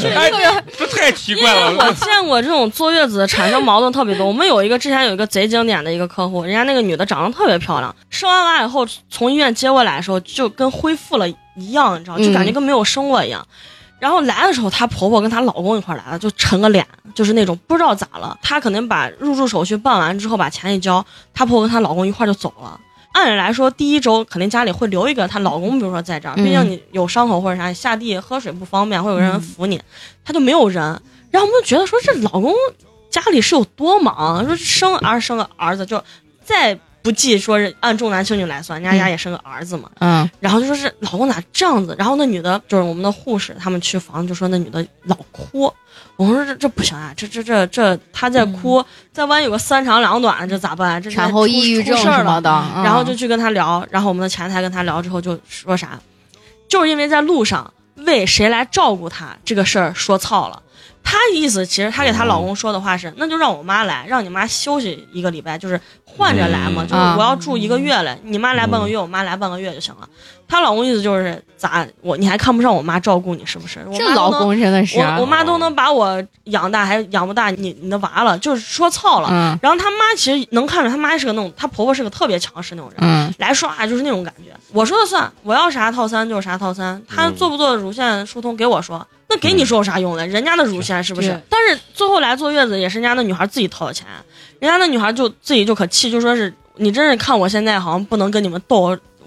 Speaker 3: 是
Speaker 2: 哎，这太奇
Speaker 1: 因
Speaker 2: 怪
Speaker 1: 为我
Speaker 2: 了。
Speaker 1: 见过这种坐月子产生矛盾特别多。我们有一个之前有一个贼经典的一个客户，人家那个女的长得特别漂亮，生完娃以哎后从医院接过来的时候就跟恢复了一样，你知道，就感觉
Speaker 3: 嗯
Speaker 1: 跟没有生过一样。然后来的时候，她婆婆跟她老公一块儿来了，就沉个脸，就是那种不知道咋了。她可能把入住手续办完之后，把钱一交，她婆婆跟她老公一块儿就走了。按理来说，第一周肯定家里会留一个她老公，比如说在这儿，
Speaker 3: 嗯
Speaker 1: 毕竟你有伤口或者啥，你下地喝水不方便，会有人扶
Speaker 3: 嗯
Speaker 1: 你。她就没有人，然后我们就觉得说这老公家里是有多忙，说生儿生个儿子就再不计说是按重男轻女来算，人家
Speaker 3: 嗯
Speaker 1: 丫也生个儿子嘛。
Speaker 3: 嗯
Speaker 1: 然后就说是老公咋这样子？然后那女的，就是我们的护士，他们去房就说那女的老哭。我说这这不行啊，这这这这她在哭，再万一有个三长两短，这咋办？
Speaker 3: 嗯
Speaker 1: 这
Speaker 3: 产后抑郁症什么
Speaker 1: 的。
Speaker 3: 的，嗯
Speaker 1: 然后就去跟她聊，然后我们的前台跟她聊之后就说啥，就是因为在路上为谁来照顾她这个事儿说操了。她意思其实她给她老公说的话是，那就让我妈来，让你妈休息一个礼拜，就是换着来嘛，
Speaker 5: 嗯
Speaker 1: 就是我要住一个月
Speaker 3: 嗯
Speaker 1: 了，你妈来半个月，我妈来半个月就行了。她老公意思就是咋我你还看不上我妈照顾你是不是？我妈
Speaker 3: 这老
Speaker 1: 都能
Speaker 3: 公真的是，啊
Speaker 1: 我我妈都能把我养大，还养不大你你的娃了，就是说操了。
Speaker 3: 嗯
Speaker 1: 然后她妈其实能看出来，她妈是个那种，她婆婆是个特别强势那种人。
Speaker 3: 嗯
Speaker 1: 来说啊，就是那种感觉，我说了算，我要啥套餐就是啥套餐，他
Speaker 2: 嗯
Speaker 1: 做不做乳腺疏通给我说，那给你说有啥用呢？人家的乳腺是不是
Speaker 4: 对？
Speaker 1: 但是最后来坐月子也是人家那女孩自己掏的钱，人家那女孩就自己就可气，就说是你真是看我现在好像不能跟你们斗，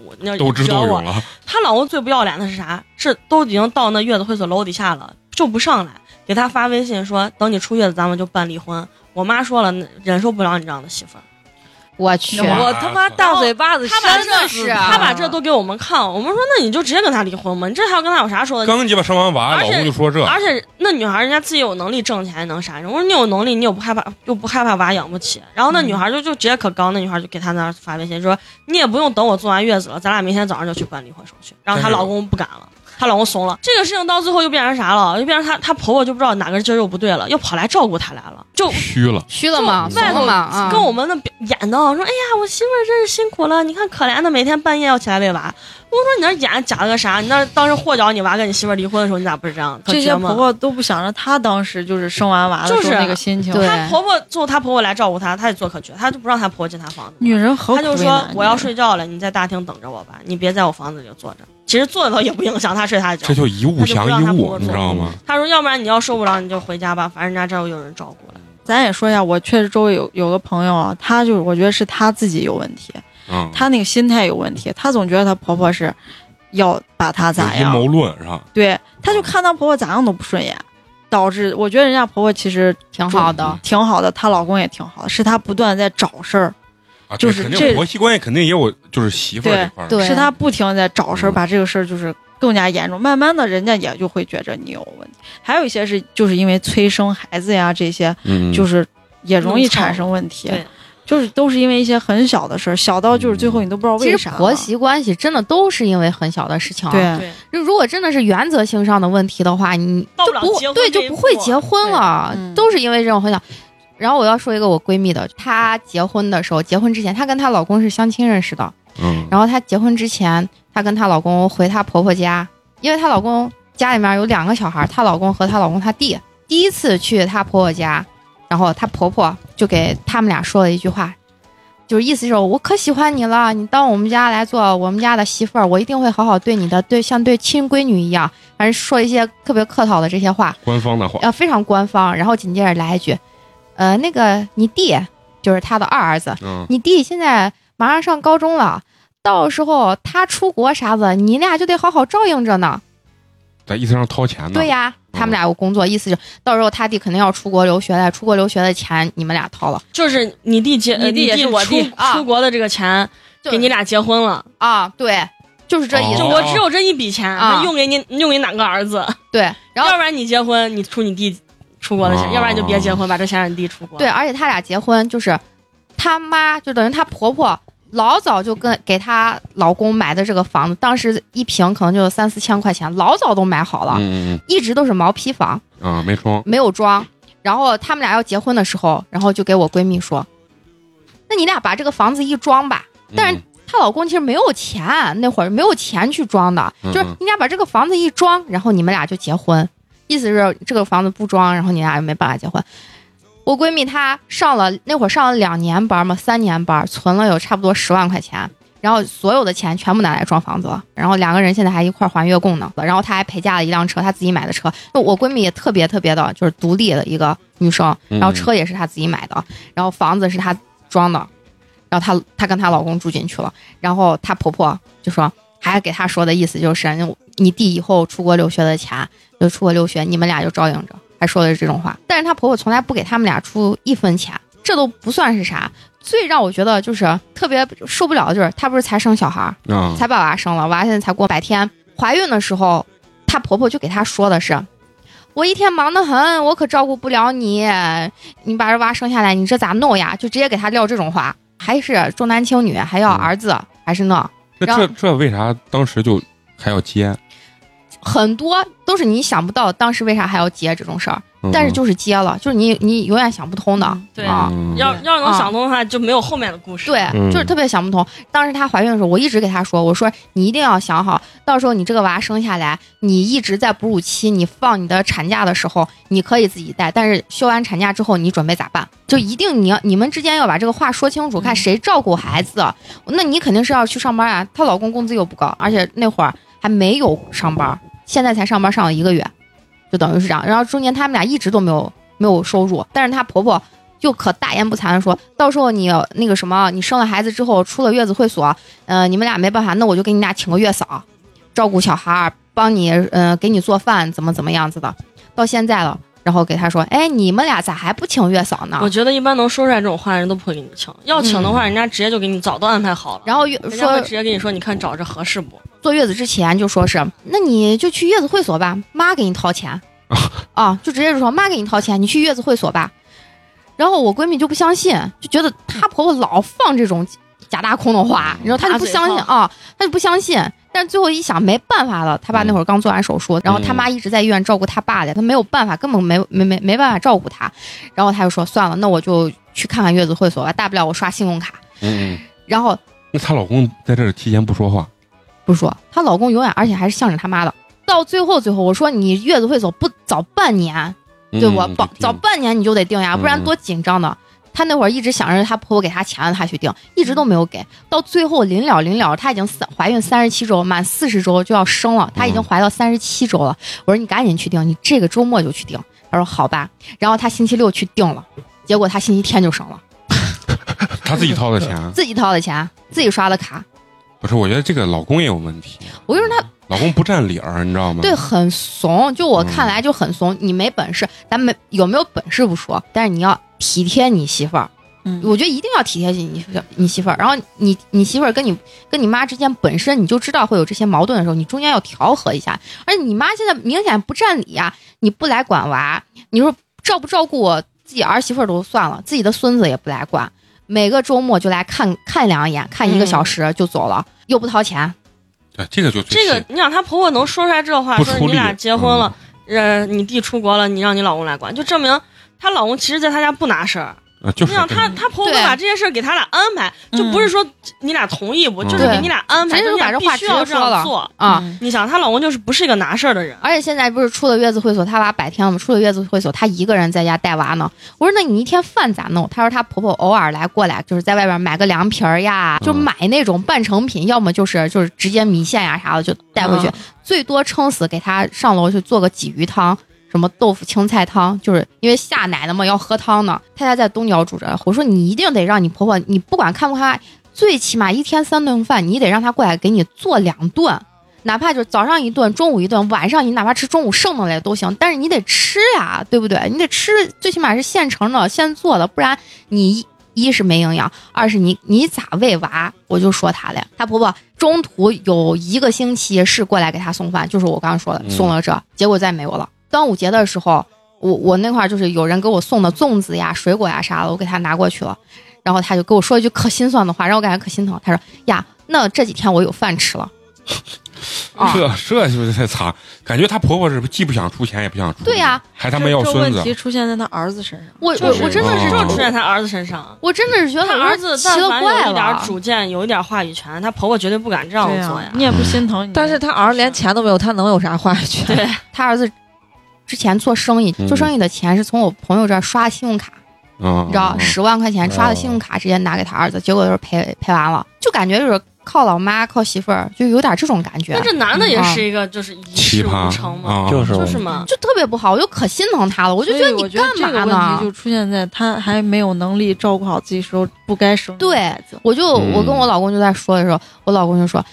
Speaker 1: 我那
Speaker 2: 斗智
Speaker 1: 惹
Speaker 2: 斗
Speaker 1: 我
Speaker 2: 勇了，
Speaker 1: 她老公最不要脸的是啥？是都已经到那月子会所楼底下了，就不上来，给她发微信说等你出月子咱们就办离婚。我妈说了，那忍受不了你这样的媳妇儿，
Speaker 3: 我去，
Speaker 4: 我他妈大嘴巴子
Speaker 3: 他把
Speaker 4: 扇
Speaker 3: 这
Speaker 4: 死
Speaker 3: 是
Speaker 4: 他
Speaker 3: 啊
Speaker 1: 她把这都给我们看，我们说那你就直接跟她离婚嘛，你这还要跟她有啥说的？
Speaker 2: 刚鸡巴生完娃，
Speaker 1: 而
Speaker 2: 老
Speaker 1: 且
Speaker 2: 公就说这，
Speaker 1: 而且那女孩人家自己有能力挣钱，能啥？我说你有能力，你又不害怕，又不害怕娃养不起。然后那女孩就就直接可刚，那女孩就给她那儿发微信说，你也不用等我做完月子了，咱俩明天早上就去办离婚手续。然后她
Speaker 2: 但是
Speaker 1: 老公不敢了。她老公怂了，这个事情到最后又变成啥了？又变成她她婆婆就不知道哪根筋儿又不对了，又跑来照顾她来了，就
Speaker 2: 虚了，
Speaker 3: 虚了吗？
Speaker 2: 就
Speaker 3: 怂
Speaker 1: 外头
Speaker 3: 了吗？啊
Speaker 1: 跟我们那表演的，说哎呀，我媳妇儿真是辛苦了，你看可怜的，每天半夜要起来喂娃。我说你那演假了个啥？你那当时祸搅你娃跟你媳妇儿离婚的时候，你咋不是这样？可
Speaker 6: 这
Speaker 1: 绝
Speaker 6: 些
Speaker 1: 吗
Speaker 6: 婆婆都不想着她当时就是生完娃的时候
Speaker 1: 就是啊
Speaker 6: 那个心情。
Speaker 3: 对
Speaker 1: 她婆婆最后她婆婆来照顾她，她也做可绝，她就不让她婆婆进她房子。
Speaker 6: 啊女人何苦
Speaker 1: 她就
Speaker 6: 为
Speaker 1: 说
Speaker 6: 难：“你
Speaker 1: 我要睡觉了，你在大厅等着我吧，你别在我房子里坐着。”其实坐着也不影响她睡她的觉
Speaker 2: 这。就一物
Speaker 1: 她就不
Speaker 2: 降
Speaker 1: 让
Speaker 2: 一
Speaker 1: 她
Speaker 2: 物，
Speaker 1: 婆婆
Speaker 2: 你知
Speaker 1: 做
Speaker 2: 道吗？
Speaker 1: 她说：“要不然你要受不了你就回家吧，反正人家这儿有人照顾了。
Speaker 6: 咱也说一下，我确实周围有有个朋友啊，她就是我觉得是她自己有问题，
Speaker 2: 啊，
Speaker 6: 她那个心态有问题，她总觉得她婆婆是要把她咋
Speaker 2: 有阴
Speaker 6: 样，
Speaker 2: 谋论是吧？
Speaker 6: 对，她就看她婆婆咋样都不顺眼，导致我觉得人家婆婆其实
Speaker 3: 挺好的，
Speaker 6: 挺好的，她老公也挺好的，是她不断在找事儿，
Speaker 2: 啊，
Speaker 6: 就
Speaker 2: 对
Speaker 6: 是
Speaker 2: 肯定
Speaker 6: 这
Speaker 2: 婆媳关系肯定也有，就是媳妇儿这块儿，
Speaker 3: 对，
Speaker 6: 是她不停地在找事儿，
Speaker 2: 嗯
Speaker 6: 把这个事儿就是更加严重，慢慢的人家也就会觉着你有问题，还有一些是就是因为催生孩子呀这些，
Speaker 2: 嗯，
Speaker 6: 就是也容易
Speaker 1: 弄错
Speaker 6: 产生问题
Speaker 1: 对，
Speaker 6: 就是都是因为一些很小的事儿，小到就是最后
Speaker 2: 嗯
Speaker 6: 你都不
Speaker 1: 嗯
Speaker 6: 知道为
Speaker 3: 其
Speaker 6: 啥
Speaker 3: 实
Speaker 6: 了。
Speaker 3: 婆媳关系真的都是因为很小的事情、啊，
Speaker 6: 对，
Speaker 1: 啊对，
Speaker 3: 就如果真的是原则性上的问题的话，你
Speaker 1: 到
Speaker 3: 就
Speaker 1: 不了
Speaker 3: 不
Speaker 1: 结婚
Speaker 3: 对
Speaker 1: 这
Speaker 3: 就
Speaker 1: 一
Speaker 3: 不会
Speaker 1: 步啊
Speaker 3: 结婚了，
Speaker 6: 对嗯
Speaker 3: 都是因为这种很小。然后我要说一个我闺蜜的，她结婚的时候，结婚之前她跟她老公是相亲认识的，
Speaker 2: 嗯，
Speaker 3: 然后她结婚之前，她跟她老公回她婆婆家，因为她老公家里面有两个小孩，她老公和她老公她弟。第一次去她婆婆家，然后她婆婆就给他们俩说了一句话，就是意思是我可喜欢你了，你到我们家来做我们家的媳妇儿，我一定会好好对你的，对像对亲闺女一样，反正说一些特别客套的这些话。
Speaker 2: 官方的话，
Speaker 3: 呃，非常官方。然后紧接着来一句，呃，那个你弟就是他的二儿子，
Speaker 2: 嗯，
Speaker 3: 你弟现在马上上高中了，到时候他出国啥的，你俩就得好好照应着呢。
Speaker 2: 在意思上掏钱呢，
Speaker 3: 对呀，他们俩有工作，意思就是到时候他弟肯定要出国留学了，出国留学的钱你们俩掏了，
Speaker 1: 就是你弟结，呃
Speaker 4: 你弟也是我弟
Speaker 1: 出
Speaker 3: 啊
Speaker 1: 出国的这个钱
Speaker 3: 就
Speaker 1: 给你俩结婚了，
Speaker 3: 啊，对，就是这意思，
Speaker 1: 就我只有这一笔钱，
Speaker 3: 啊
Speaker 1: 还用给你用给哪个儿子？
Speaker 3: 对，然
Speaker 1: 要
Speaker 3: 后。
Speaker 1: 不然你结婚，你出你弟出国的钱，
Speaker 2: 哦
Speaker 1: 要不然你就别结婚，把这钱让你弟出国。
Speaker 3: 对，，啊而且他俩结婚就是他妈就等于他婆婆老早就跟给她老公买的这个房子，当时一平可能就三四千块钱，老早都买好了，
Speaker 2: 嗯嗯
Speaker 3: 一直都是毛坯房，
Speaker 2: 嗯，啊，没装，
Speaker 3: 没有装。然后他们俩要结婚的时候，然后就给我闺蜜说：“那你俩把这个房子一装吧。”但是
Speaker 2: 嗯
Speaker 3: 她老公其实没有钱，那会儿没有钱去装的，
Speaker 2: 嗯
Speaker 3: 就是你俩把这个房子一装，然后你们俩就结婚，意思是这个房子不装，然后你俩也没办法结婚。我闺蜜她上了那会儿上了两年班嘛，三年班，存了有差不多十万块钱，然后所有的钱全部拿来装房子了，然后两个人现在还一块儿还月供呢，然后她还陪嫁了一辆车，她自己买的车。就我闺蜜也特别特别的，就是独立的一个女生，
Speaker 2: 嗯
Speaker 3: 然后车也是她自己买的，然后房子是她装的，然后她她跟她老公住进去了，然后她婆婆就说，还给她说的意思就是，你弟以后出国留学的钱，就出国留学，你们俩就照应着，还说的是这种话。但是她婆婆从来不给他们俩出一分钱，这都不算是啥。最让我觉得就是特别受不了的就是，她不是才生小孩儿，
Speaker 2: 啊，
Speaker 3: 才把娃生了，娃现在才过百天。怀孕的时候，她婆婆就给她说的是：“我一天忙得很，我可照顾不了你，你把这娃生下来，你这咋弄呀？”就直接给她撂这种话，还是重男轻女，还要
Speaker 2: 嗯
Speaker 3: 儿子，还是那
Speaker 2: 那
Speaker 3: 然
Speaker 2: 这
Speaker 3: 后
Speaker 2: 这为啥当时就还要接？
Speaker 3: 很多都是你想不到当时为啥还要结这种事儿，
Speaker 2: 嗯
Speaker 3: 但是就是结了，就是你你永远想不通的。
Speaker 1: 对
Speaker 6: 哦
Speaker 3: 啊
Speaker 2: 嗯
Speaker 1: 要要是能
Speaker 3: 啊
Speaker 1: 想通的话，就没有后面的故事。
Speaker 3: 对，
Speaker 2: 嗯
Speaker 3: 就是特别想不通。当时她怀孕的时候，我一直给她说，我说你一定要想好，到时候你这个娃生下来，你一直在哺乳期，你放你的产假的时候，你可以自己带，但是休完产假之后，你准备咋办？就一定你要你们之间要把这个话说清楚，看谁照顾孩子。那你肯定是要去上班啊，她老公工资又不高，而且那会儿还没有上班，现在才上班上了一个月，就等于是这样。然后中间他们俩一直都没有没有收入，但是她婆婆就可大言不惭的说，到时候你那个什么，你生了孩子之后出了月子会所，呃，你们俩没办法，那我就给你俩请个月嫂，照顾小孩儿，帮你呃给你做饭，怎么怎么样子的。到现在了，然后给她说，哎，你们俩咋还不请月嫂呢
Speaker 1: 我？觉得一般能说出来这种话的人都不会给你请，要请的话，人家直接就给你早都安排好了。
Speaker 3: 嗯然后月
Speaker 1: 人家
Speaker 3: 说
Speaker 1: 会直接跟你说，你看找这合适不？
Speaker 3: 坐月子之前就说是，那你就去月子会所吧，妈给你掏钱啊，就直接就说妈给你掏钱，你去月子会所吧。然后我闺蜜就不相信，就觉得她婆婆老放这种假大空的话，你知道她就不相信
Speaker 1: 打嘴
Speaker 3: 啊，她就不相信。但是最后一想，没办法了，她爸那会儿刚做完手术，然后她妈一直在医院照顾她爸的，她没有办法，根本没没没没办法照顾她。然后她就说算了，那我就去看看月子会所吧，大不了我刷信用卡。
Speaker 2: 嗯，
Speaker 3: 然后
Speaker 2: 那她老公在这期间不说话，
Speaker 3: 不说，她老公永远而且还是向着她妈的。到最后，最后我说你月子会所不早半年，对不？
Speaker 2: 嗯
Speaker 3: 早早半年你就得定呀，
Speaker 2: 嗯
Speaker 3: 不然多紧张呢。她那会儿一直想着她婆婆给她钱了，她去定，一直都没有给。
Speaker 2: 嗯
Speaker 3: 到最后临了临了，她已经三怀孕三十七周，满四十周就要生
Speaker 2: 嗯
Speaker 3: 了，她已经怀到三十七周了。我说你赶紧去定，你这个周末就去定。她说好吧，然后她星期六去定了，结果她星期天就生了，
Speaker 2: 她自己掏的
Speaker 3: [laughs]
Speaker 2: 钱，
Speaker 3: 自己掏的钱，自己刷的卡，
Speaker 2: 不是？我觉得这个老公也有问题，
Speaker 3: 我就让她
Speaker 2: 老公不占理儿，你知道吗？
Speaker 3: 对，很怂。就我看来就很怂，你没本事，咱们有没有本事不说，但是你要体贴你媳妇儿。
Speaker 6: 嗯
Speaker 3: 我觉得一定要体贴你媳妇儿你媳妇儿。然后你你媳妇儿跟你跟你妈之间本身你就知道会有这些矛盾的时候，你中间要调和一下。而且你妈现在明显不占理呀、啊你不来管娃，你说照不照顾我自己儿媳妇儿都算了，自己的孙子也不来管，每个周末就来看看两眼，看一个小时就走了，又不掏钱。
Speaker 2: 对，哎这个就最
Speaker 1: 这个
Speaker 2: 气，
Speaker 1: 你想她婆婆能说出来这话，
Speaker 2: 不
Speaker 1: 说
Speaker 2: 出
Speaker 1: 你
Speaker 2: 力
Speaker 1: 俩结婚了，
Speaker 3: 嗯
Speaker 1: 呃，你弟出国了，你让你老公来管，就证明她老公其实在她家不拿事儿。
Speaker 2: 啊就
Speaker 1: 你
Speaker 2: 是
Speaker 1: 想
Speaker 2: 这
Speaker 1: 她
Speaker 2: 个
Speaker 1: 她婆婆
Speaker 3: 对
Speaker 1: 把这些事儿给他俩安排，就不是说你俩同意不，
Speaker 2: 嗯
Speaker 1: 就是给你俩安排，
Speaker 3: 对
Speaker 1: 就你俩
Speaker 3: 直接就把这
Speaker 1: 必
Speaker 3: 话
Speaker 1: 须要
Speaker 3: 直接
Speaker 1: 这
Speaker 3: 说了
Speaker 1: 样做。
Speaker 3: 啊，
Speaker 6: 嗯
Speaker 1: 你想她老公就是不是一个拿事儿的人，
Speaker 3: 而且现在不是出了月子会所，她娃百天了嘛，出了月子会所，她一个人在家带娃呢。我说那你一天饭咋弄？她说她婆婆偶尔来过来，就是在外边买个凉皮儿呀，
Speaker 2: 嗯
Speaker 3: 就买那种半成品，要么就是就是直接米线呀啥的就带回去，
Speaker 1: 嗯
Speaker 3: 最多撑死给她上楼去做个鲫鱼汤。什么豆腐青菜汤，就是因为下奶了嘛，要喝汤呢。太太在东郊住着，我说你一定得让你婆婆，你不管看不看爱，最起码一天三顿饭，你得让她过来给你做两顿，哪怕就是早上一顿，中午一顿，晚上你哪怕吃中午剩的嘞都行，但是你得吃呀，对不对？你得吃，最起码是现成的、现做的，不然你一一是没营养，二是你你咋喂娃？我就说她嘞，她婆婆中途有一个星期是过来给她送饭，就是我刚刚说的
Speaker 2: 嗯
Speaker 3: 送了这，结果再没有了。端午节的时候，我我那块儿就是有人给我送的粽子呀、水果呀啥的，我给她拿过去了，然后她就跟我说一句可心酸的话，让我感觉可心疼。她说呀，那这几天我有饭吃
Speaker 1: [laughs]
Speaker 3: 了。啊
Speaker 2: 这这就是太惨，感觉她婆婆是既不想出钱也不想出力，
Speaker 3: 对呀
Speaker 2: 还他妈要
Speaker 8: 这
Speaker 2: 孙
Speaker 8: 问
Speaker 2: 子
Speaker 8: 题出现在他儿子身上，
Speaker 3: 我
Speaker 1: 就
Speaker 3: 我
Speaker 1: 是
Speaker 3: 我真的是
Speaker 2: 哦
Speaker 1: 就是出现她儿子身上。
Speaker 3: 我真的是觉得
Speaker 1: 她儿子
Speaker 3: 奇
Speaker 1: 但
Speaker 3: 了
Speaker 1: 凡
Speaker 3: 怪
Speaker 1: 有一点
Speaker 3: 了。啊
Speaker 1: 主见，有一点话语权，她婆婆绝对不敢这样
Speaker 8: 对
Speaker 6: 啊
Speaker 1: 做
Speaker 8: 呀
Speaker 1: 呀，。
Speaker 8: 你也不心疼你，
Speaker 4: [laughs] 但是他儿子连钱都没有，他能有啥话语权？
Speaker 1: 对，
Speaker 3: 他儿子之前做生意，
Speaker 2: 嗯
Speaker 3: 做生意的钱是从我朋友这儿刷信用卡，
Speaker 2: 啊，
Speaker 3: 你知道，十万块钱刷的
Speaker 2: 哦
Speaker 3: 信用卡，直接拿给他儿子，结果就是赔赔完了，就感觉就是靠老妈靠媳妇儿，就有点这种感觉
Speaker 1: 那，这男的也
Speaker 3: 嗯
Speaker 1: 是一个就是一
Speaker 2: 奇
Speaker 1: 事
Speaker 2: 葩
Speaker 1: 无成嘛，
Speaker 2: 啊，
Speaker 5: 就是
Speaker 1: 就是嘛。
Speaker 3: 就特别不好，我就可心疼他了，我
Speaker 8: 我
Speaker 3: 就觉得你干
Speaker 8: 这个问
Speaker 3: 嘛
Speaker 8: 题
Speaker 3: 呢
Speaker 8: 就？出现在他还没有能力照顾好自己时候不该生的
Speaker 3: 对
Speaker 8: 孩子。
Speaker 3: 我就
Speaker 2: 嗯
Speaker 3: 我跟我老公就在说的时候，我老公就说。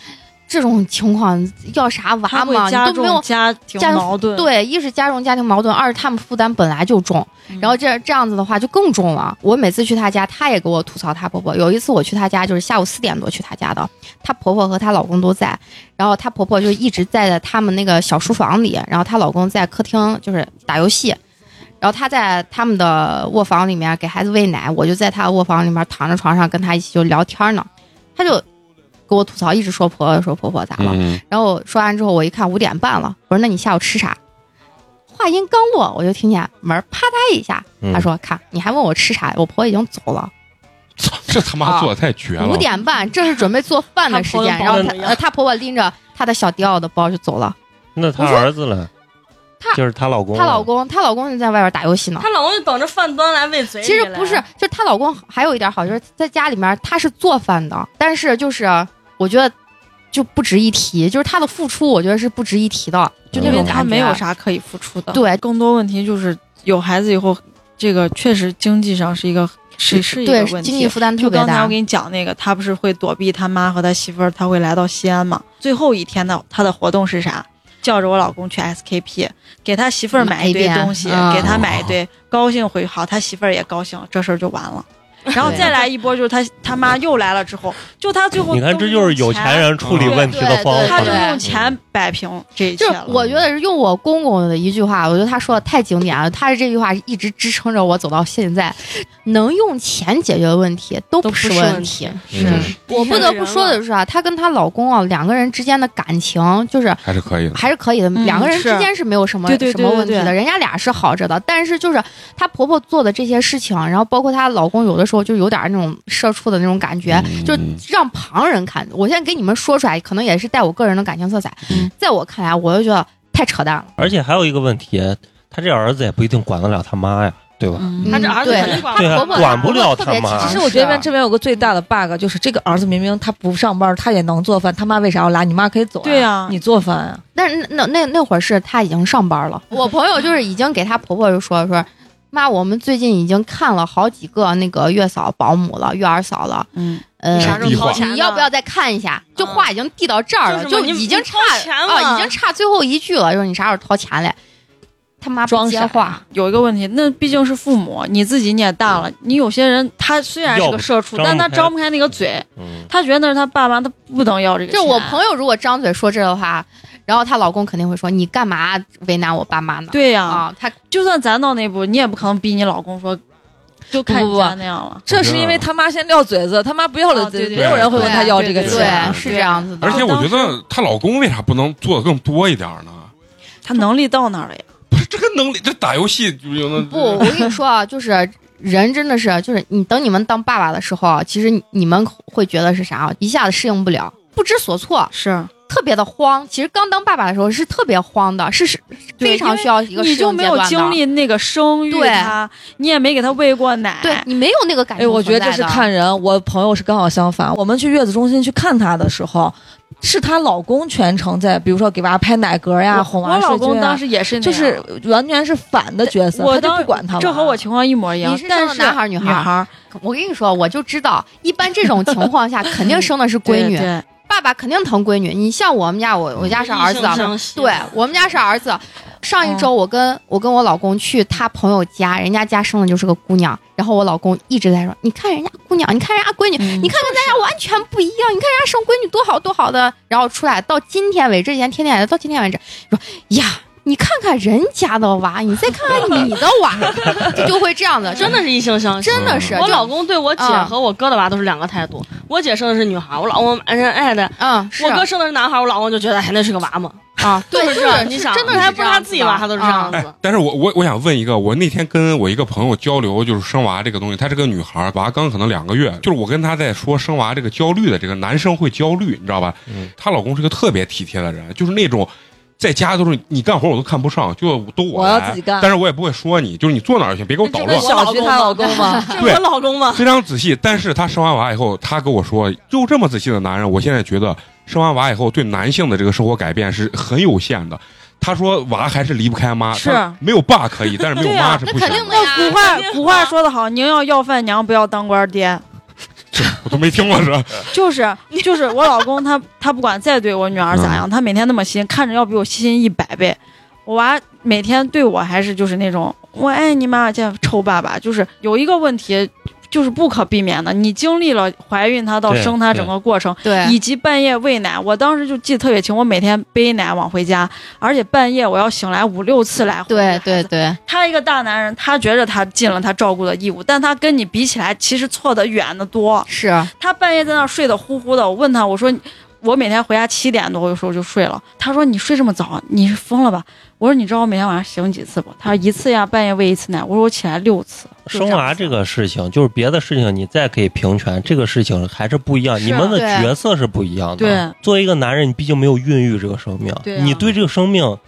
Speaker 3: 这种情况要啥娃
Speaker 6: 他会
Speaker 3: 嘛？你
Speaker 6: 加
Speaker 3: 都没有
Speaker 6: 重家庭
Speaker 3: 加重
Speaker 6: 矛盾，，
Speaker 3: 对，一是加重家庭矛盾，二是他们负担本来就重，然后这这样子的话就更重了。我每次去她家，她也给我吐槽她婆婆。有一次我去她家，就是下午四点多去她家的，她婆婆和她老公都在，然后她婆婆就一直在在他们那个小书房里，然后她老公在客厅就是打游戏。然后她在他们的卧房里面给孩子喂奶，我就在她的卧房里面躺着床上跟她一起就聊天呢，她就给我吐槽，一直说婆婆说婆婆咋了，
Speaker 2: 嗯，
Speaker 3: 然后我说完之后，我一看五点半了，我说那你下午吃啥？话音刚落，我就听见门啪嗒一下，
Speaker 5: 嗯
Speaker 3: 他说：“看，你还问我吃啥？我婆已经走了，
Speaker 2: 操这他
Speaker 3: 啊
Speaker 2: 妈做的太绝了
Speaker 3: 五，点半正是准备做饭的时
Speaker 6: [laughs]
Speaker 3: 间。”
Speaker 1: 她
Speaker 3: 然
Speaker 1: 婆婆
Speaker 3: 后
Speaker 1: 包
Speaker 3: 她
Speaker 1: 着呢
Speaker 3: 呃，她婆婆拎着她的小迪奥的包就走了。
Speaker 5: 那她儿子呢？
Speaker 3: 她
Speaker 5: 就是她老公啊，
Speaker 3: 她老公，她老公就在外边打游戏呢。
Speaker 1: 她老公就等着饭端来喂嘴
Speaker 3: 嗯
Speaker 1: 里
Speaker 3: 其实
Speaker 1: 来
Speaker 3: 不是，就是她老公还有一点好，就是在家里面她是做饭的，但是就是我觉得就不值一提，就是她的付出，我觉得是不值一提的，就那种
Speaker 6: 因为
Speaker 3: 感觉。
Speaker 6: 他没有啥可以付出的。
Speaker 3: 对
Speaker 6: 更多问题就是有孩子以后，这个确实经济上是一个是是一个
Speaker 3: 对
Speaker 6: 问
Speaker 3: 经济
Speaker 6: 题。
Speaker 3: 负担特
Speaker 6: 就
Speaker 3: 别
Speaker 6: 刚才
Speaker 3: 大
Speaker 6: 我。给你讲那个，他不是会躲避他妈和他媳妇儿，他会来到西安嘛？最后一天的他的活动是啥？叫着我老公去 SKP，给他媳妇儿买一堆
Speaker 3: 买一遍
Speaker 6: 东西，
Speaker 3: 嗯
Speaker 6: 给他买一
Speaker 5: 哦
Speaker 6: 堆，高兴回去好，他媳妇儿也高兴，这事儿就完 [laughs] 了。然后
Speaker 4: 对
Speaker 6: 再来一波，就是他他妈又来了之后，就他最后
Speaker 5: 你看
Speaker 6: 都
Speaker 5: 这就是有
Speaker 6: 钱嗯
Speaker 5: 钱人处理问题的方
Speaker 6: 他
Speaker 5: 法嗯
Speaker 6: 就
Speaker 3: 对。
Speaker 6: 用钱摆平这一切
Speaker 3: 就是
Speaker 6: 了。
Speaker 3: 我觉得是用我公公的一句话，我觉得他说的太经典了。他是这句话一直支撑着我走到现在，能用钱解决的问题都不
Speaker 1: 都不
Speaker 3: 是
Speaker 1: 是
Speaker 3: 问
Speaker 1: 问
Speaker 3: 题
Speaker 1: 题。
Speaker 2: 是
Speaker 3: 我不得不说
Speaker 1: 的
Speaker 3: 的是啊，她跟她老公啊，两个人之间的感情就是
Speaker 2: 还是可以的。
Speaker 3: 还是可以的，
Speaker 6: 嗯
Speaker 3: 两个人之
Speaker 6: 是
Speaker 3: 间是没有什么
Speaker 6: 对对对
Speaker 3: 什么问题
Speaker 6: 对
Speaker 3: 的，
Speaker 6: 对
Speaker 3: 人家俩是好着的。但是就是她婆婆做的这些事情，然后包括她老公有的时候就有点那种社畜的那种感觉，
Speaker 2: 嗯
Speaker 3: 就让旁人看。我现在给你们说出来，可能也是带我个人的感情色彩
Speaker 2: 嗯，
Speaker 3: 在我看来，我就觉得太扯淡了。嗯
Speaker 5: 而且还有一个问题，她这儿子也不一定管得了他妈呀，对吧？
Speaker 6: 嗯，
Speaker 1: 她这儿子
Speaker 3: 对啊
Speaker 1: 肯定管
Speaker 5: 对啊
Speaker 3: 婆婆
Speaker 5: 管不了
Speaker 3: 特别
Speaker 5: 他妈
Speaker 3: 强
Speaker 4: 其
Speaker 3: 势
Speaker 4: 实我觉得这边有个最大的 bug，就是这个儿子明明他不上班，他也能做饭，他妈为啥要拉你妈可以走、啊？
Speaker 6: 对呀
Speaker 4: 你做饭啊？
Speaker 3: 但是那那那那会儿是她已经上班了，我朋友就是已经给她婆婆就说说，妈，我们最近已经看了好几个那个月嫂、保姆了、月儿嫂了，
Speaker 6: 嗯，
Speaker 3: 呃，
Speaker 1: 啥时候
Speaker 2: 地
Speaker 1: 掏
Speaker 2: 话
Speaker 1: 钱呢？
Speaker 3: 你要不要再看一下？就话已经递到这儿了，
Speaker 1: 就是
Speaker 3: 啊就
Speaker 1: 嘛你
Speaker 3: 已经
Speaker 1: 你
Speaker 3: 差
Speaker 1: 掏钱
Speaker 3: 啊，
Speaker 1: 了
Speaker 3: 已经差最后一句了，就是你啥时候掏钱来？他妈不
Speaker 4: 装
Speaker 3: 接
Speaker 4: 傻
Speaker 3: 话，
Speaker 6: 有一个问题，那毕竟是父母，你自己你也大了，你有些人他虽然是个社畜，
Speaker 5: 嗯要不
Speaker 6: 但
Speaker 5: 张不
Speaker 6: 他
Speaker 5: 开
Speaker 6: 张不开那个嘴，
Speaker 5: 嗯，
Speaker 6: 他觉得那是他爸妈，他不能要这个
Speaker 3: 就
Speaker 6: 钱。
Speaker 2: 啊
Speaker 3: 是我朋友如果张嘴说这的话，然后她老公肯定会说你干嘛为难我爸妈呢？
Speaker 6: 对呀、
Speaker 3: 啊，她
Speaker 6: 就算咱到那步，你也不可能逼你老公说，就看
Speaker 4: 不不
Speaker 6: 你
Speaker 4: 不
Speaker 6: 家那样了。
Speaker 4: 这是因为他妈先撂嘴子，他妈不要了
Speaker 6: 哦
Speaker 4: 嘴，
Speaker 6: 对对
Speaker 4: 没有人会
Speaker 3: 对
Speaker 4: 问他要这个
Speaker 2: 对
Speaker 4: 钱
Speaker 3: 对，
Speaker 2: 啊。
Speaker 3: 是这样子的。
Speaker 2: 而且我觉得她老公为啥不能做的更多一点呢？
Speaker 6: 他能力到那儿了呀，
Speaker 2: 不是这个能力，这打游戏就有那
Speaker 3: 不，我跟你
Speaker 2: [laughs]
Speaker 3: 说啊，就是人真的是，就是你等你们当爸爸的时候啊，其实你你们会觉得是啥啊？一下子适应不了，不知所措，
Speaker 6: 是，
Speaker 3: 特别的慌。其实刚当爸爸的时候是特别慌的，是是
Speaker 6: 对
Speaker 3: 非常需要一个适
Speaker 6: 你
Speaker 3: 应阶
Speaker 6: 就
Speaker 3: 段
Speaker 6: 没
Speaker 3: 的。
Speaker 6: 有经历那个生育
Speaker 3: 对
Speaker 6: 他，你也没给他喂过奶，
Speaker 3: 对你没有那个感觉。
Speaker 4: 哎，我觉得这是看人。我朋友是刚好相反，我们去月子中心去看她的时候，是她老公全程在，比如说给娃拍奶嗝呀、
Speaker 6: 我
Speaker 4: 哄
Speaker 6: 我
Speaker 4: 娃
Speaker 6: 老
Speaker 4: 睡觉
Speaker 6: 公当
Speaker 4: 呀，
Speaker 6: 时也是那
Speaker 4: 就
Speaker 6: 样，
Speaker 4: 是完全是反的角色，
Speaker 6: 我
Speaker 4: 他就
Speaker 6: 当
Speaker 4: 不管他娃。
Speaker 6: 这和我情况一模一样
Speaker 3: 你是。
Speaker 6: 但
Speaker 3: 生的男孩儿女孩儿
Speaker 6: 孩儿
Speaker 3: 我跟你说，我就知道，一般这种情况下肯定生的是闺
Speaker 6: 对
Speaker 3: 女，啊
Speaker 6: 对
Speaker 3: 爸爸肯定疼闺女。你像我们家，我我家是儿
Speaker 1: 嗯
Speaker 3: 子啊，对我们家是儿子。上一周
Speaker 1: 哦
Speaker 3: 我跟、我跟我老公去他朋友家，人家家生的就是个姑娘，然后我老公一直在说：“你看人家姑娘，你看人家闺女，
Speaker 6: 嗯
Speaker 3: 你看跟咱家完全不一样，你看人家生闺女多好多好的。”然后出来到今天为止，之前天天来到今天为止，说呀。你看看人家的娃，你再看看你的娃， [laughs] 就就会这样子，
Speaker 1: 真的是异性相吸。
Speaker 3: 真的是
Speaker 1: 我
Speaker 3: 就
Speaker 1: 老公对我姐
Speaker 3: 嗯
Speaker 1: 和我哥的娃都是两个态度。我姐生的是女孩，我老公蛮人爱的；
Speaker 3: 嗯，是
Speaker 1: 我哥生的是男孩，我老公就觉得哎那是个娃嘛。
Speaker 3: 啊，对，
Speaker 1: 就是
Speaker 3: 是
Speaker 1: 这样你想
Speaker 3: 真的
Speaker 1: 那还
Speaker 3: 这
Speaker 1: 不是
Speaker 3: 样
Speaker 1: 他
Speaker 3: 子
Speaker 1: 自己
Speaker 3: 的
Speaker 1: 娃他都是这样
Speaker 3: 啊
Speaker 1: 子
Speaker 2: 哎，但是我我我想问一个，我那天跟我一个朋友交流，就是生娃这个东西，她这个女孩儿娃刚可能两个月，就是我跟她在说生娃这个焦虑的这个男生会焦虑，你知道吧？
Speaker 5: 嗯
Speaker 2: 她老公是个特别体贴的人，就是那种在家都是你干活我都看不上，就都
Speaker 4: 我要
Speaker 2: 来
Speaker 4: 自己干
Speaker 2: 但是我也不会说你，就是你坐哪儿就行，别给我捣
Speaker 4: 这
Speaker 2: 乱
Speaker 4: 不是。小徐她老公吗？
Speaker 3: 啊
Speaker 1: 这
Speaker 2: 对
Speaker 1: 是我老公嘛，
Speaker 2: 非常仔细，但是她生完娃以后，她跟我说，就这么仔细的男人，我现在觉得生完娃以后对男性的这个生活改变是很有限的。她说娃还是离不开妈，
Speaker 6: 是
Speaker 2: 她没有爸可以，但是没有
Speaker 6: 对啊
Speaker 2: 妈是不行
Speaker 3: 那肯定的
Speaker 2: 的。
Speaker 6: 那古话
Speaker 1: 肯定啊
Speaker 6: 古话说得好，宁要要饭娘，不要当官爹。
Speaker 2: 这不都没听过是吧？
Speaker 3: [laughs]
Speaker 6: 就是就是我老公他他不管再对我女儿
Speaker 5: 嗯
Speaker 6: 咋样，他每天那么细心，看着要比我细心一百倍。我娃每天对我还是就是那种我爱你妈，见臭爸爸，就是有一个问题。就是不可避免的，你经历了怀孕她到
Speaker 5: 对
Speaker 6: 生她整
Speaker 5: 对
Speaker 6: 个过程，
Speaker 3: 啊对，
Speaker 6: 以及半夜喂奶，我当时就记得特别清，我每天背奶往回家，而且半夜我要醒来五六次来回。
Speaker 3: 对对，对，
Speaker 6: 他一个大男人，他觉着他尽了他照顾的义务，但他跟你比起来，其实错得远得多。
Speaker 3: 是
Speaker 6: 他半夜在那儿睡得呼呼的，我问他，我说我每天回家七点多，我有时候就睡了。他说你睡这么早，你是疯了吧？我说你知道我每天晚上醒几次不？他说一次呀，半夜喂一次奶。我说我起来六次。就
Speaker 5: 生
Speaker 6: 样
Speaker 5: 娃
Speaker 6: 子
Speaker 5: 这个事情，就是别的事情你再可以平权，这个事情还是不一样，
Speaker 6: 是啊
Speaker 5: 你们的
Speaker 3: 对
Speaker 5: 角色是不一样的。
Speaker 6: 对，
Speaker 5: 作为一个男人，你毕竟没有孕育这个生命，
Speaker 6: 对啊
Speaker 5: 你对这个生命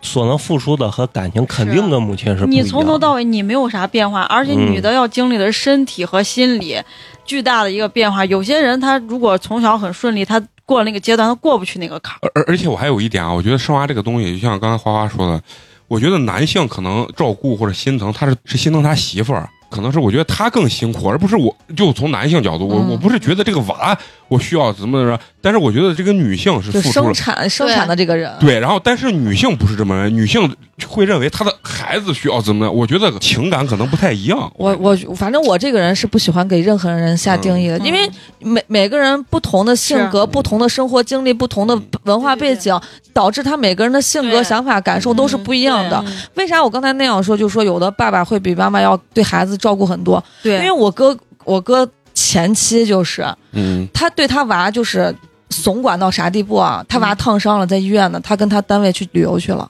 Speaker 5: 所能付出的和感情，肯定跟母亲是不一
Speaker 6: 你
Speaker 5: 样的。
Speaker 6: 从头到尾你没有啥变化，而且
Speaker 5: 嗯
Speaker 6: 女的要经历的是身体和心理巨大的一个变化。有些人他如果从小很顺利，他过了那个阶段，他过不去那个坎儿。
Speaker 2: 而而而且我还有一点啊，我觉得生娃这个东西，就像刚才花花说的，我觉得男性可能照顾或者心疼，他是是心疼他媳妇儿，可能是我觉得他更辛苦，而不是我就从男性角度，我、
Speaker 4: 嗯
Speaker 2: 我不是觉得这个娃我需要怎么怎么着，但是我觉得这个女性是
Speaker 4: 就
Speaker 2: 付出
Speaker 4: 生
Speaker 2: 了。
Speaker 4: 产生产的这个人，
Speaker 2: 对，然后但是女性不是这么认为，女性会认为她的孩子需要怎么样？我觉得情感可能不太一样。
Speaker 4: 我我
Speaker 6: 嗯
Speaker 4: 反正我这个人是不喜欢给任何人下定义的，
Speaker 5: 嗯
Speaker 4: 因为每每个人不同的性格、不同的生活经历、不同
Speaker 6: 嗯
Speaker 4: 的文化背景，导致他每个人的性格、
Speaker 1: 对
Speaker 4: 想法、感受都是不一样的。
Speaker 6: 嗯
Speaker 4: 为啥我刚才那样说？就说有的爸爸会比妈妈要对孩子照顾很多，
Speaker 6: 对，
Speaker 4: 因为我哥我哥前妻就是
Speaker 2: 嗯，
Speaker 4: 他对他娃就是怂管到啥地步啊？他
Speaker 6: 嗯
Speaker 4: 娃烫伤了，在医院呢，他跟他单位去旅游去了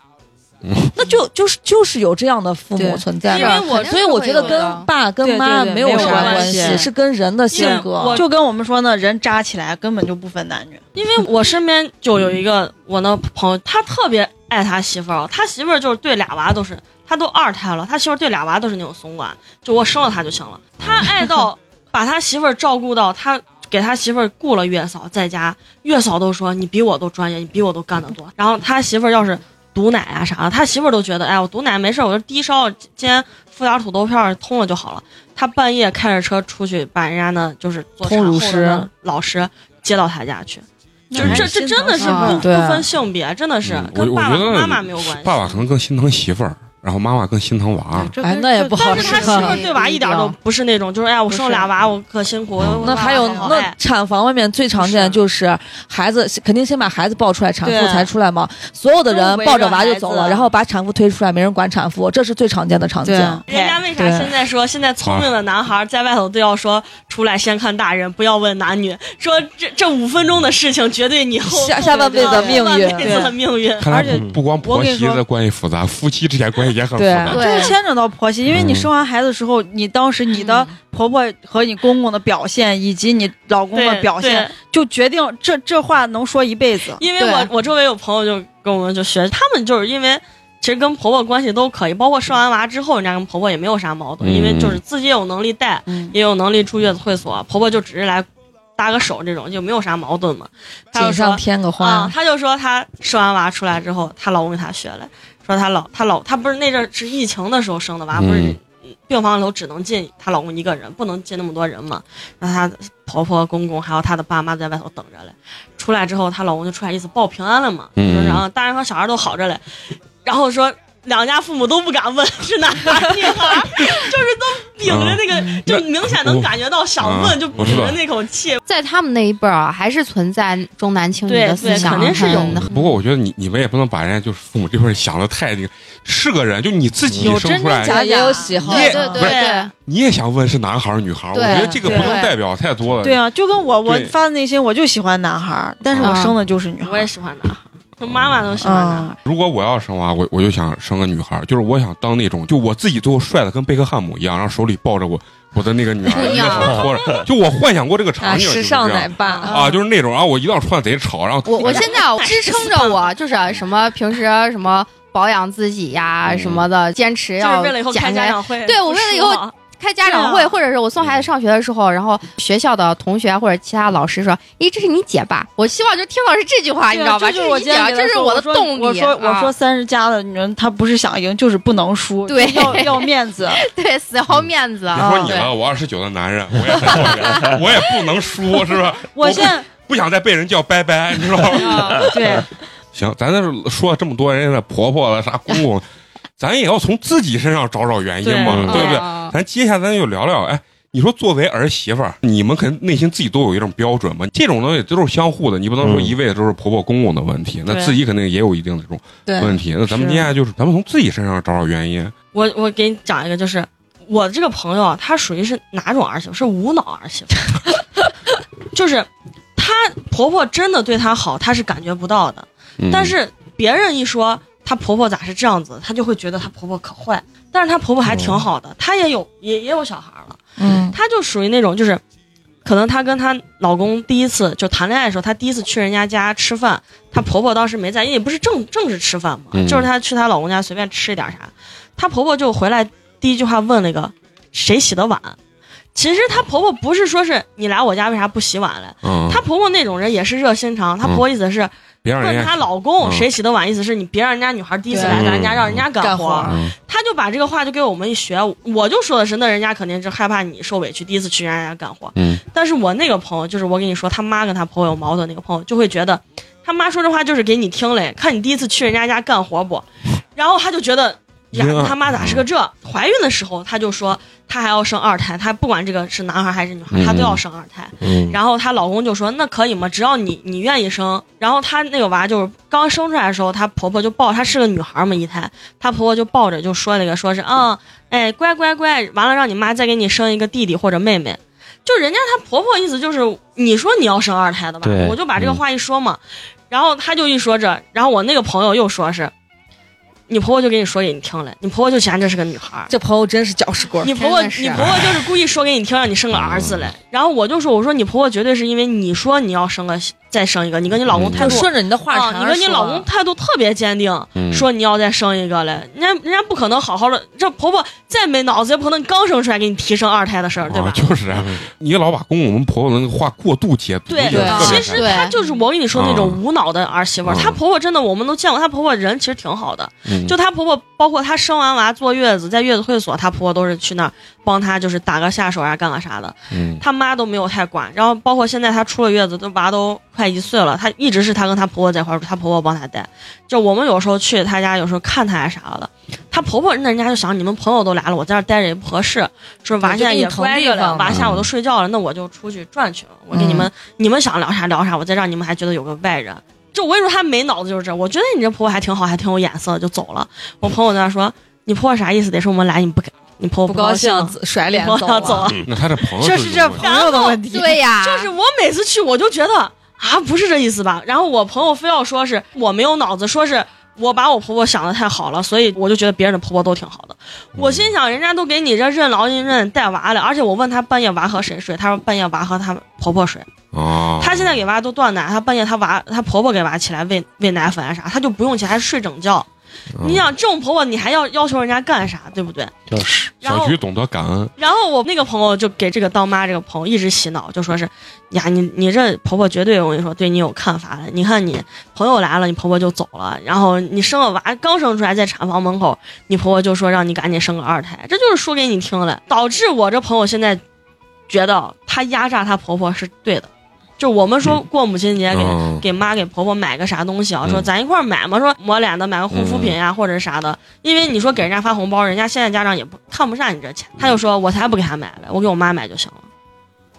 Speaker 2: 嗯。
Speaker 4: 那就就是就是有这样的父母
Speaker 6: 对啊
Speaker 4: 存在
Speaker 3: 因
Speaker 4: 的
Speaker 3: 为，我
Speaker 4: 呃所以我觉得跟爸跟妈
Speaker 6: 对对对
Speaker 4: 没有
Speaker 6: 没有
Speaker 4: 啥
Speaker 1: 关
Speaker 4: 关系，
Speaker 6: 系
Speaker 4: 是跟人的性格。
Speaker 6: 就跟我们说呢，人扎起来根本就不分男女。
Speaker 1: 因为我身边就有一个我那朋友，他特别爱他媳妇儿，他媳妇儿就是对俩娃都是，他都二胎了，他媳妇儿对俩娃都是那种怂管，就我生了他就行了。他爱到把他媳妇儿照顾到他。给他媳妇儿雇了月嫂，在家月嫂都说你比我都专业，你比我都干得多。然后他媳妇儿要是堵奶啊啥的，他媳妇儿都觉得，哎，我堵奶没事儿，我就低烧，煎敷点土豆片儿通了就好了。他半夜开着车出去，把人家呢就是做产
Speaker 4: 通乳
Speaker 1: 后的那
Speaker 4: 师
Speaker 1: 老师接到他家去，就
Speaker 2: 嗯
Speaker 1: 是这这真的是
Speaker 3: 啊
Speaker 1: 不不
Speaker 4: 对
Speaker 1: 分性别，真的是
Speaker 2: 嗯我
Speaker 1: 跟爸
Speaker 2: 我
Speaker 1: 爸
Speaker 2: 觉得
Speaker 1: 妈妈没有关系。
Speaker 2: 爸爸可能更心疼媳妇儿，然后妈妈更心疼娃。
Speaker 9: 这
Speaker 4: 哎
Speaker 9: 跟
Speaker 4: 那也
Speaker 9: 这
Speaker 4: 不好
Speaker 1: 但
Speaker 9: 但
Speaker 1: 是
Speaker 9: 是
Speaker 1: 他
Speaker 4: 使
Speaker 1: 媳
Speaker 4: 唤
Speaker 1: 妇儿对娃一点都不是那种，就是哎呀，我生了俩娃，我可辛
Speaker 2: 嗯
Speaker 1: 苦。我
Speaker 4: 那还有
Speaker 1: 我妈妈好哎
Speaker 4: 那
Speaker 1: 爱
Speaker 4: 产房外面最常见的就是孩子肯定先把孩子抱出来，产妇
Speaker 1: 对
Speaker 4: 才出来嘛。所有的人
Speaker 6: 都围着
Speaker 4: 抱着娃就走
Speaker 6: 孩
Speaker 4: 了，
Speaker 6: 子
Speaker 4: 然后把产妇推出来，没人管产妇，这是最常见的场景。
Speaker 1: 人家为啥
Speaker 4: 对
Speaker 1: 现在说现在聪明的男孩在外头都要说出来先看大人，不要问男女，说这这五分钟的事情决定你后
Speaker 4: 下下半辈子的命运
Speaker 1: 下半辈子的命运。
Speaker 2: 看来
Speaker 6: 而且
Speaker 2: 不不光
Speaker 6: 我
Speaker 2: 婆
Speaker 6: 跟你
Speaker 2: 媳
Speaker 6: 说
Speaker 2: 的关系复杂，夫妻之间关系也很复
Speaker 4: 对
Speaker 2: 杂。
Speaker 6: 就
Speaker 3: 对
Speaker 6: 是牵扯到婆媳，因为你
Speaker 2: 嗯
Speaker 6: 生完孩子的时候，你当时你的
Speaker 3: 嗯
Speaker 4: 嗯
Speaker 6: 婆婆和你公公的表现，以及你老公的
Speaker 1: 对
Speaker 6: 表现
Speaker 1: 对，，
Speaker 6: 就决定这这话能说一辈子。
Speaker 1: 因为
Speaker 3: 对
Speaker 1: 我我周围有朋友就跟我们就学，他们就是因为其实跟婆婆关系都可以，包括生完娃之后，人家跟婆婆也没有啥矛
Speaker 2: 嗯
Speaker 1: 盾，因为就是自己也有能力带，
Speaker 6: 嗯，
Speaker 1: 也有能力住月子会所，婆婆就只是来搭个手这种，就没有啥矛盾嘛。她
Speaker 4: 锦
Speaker 1: 就
Speaker 4: 上
Speaker 1: 说
Speaker 4: 添个
Speaker 1: 啊
Speaker 4: 花，，
Speaker 1: 她就说她生完娃出来之后，她老公给她学来，说她老她老她不是那阵儿是疫情的时候生的娃，不是
Speaker 2: 嗯
Speaker 1: 病房楼只能进她老公一个人，不能进那么多人嘛。然后她婆婆、公公还有她的爸妈在外头等着嘞。出来之后，她老公就出来意思报平安了嘛，
Speaker 2: 嗯
Speaker 1: 就是然后大人和小孩都好着嘞，然后说。两家父母都不敢问 [laughs] 是男孩儿女孩儿，就是都秉着那个，就明显能感觉到想
Speaker 2: 啊
Speaker 1: 问，就
Speaker 2: 我
Speaker 1: 秉
Speaker 2: 知道
Speaker 1: 着那口气。
Speaker 3: 在他们那一辈儿啊，还是存在重男轻女
Speaker 1: 对
Speaker 3: 的思
Speaker 1: 对
Speaker 3: 想，
Speaker 1: 肯定是有
Speaker 3: 很
Speaker 1: 的
Speaker 2: 不过我觉得你你们也不能把人家就是父母这份想的太那个，是个人，就你自己
Speaker 4: 有
Speaker 2: 生
Speaker 4: 真
Speaker 2: 出
Speaker 4: 真
Speaker 2: 来，
Speaker 4: 假也有喜
Speaker 6: 嗯
Speaker 4: 好，
Speaker 3: 对
Speaker 2: 也
Speaker 3: 对对
Speaker 2: 不是
Speaker 3: 对，
Speaker 2: 你也想问是男孩儿女孩儿，我
Speaker 3: 对
Speaker 2: 觉得这个不能
Speaker 6: 对
Speaker 2: 代表太多了。
Speaker 6: 对啊，就跟我我
Speaker 2: 对
Speaker 6: 发自内心我就喜欢男孩儿，但是我
Speaker 3: 啊
Speaker 6: 生的就是女孩
Speaker 1: 我也
Speaker 6: 儿。
Speaker 1: 喜欢啊男孩儿，就妈妈都喜欢男孩儿
Speaker 6: 啊，
Speaker 2: 如果我要生娃，我我就想生个女孩儿，就是我想当那种，就我自己最后帅的跟贝克汉姆一样，然后手里抱着我我的那个女儿，
Speaker 3: 哎
Speaker 2: 一
Speaker 3: 呀
Speaker 2: 个手拖着，就我幻想过这个场
Speaker 4: 啊，
Speaker 2: 景，
Speaker 4: 时
Speaker 2: 就是这样
Speaker 4: 尚奶爸
Speaker 2: 啊，就是那种，然后我一定要穿得贼潮，然后
Speaker 3: 我我现在啊支撑着我，就是什么平时什么保养自己呀、
Speaker 2: 嗯
Speaker 3: 什么的，坚持
Speaker 1: 就是
Speaker 3: 要
Speaker 1: 为了以后
Speaker 3: 减
Speaker 1: 开
Speaker 3: 下
Speaker 1: 家
Speaker 3: 来。
Speaker 1: 长会。啊
Speaker 3: 对我为了以后开家长会，或者是我送孩子上学的时候，然后学校的同学或者其他老师说：“咦，这是你姐吧？”我希望就听到是这句话，你
Speaker 8: 对
Speaker 3: 知
Speaker 8: 啊
Speaker 3: 道吧？
Speaker 8: 这就是我
Speaker 3: 你
Speaker 8: 今
Speaker 3: 姐
Speaker 8: 天
Speaker 3: 啊，
Speaker 8: 给他
Speaker 3: 这是
Speaker 8: 说
Speaker 3: 我的
Speaker 8: 说
Speaker 3: 动力。
Speaker 8: 我说我
Speaker 3: 啊
Speaker 8: 说三十加的女人，她不是想赢就是不能输，
Speaker 3: 对
Speaker 8: 要要面
Speaker 6: [laughs]
Speaker 8: 子。
Speaker 3: [laughs] 对，死要面子
Speaker 2: 别
Speaker 3: 啊！
Speaker 2: 说嗯你
Speaker 3: 对
Speaker 2: 了，我二十九的男人，我也很后悔 [laughs] 我也不能输，是吧？
Speaker 8: 我
Speaker 2: 不
Speaker 8: 现在
Speaker 2: 不想再被人叫拜拜，你知道吗？
Speaker 3: 哦
Speaker 8: 对
Speaker 2: 行，咱这说了这么多人家的婆婆了，啥姑公，咱也要从自己身上找找原因嘛，
Speaker 1: 对
Speaker 2: 对不对？
Speaker 3: 啊
Speaker 2: 咱接下来咱就聊聊，哎，你说作为儿媳妇儿，你们肯定内心自己都有一种标准嘛，这种东西都是相互的，你不能说
Speaker 5: 嗯
Speaker 2: 一味的都是婆婆公公的问题，那
Speaker 8: 对
Speaker 2: 自己肯定也有一定的这种问
Speaker 4: 对，嗯
Speaker 2: 题。那咱们
Speaker 8: 是
Speaker 2: 接下来就是咱们从自己身上找找原因，
Speaker 1: 我我给你讲一个，就是我这个朋友啊，她属于是哪种儿媳妇？是无脑儿媳妇， [laughs] 就是她婆婆真的对她好，她是感觉不到的。
Speaker 2: 嗯
Speaker 1: 但是别人一说她婆婆咋是这样子，她就会觉得她婆婆可坏。但是她婆婆还挺好的，她也有也也有小孩了，
Speaker 4: 嗯，
Speaker 1: 她就属于那种就是。可能她跟她老公第一次就谈恋爱的时候，她第一次去人家家吃饭，她婆婆当时没在，因为也不是正正式吃饭嘛，
Speaker 2: 嗯
Speaker 1: 就是她去她老公家随便吃一点啥，她婆婆就回来第一句话问了一个谁洗的碗。其实她婆婆不是说是你来我家为啥不洗碗来，
Speaker 2: 嗯，
Speaker 1: 她婆婆那种人也是热心肠，她婆婆意思是
Speaker 2: 别让人
Speaker 1: 问
Speaker 2: 家
Speaker 1: 她老公
Speaker 2: 嗯
Speaker 1: 谁洗的碗，意思是你别让人家女孩第一次
Speaker 4: 对
Speaker 1: 来咱家，
Speaker 2: 嗯
Speaker 1: 让人家
Speaker 4: 干
Speaker 1: 干
Speaker 4: 活
Speaker 1: 活
Speaker 4: 儿。
Speaker 2: 嗯
Speaker 1: 她就把这个话就给我们一学，我就说的是，那人家肯定是害怕你受委屈，第一次去人家家干活。
Speaker 2: 嗯
Speaker 1: 但是我那个朋友，就是我跟你说，他妈跟他婆婆有矛盾，那个朋友就会觉得，他妈说这话就是给你听嘞，看你第一次去人家家干活不，然后他就觉得。呀
Speaker 2: 嗯，
Speaker 1: 他妈咋是个这？怀孕的时候，他就说她还要生二胎，她不管这个是男孩还是女孩，她都要生二胎。
Speaker 2: 嗯
Speaker 1: 然后她老公就说：“那可以吗？只要你你愿意生。”然后她那个娃就是刚生出来的时候，她婆婆就抱，她是个女孩嘛，一胎，她婆婆就抱着就说那个说是嗯，哎，乖乖乖，完了让你妈再给你生一个弟弟或者妹妹。就人家她婆婆意思就是，你说你要生二胎的吧
Speaker 5: 对，
Speaker 1: 我就把这个话一说嘛，然后她就一说这，然后我那个朋友又说是，你婆婆就给你说给你听了，你婆婆就嫌这是个女孩儿，
Speaker 4: 这朋友真是搅屎 [laughs] 棍儿，
Speaker 1: 你婆婆，
Speaker 3: 真的是
Speaker 1: 你婆婆就是故意说给你听，让你生个儿子嘞。然后我就说，我说你婆婆绝对是因为你说你要生个，再生一个，你跟你老公态
Speaker 4: 就
Speaker 1: 度，
Speaker 4: 顺着你的话
Speaker 1: 啊
Speaker 4: 茬，
Speaker 1: 你跟你老公，态度特别坚定，
Speaker 2: 嗯
Speaker 1: 说你要再生一个嘞，人家人家不可能好好的，这婆婆再没脑子，也不可能刚生出来给你提生二胎的事儿，对
Speaker 2: 啊，
Speaker 1: 吧？嗯
Speaker 2: 就是啊，你老把公公我们婆婆的那个话过度解读，
Speaker 1: 对
Speaker 2: 也特别
Speaker 4: 对
Speaker 1: 其实
Speaker 3: 对
Speaker 1: 她就是我跟你说那种
Speaker 2: 嗯
Speaker 1: 无脑的儿媳妇儿，
Speaker 2: 嗯
Speaker 1: 她婆婆真的我们都见过，她婆婆人其实挺好的，
Speaker 2: 嗯
Speaker 1: 就她婆婆，包括她生完娃坐月子，在月子会所，她婆婆都是去那儿帮她，就是打个下手啊，干个啥的。
Speaker 2: 嗯
Speaker 1: 她妈都没有太管。然后包括现在她出了月子，都娃都快一岁了，她一直是她跟她婆婆在一块儿住，她婆婆帮她带。就我们有时候去她家，有时候看她呀啥的，她婆婆那人家就想，你们朋友都来了，我在这儿待着也不合适，说娃
Speaker 4: 对就
Speaker 1: 现在
Speaker 4: 给你
Speaker 1: 也
Speaker 4: 腾
Speaker 1: 乖
Speaker 4: 地
Speaker 1: 着
Speaker 4: 方嗯
Speaker 1: 了，
Speaker 4: 了
Speaker 1: 娃下午都睡觉了，那我就出去转去了。我给你们，你们想聊啥聊啥，我再让你们还觉得有个外人。就我跟你说，她没脑子就是这。我觉得你这婆婆还挺好，还挺有眼色，就走了。我朋友在那说，你婆婆啥意思？得是我们来你不给，你婆婆
Speaker 4: 不
Speaker 1: 高
Speaker 4: 高兴，甩脸
Speaker 1: 你
Speaker 4: 走
Speaker 1: 婆
Speaker 4: 了，
Speaker 1: 婆走了。
Speaker 2: 嗯那他这朋友
Speaker 8: 这
Speaker 2: 就是
Speaker 8: 这
Speaker 2: 问题
Speaker 8: 朋友的问题。
Speaker 3: 哦
Speaker 8: 啊
Speaker 3: 对呀，
Speaker 1: 就是我每次去，我就觉得啊，不是这意思吧？然后我朋友非要说是我没有脑子，说是我把我婆婆想的太好了，所以我就觉得别人的婆婆都挺好的。我心
Speaker 2: 嗯
Speaker 1: 想，人家都给你这任劳任怨带娃了，而且我问她半夜娃和谁睡，她说半夜娃和她婆婆睡。
Speaker 2: 啊，
Speaker 1: 她现在给娃都断奶，她半夜她娃她婆婆给娃起来喂喂奶粉啊啥，她就不用起来，还睡整觉。
Speaker 2: 嗯
Speaker 1: 你想这种婆婆，你还要要求人家干啥，对不对？
Speaker 5: 就是
Speaker 1: 然后
Speaker 2: 小菊懂得感恩，
Speaker 1: 然后我那个朋友就给这个当妈这个朋友一直洗脑，就说是呀，你你这婆婆绝对我跟你说对你有看法的。你看你朋友来了，你婆婆就走了，然后你生个娃刚生出来在产房门口，你婆婆就说让你赶紧生个二胎，这就是说给你听了，导致我这朋友现在觉得她压榨她婆婆是对的。就我们说过母亲节给、
Speaker 2: 嗯
Speaker 1: 给妈给婆婆买个啥东西啊？
Speaker 2: 嗯
Speaker 1: 说咱一块儿买嘛，说抹脸的买个护肤品呀、或者啥的，因为你说给人家发红包，人家现在家长也不看不上你这钱，他就说我才不给他买嘞，我给我妈买就行了。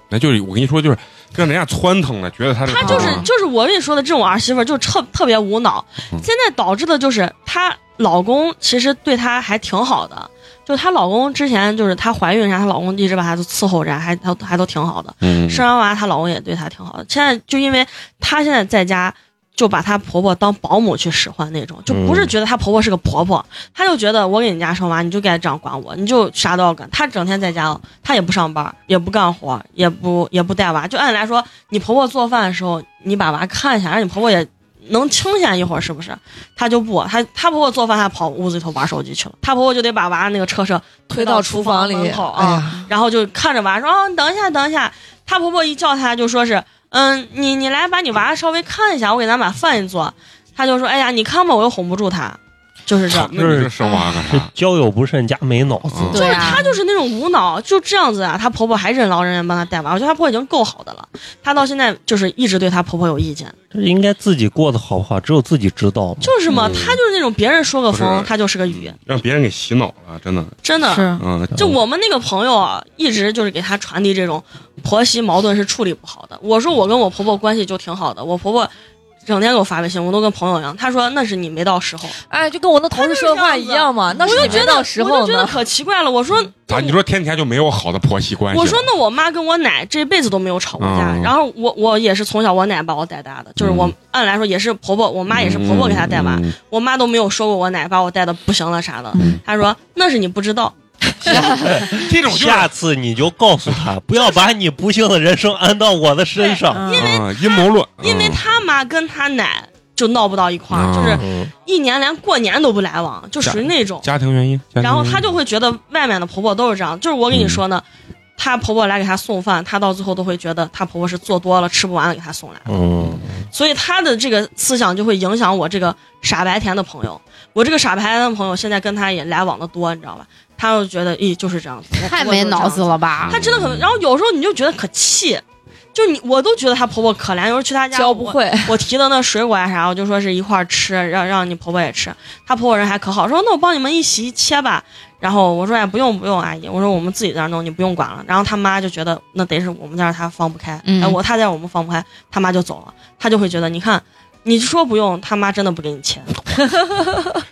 Speaker 2: 那就是我跟你说，就是让人家窜腾的，觉得他这啊他
Speaker 1: 他就是就是我跟你说的这种儿媳妇儿，就特特别无脑。
Speaker 2: 哦嗯
Speaker 1: 现在导致的就是她老公其实对她还挺好的，就她老公之前就是她怀孕啥，她老公一直把她都伺候着，还还还都挺好的。
Speaker 2: 嗯
Speaker 1: 生完娃，她老公也对她挺好的。现在就因为她现在在家，就把她婆婆当保姆去使唤那种，就不是觉得她婆婆是个婆婆，她就觉得我给你家生娃，你就该这样管我，你就啥都要干。她整天在家，她也不上班，也不干活，也不也不带娃。就按理来说，你婆婆做饭的时候，你把娃看一下，让你婆婆也能清闲一会儿，是不是？他就不，他他婆婆做饭还跑屋子里头玩手机去了，他婆婆就得把娃那个车车
Speaker 4: 推
Speaker 1: 到
Speaker 4: 到
Speaker 1: 厨
Speaker 4: 厨房
Speaker 1: 房门
Speaker 4: 里
Speaker 1: 口
Speaker 4: 哎
Speaker 1: 啊，
Speaker 4: 呀，
Speaker 1: 然后就看着娃说：“啊，你等一下，等一下。”她婆婆一叫她，就说是：“嗯，你你来把你娃稍微看一下，我给咱把饭一做。”她就说：“哎呀，你看吧，我又哄不住她。”就是哎这样，
Speaker 2: 那你这生娃干
Speaker 5: 这
Speaker 2: 啥？
Speaker 5: 交友不慎加没脑子，
Speaker 2: 嗯
Speaker 4: 对啊，
Speaker 1: 她就是那种无脑，就这样子啊。她婆婆还任劳任怨帮她带娃，我觉得她婆婆已经够好的了。她到现在就是一直对她婆婆有意见，
Speaker 5: 这应该自己过得好不好，只有自己知道嘛。
Speaker 1: 就是嘛，
Speaker 5: 嗯
Speaker 1: 她就是那种别人说个
Speaker 2: 不
Speaker 1: 风
Speaker 2: 是，
Speaker 1: 她就是个雨，
Speaker 2: 让别人给洗脑了，真的。
Speaker 1: 真的。
Speaker 8: 是
Speaker 2: 嗯，
Speaker 1: 就我们那个朋友啊，一直就是给她传递这种婆媳矛盾是处理不好的。我说我跟我婆婆关系就挺好的，我婆婆整天给我发微信，我都跟朋友一样。她说那是你没到时候，
Speaker 4: 哎，就跟我那同事说的话一样嘛，那是你没到时
Speaker 1: 我就
Speaker 4: 候
Speaker 1: 觉得
Speaker 4: 呢。
Speaker 1: 可奇怪了。我说
Speaker 2: 咋？你说天天就嗯没有好的婆媳关系？
Speaker 1: 我说，那我妈跟我奶这辈子都没有吵过架，
Speaker 2: 嗯
Speaker 1: 然后我我也是从小我奶把我带大的，就是我、
Speaker 2: 嗯
Speaker 1: 按来说也是婆婆，我妈也是婆婆给她带娃，
Speaker 2: 嗯
Speaker 1: 我妈都没有说过我奶把我带的不行了啥的。
Speaker 2: 嗯
Speaker 1: 她说那是你不知道，
Speaker 2: 这种就是
Speaker 5: 下次你就告诉他，不要把你不幸的人生安到我的身
Speaker 8: 嗯
Speaker 5: 上。
Speaker 1: 因为
Speaker 2: 啊阴谋论，
Speaker 1: 因为
Speaker 2: 嗯
Speaker 1: 她妈跟她奶就闹不到一块儿，
Speaker 2: 嗯
Speaker 1: 就是
Speaker 5: 嗯，
Speaker 1: 一年连过年都不来往，就属于那种。
Speaker 2: 家庭原因。家庭原因
Speaker 1: 然后她就会觉得外面的婆婆都是这样，就是我跟你说呢，
Speaker 2: 嗯
Speaker 1: 她婆婆来给她送饭，她到最后都会觉得她婆婆是做多了吃不完了给她送来，
Speaker 2: 哦
Speaker 5: 嗯，
Speaker 1: 所以她的这个思想就会影响我这个傻白甜的朋友。我这个傻白甜的朋友现在跟她也来往的多，你知道吧？她就觉得，咦，就是这样子，我
Speaker 3: 太
Speaker 1: 婆婆
Speaker 3: 没
Speaker 1: 就是这样
Speaker 3: 脑子了吧？
Speaker 1: 她真的很，然后有时候你就觉得可气，就你我都觉得她婆婆可怜，有时候去她家
Speaker 4: 教不
Speaker 1: 我
Speaker 4: 会，
Speaker 1: 我提的那水果呀啊啥，我就说是一块儿吃，让让你婆婆也吃。她婆婆人还可好，说那我帮你们一起一切吧。然后我说哎不用不用阿姨，我说我们自己在那儿弄，你不用管了。然后她妈就觉得那得是我们家她放不开，
Speaker 3: 嗯
Speaker 1: 哎我她在我们放不开，她妈就走了，她就会觉得你看你说不用，她妈真的不给你切。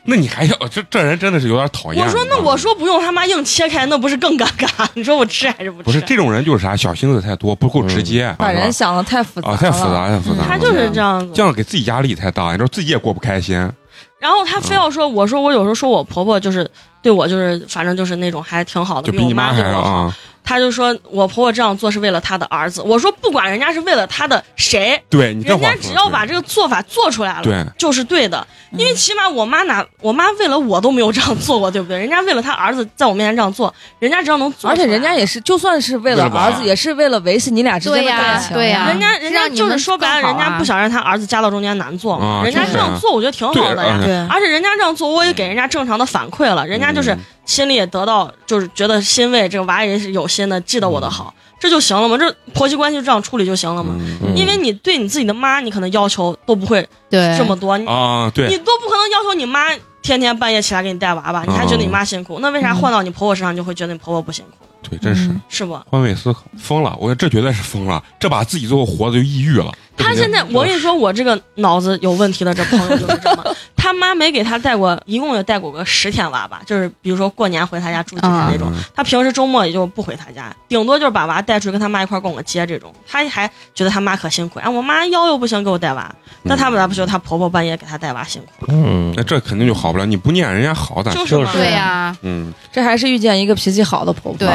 Speaker 2: 那你还要这这人真的是有点讨厌。啊
Speaker 1: 我说
Speaker 2: 你知道
Speaker 1: 那
Speaker 2: 吗
Speaker 1: 我说不用，她妈硬切开，那不是更尴尬？ [laughs] 你说我吃还是嗯不吃？
Speaker 2: 不是这种人就是啥，小心思太多，不够直接，啊
Speaker 4: 把人想的太复杂
Speaker 2: 啊
Speaker 4: 了，
Speaker 2: 太复杂太复杂了。
Speaker 1: 她嗯就是这样子。
Speaker 2: 这样给自己压力太大，你知道自己也过不开心。
Speaker 1: 然后她非要说，我说我有时候说我婆婆就是对我就是反正就是那种还挺好的，
Speaker 2: 就
Speaker 1: 我
Speaker 2: 你
Speaker 1: 妈
Speaker 2: 妈还
Speaker 1: 对我
Speaker 2: 要
Speaker 1: 好。
Speaker 2: 啊！
Speaker 1: 他就说我婆婆这样做是为了她的儿子。我说不管人家是为了她的谁，
Speaker 2: 对你这
Speaker 1: 人
Speaker 2: 话
Speaker 1: 家
Speaker 2: 说
Speaker 1: 只要把这个做法做出来了，
Speaker 2: 对，
Speaker 1: 就是对的。因
Speaker 3: 嗯
Speaker 1: 为起码我妈哪我妈为了我都没有这样做过，对不对？人家为了她儿子在我面前这样做，人家只要能做
Speaker 4: 而
Speaker 1: 出来，
Speaker 4: 且人家也是，就算是为了
Speaker 2: 为了娃
Speaker 4: 儿子，也是为了维系你俩之间
Speaker 3: 对
Speaker 4: 的
Speaker 3: 呀
Speaker 4: 感情。啊
Speaker 3: 对呀
Speaker 1: 人家
Speaker 3: 是
Speaker 1: 人家
Speaker 3: 啊让你
Speaker 1: 就是
Speaker 3: 们
Speaker 1: 说白了，
Speaker 3: 更好
Speaker 1: 人家
Speaker 3: 啊
Speaker 1: 不想让她儿子夹到中间难做嘛，
Speaker 2: 啊
Speaker 1: 人家
Speaker 2: 就是
Speaker 1: 这样做我觉得挺
Speaker 2: 对
Speaker 1: 哦好的呀。
Speaker 2: 嗯
Speaker 8: 对，
Speaker 1: 而且人家这样做，我也给人家正常的反馈了，人家就是
Speaker 2: 嗯
Speaker 1: 心里也得到，就是觉得欣慰，这个娃也是有心的，记得我的好，这就行了嘛，这婆媳关系就这样处理就行了嘛。
Speaker 2: 嗯
Speaker 1: 因为你对你自己的妈，你可能要求都不会
Speaker 3: 对
Speaker 1: 这么多，你
Speaker 2: 啊，
Speaker 1: 你
Speaker 2: 对，嗯
Speaker 1: 都不可能要求你妈天天半夜起来给你带娃吧？你还觉得你妈辛苦，那为啥换到你婆婆身上就会觉得你婆婆不辛苦？
Speaker 2: 对，真是
Speaker 4: 嗯
Speaker 1: 是不？
Speaker 2: 换位思考，疯了！我这绝对是疯了，这把自己最后活的就抑郁了。
Speaker 1: 她现在，我跟你说，我这个脑子有问题的这朋友就是这么， [laughs] 她妈没给她带过，一共也带过个十天娃吧，就是比如说过年回她家住几天那种。
Speaker 2: 嗯
Speaker 1: 她平时周末也就不回她家，顶多就是把娃带出去跟她妈一块儿供个街这种。她还觉得她妈可辛苦，哎，我妈腰又不行给我带娃，那
Speaker 2: 嗯
Speaker 1: 她本来不觉得她婆婆半夜给她带娃辛苦？
Speaker 5: 嗯
Speaker 2: 那，这肯定就好不了。你不念人家好，咱
Speaker 1: 就是嘛，
Speaker 5: 就是
Speaker 3: 对呀，啊
Speaker 2: 嗯，
Speaker 4: 这还是遇见一个脾气好的婆婆。
Speaker 3: 对，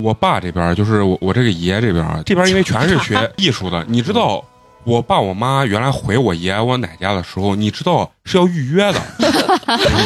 Speaker 2: 我爸这边儿就是我我这个爷这边儿，啊这边儿因为全是学艺术的，你知道。我爸我妈原来回我爷我奶家的时候，你知道是要预约的， [laughs]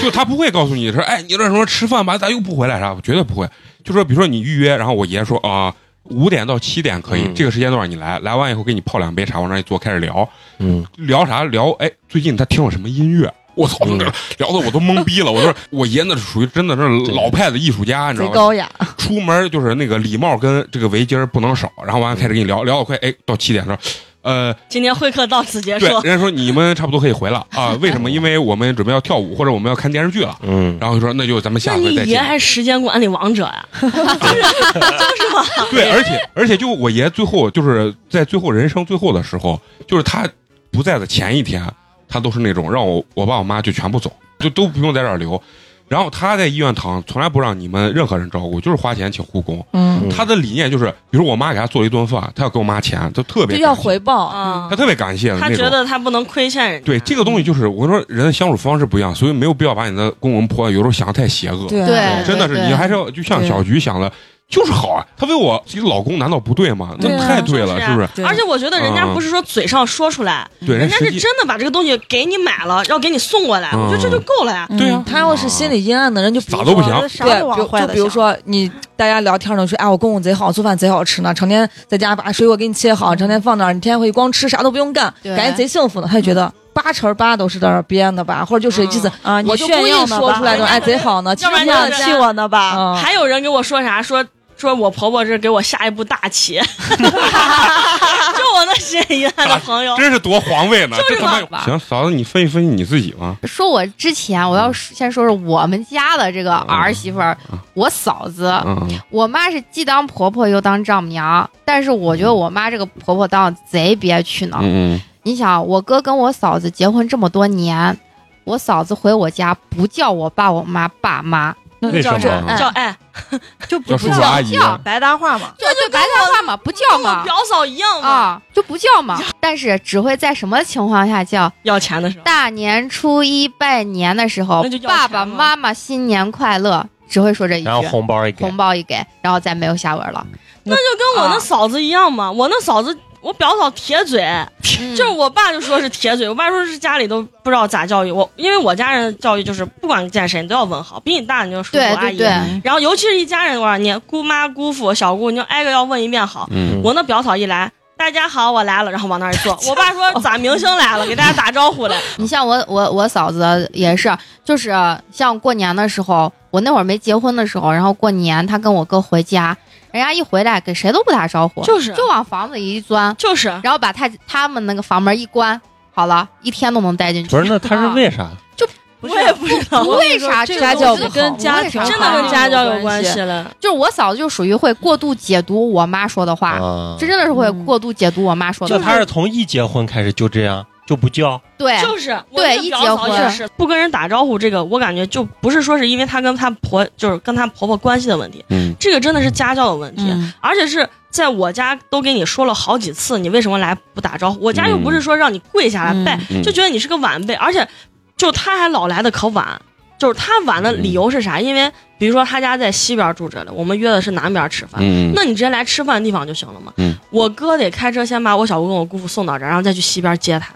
Speaker 2: 就他不会告诉你说，哎，你这什么吃饭吧，咱又不回来啥，绝对不会。就说比如说你预约，然后我爷说啊，五、点到七点可以，
Speaker 5: 嗯
Speaker 2: 这个时间段你来，来完以后给你泡两杯茶，往那一坐开始聊，
Speaker 5: 嗯，
Speaker 2: 聊啥聊？哎，最近他听了什么音乐？我操，
Speaker 5: 嗯
Speaker 2: [laughs] 聊的我都懵逼了。我说我爷那是属于真的是
Speaker 5: 对
Speaker 2: 老派的艺术家，你知
Speaker 4: 贼
Speaker 2: 道吗？
Speaker 4: 高雅，
Speaker 2: 出门就是那个礼帽跟这个围巾儿不能少，然后完了开始跟你聊聊到快，哎，到七点的时候，呃，
Speaker 1: 今天会客到此结束
Speaker 2: 对，。人家说你们差不多可以回了
Speaker 1: [laughs]
Speaker 2: 啊，为什么？因为我们准备要跳舞或者我们要看电视剧了，
Speaker 5: 嗯，
Speaker 2: 然后就说那就咱们下
Speaker 1: 那
Speaker 2: 回
Speaker 1: 你
Speaker 2: 再
Speaker 1: 爷
Speaker 2: 见。
Speaker 1: 还是时间管理王者呀、就是嘛，
Speaker 2: 对，而且而且就我爷最后就是在最后人生最后的时候，就是他不在的前一天，他都是那种让我我爸我妈就全部走，就都不用在这儿留。然后他在医院躺，从来不让你们任何人照顾，就是花钱请护工。
Speaker 4: 嗯，
Speaker 2: 他的理念就是，比如我妈给他做了一顿饭，他要给我妈钱，就特别
Speaker 4: 就要
Speaker 2: 感谢
Speaker 4: 回报。嗯
Speaker 1: 啊
Speaker 2: 嗯他特别感谢的
Speaker 1: 他
Speaker 2: 那
Speaker 1: 觉
Speaker 2: 种。
Speaker 1: 得他不能亏欠人家。
Speaker 2: 对这个东西，就是我跟你说，人的相处方式不一样，所以没有必要把你的公公婆婆有时候想的太邪恶。
Speaker 4: 对啊
Speaker 3: 对
Speaker 2: 嗯真的是
Speaker 3: 对
Speaker 2: 你还是要就像小菊想的，就是好啊。她为我自己老公难道不对吗？那
Speaker 4: 对啊
Speaker 2: 太对了，
Speaker 1: 就是
Speaker 2: 不是？
Speaker 4: 对
Speaker 1: 而且我觉得人家不是说嘴上说出来，
Speaker 2: 对，人
Speaker 1: 人家
Speaker 2: 实
Speaker 1: 是
Speaker 2: 际
Speaker 1: 真的把这个东西给你买了，要给你送过来，
Speaker 2: 嗯
Speaker 1: 我觉得这就够了呀。
Speaker 2: 对呀
Speaker 4: 嗯他要是心理阴暗的人，就比如
Speaker 2: 咋都不行
Speaker 4: 说
Speaker 2: 想
Speaker 4: 对，
Speaker 6: 啥都
Speaker 4: 比
Speaker 6: 往
Speaker 4: 如
Speaker 6: 坏
Speaker 4: 就
Speaker 6: 的
Speaker 4: 比如
Speaker 6: 想
Speaker 4: 说你大家聊天呢，说哎，我公公贼好，做饭贼好吃呢，成天在家把水果给你切好，成天放那儿，你天天回去光吃，啥都不用干，
Speaker 3: 对
Speaker 4: 感觉贼幸福呢。他就觉得八成八都是在那儿编的吧，或者就是意思，
Speaker 6: 啊，
Speaker 4: 我
Speaker 6: 你
Speaker 4: 就故
Speaker 6: 炫
Speaker 4: 意
Speaker 6: 耀呢
Speaker 4: 说
Speaker 6: 吧
Speaker 4: 出
Speaker 8: [laughs]
Speaker 6: [laughs]
Speaker 4: 来的，哎，贼好呢。其
Speaker 1: 要
Speaker 4: 实
Speaker 1: 不然
Speaker 6: 你
Speaker 4: 人
Speaker 1: 就是
Speaker 6: 想
Speaker 4: 家
Speaker 6: 气我呢吧？
Speaker 4: 嗯，
Speaker 1: 还有人跟我说啥说。说我婆婆这给我下一步大棋， [laughs] 就我那些一烂的朋
Speaker 2: [laughs]
Speaker 1: 友，
Speaker 2: 真是多皇位呢，
Speaker 1: 就是
Speaker 2: 这他妈有
Speaker 3: 嘛
Speaker 2: 行，嫂子，你分析分析你自己吧。
Speaker 3: 说我之前，我要先说说我们家的这个儿媳妇儿，我嫂子，
Speaker 2: 嗯，
Speaker 3: 我妈是既当婆婆又当丈母娘，但是我觉得我妈这个婆婆当的贼憋屈呢。
Speaker 2: 嗯
Speaker 3: 你想，我哥跟我嫂子结婚这么多年，我嫂子回我家不叫我爸我妈爸妈，
Speaker 4: 那
Speaker 2: 为
Speaker 4: 叫
Speaker 2: 什
Speaker 4: 这
Speaker 2: 么
Speaker 4: 哎
Speaker 1: 叫哎，
Speaker 6: 就
Speaker 2: 叫
Speaker 6: 不
Speaker 2: 叔叔啊阿姨啊
Speaker 3: 叫
Speaker 6: 白搭话嘛，
Speaker 3: 就就白话话嘛，不叫
Speaker 1: 跟我
Speaker 3: 嘛
Speaker 1: 表嫂一样嘛。
Speaker 3: 啊，就不叫嘛。但是只会在什么情况下叫？
Speaker 1: 要钱的时候，
Speaker 3: 大年初一拜年的时候
Speaker 1: 那就，要
Speaker 3: 爸
Speaker 1: 钱
Speaker 3: 爸
Speaker 1: 了
Speaker 3: 妈妈新年快乐，只会说这一句
Speaker 5: 然，后红包一给
Speaker 3: 红，包一给，然后再没有下文
Speaker 5: [laughs]
Speaker 3: 了。
Speaker 1: 那就跟我那
Speaker 3: 啊
Speaker 1: 嫂子一样嘛。我那嫂子，我表嫂铁嘴，
Speaker 3: 嗯
Speaker 1: 就是我爸就说是铁嘴，我爸说是家里都不知道咋教育我，因为我家人的教育就是不管见谁你都要问好，比你大你就叔叔
Speaker 3: 对
Speaker 1: 阿
Speaker 3: 对
Speaker 1: 姨，
Speaker 3: 对，
Speaker 1: 然后尤其是一家人多少年，姑妈姑父小姑，你就挨个要问一遍好。
Speaker 2: 嗯，
Speaker 1: 我那表嫂一来，大家好，我来了，然后往那儿一坐，我爸说咋明星来了，给大家打招呼来。
Speaker 3: 你像我我我嫂子也是，就是像过年的时候，我那会儿没结婚的时候，然后过年她跟我哥回家，人家一回来给谁都不打招呼，
Speaker 1: 就是啊
Speaker 3: 就往房子里一钻，
Speaker 1: 就是，
Speaker 3: 然后把他他们那个房门一关，好了，一天都能待进去。
Speaker 5: 不是那他是为啥？
Speaker 1: 我也不知道，
Speaker 3: 不为啥
Speaker 4: 这
Speaker 3: 这个我
Speaker 4: 个家
Speaker 3: 觉
Speaker 4: 教
Speaker 3: 得
Speaker 4: 不
Speaker 3: 很
Speaker 4: 好
Speaker 8: 跟家
Speaker 3: 为
Speaker 8: 庭
Speaker 3: 啥
Speaker 1: 真的跟家教有关
Speaker 8: 有
Speaker 1: 系了。
Speaker 3: 就是我嫂子就属于会过度解读我妈说的话，
Speaker 5: 啊
Speaker 3: 这真的是会
Speaker 4: 嗯
Speaker 3: 过度解读我妈说的
Speaker 5: 就
Speaker 3: 话。
Speaker 5: 他是从一结婚开始就这样，就不叫，
Speaker 3: 对，
Speaker 1: 就是我
Speaker 3: 哎对
Speaker 1: 那
Speaker 3: 一
Speaker 1: 表
Speaker 3: 结
Speaker 1: 嫂也
Speaker 3: 婚
Speaker 1: 是不跟人打招呼，这个我感觉就不是说是因为她跟她婆就是跟她婆婆关系的问题，
Speaker 2: 嗯
Speaker 1: 这个真的是家教的问题。
Speaker 4: 嗯
Speaker 1: 而且是在我家都跟你说了好几次，你为什么来不打招呼？我家又不是说让你跪下来拜，
Speaker 2: 嗯
Speaker 1: 就觉得你是个晚辈，而且就他还老来的可晚。就是他晚的理由是啥？
Speaker 2: 嗯
Speaker 1: 因为比如说他家在西边住着的，我们约的是南边吃饭，
Speaker 2: 嗯，
Speaker 1: 那你直接来吃饭的地方就行了嘛。
Speaker 2: 嗯
Speaker 1: 我哥得开车先把我小姑跟我姑父送到这儿，然后再去西边接他，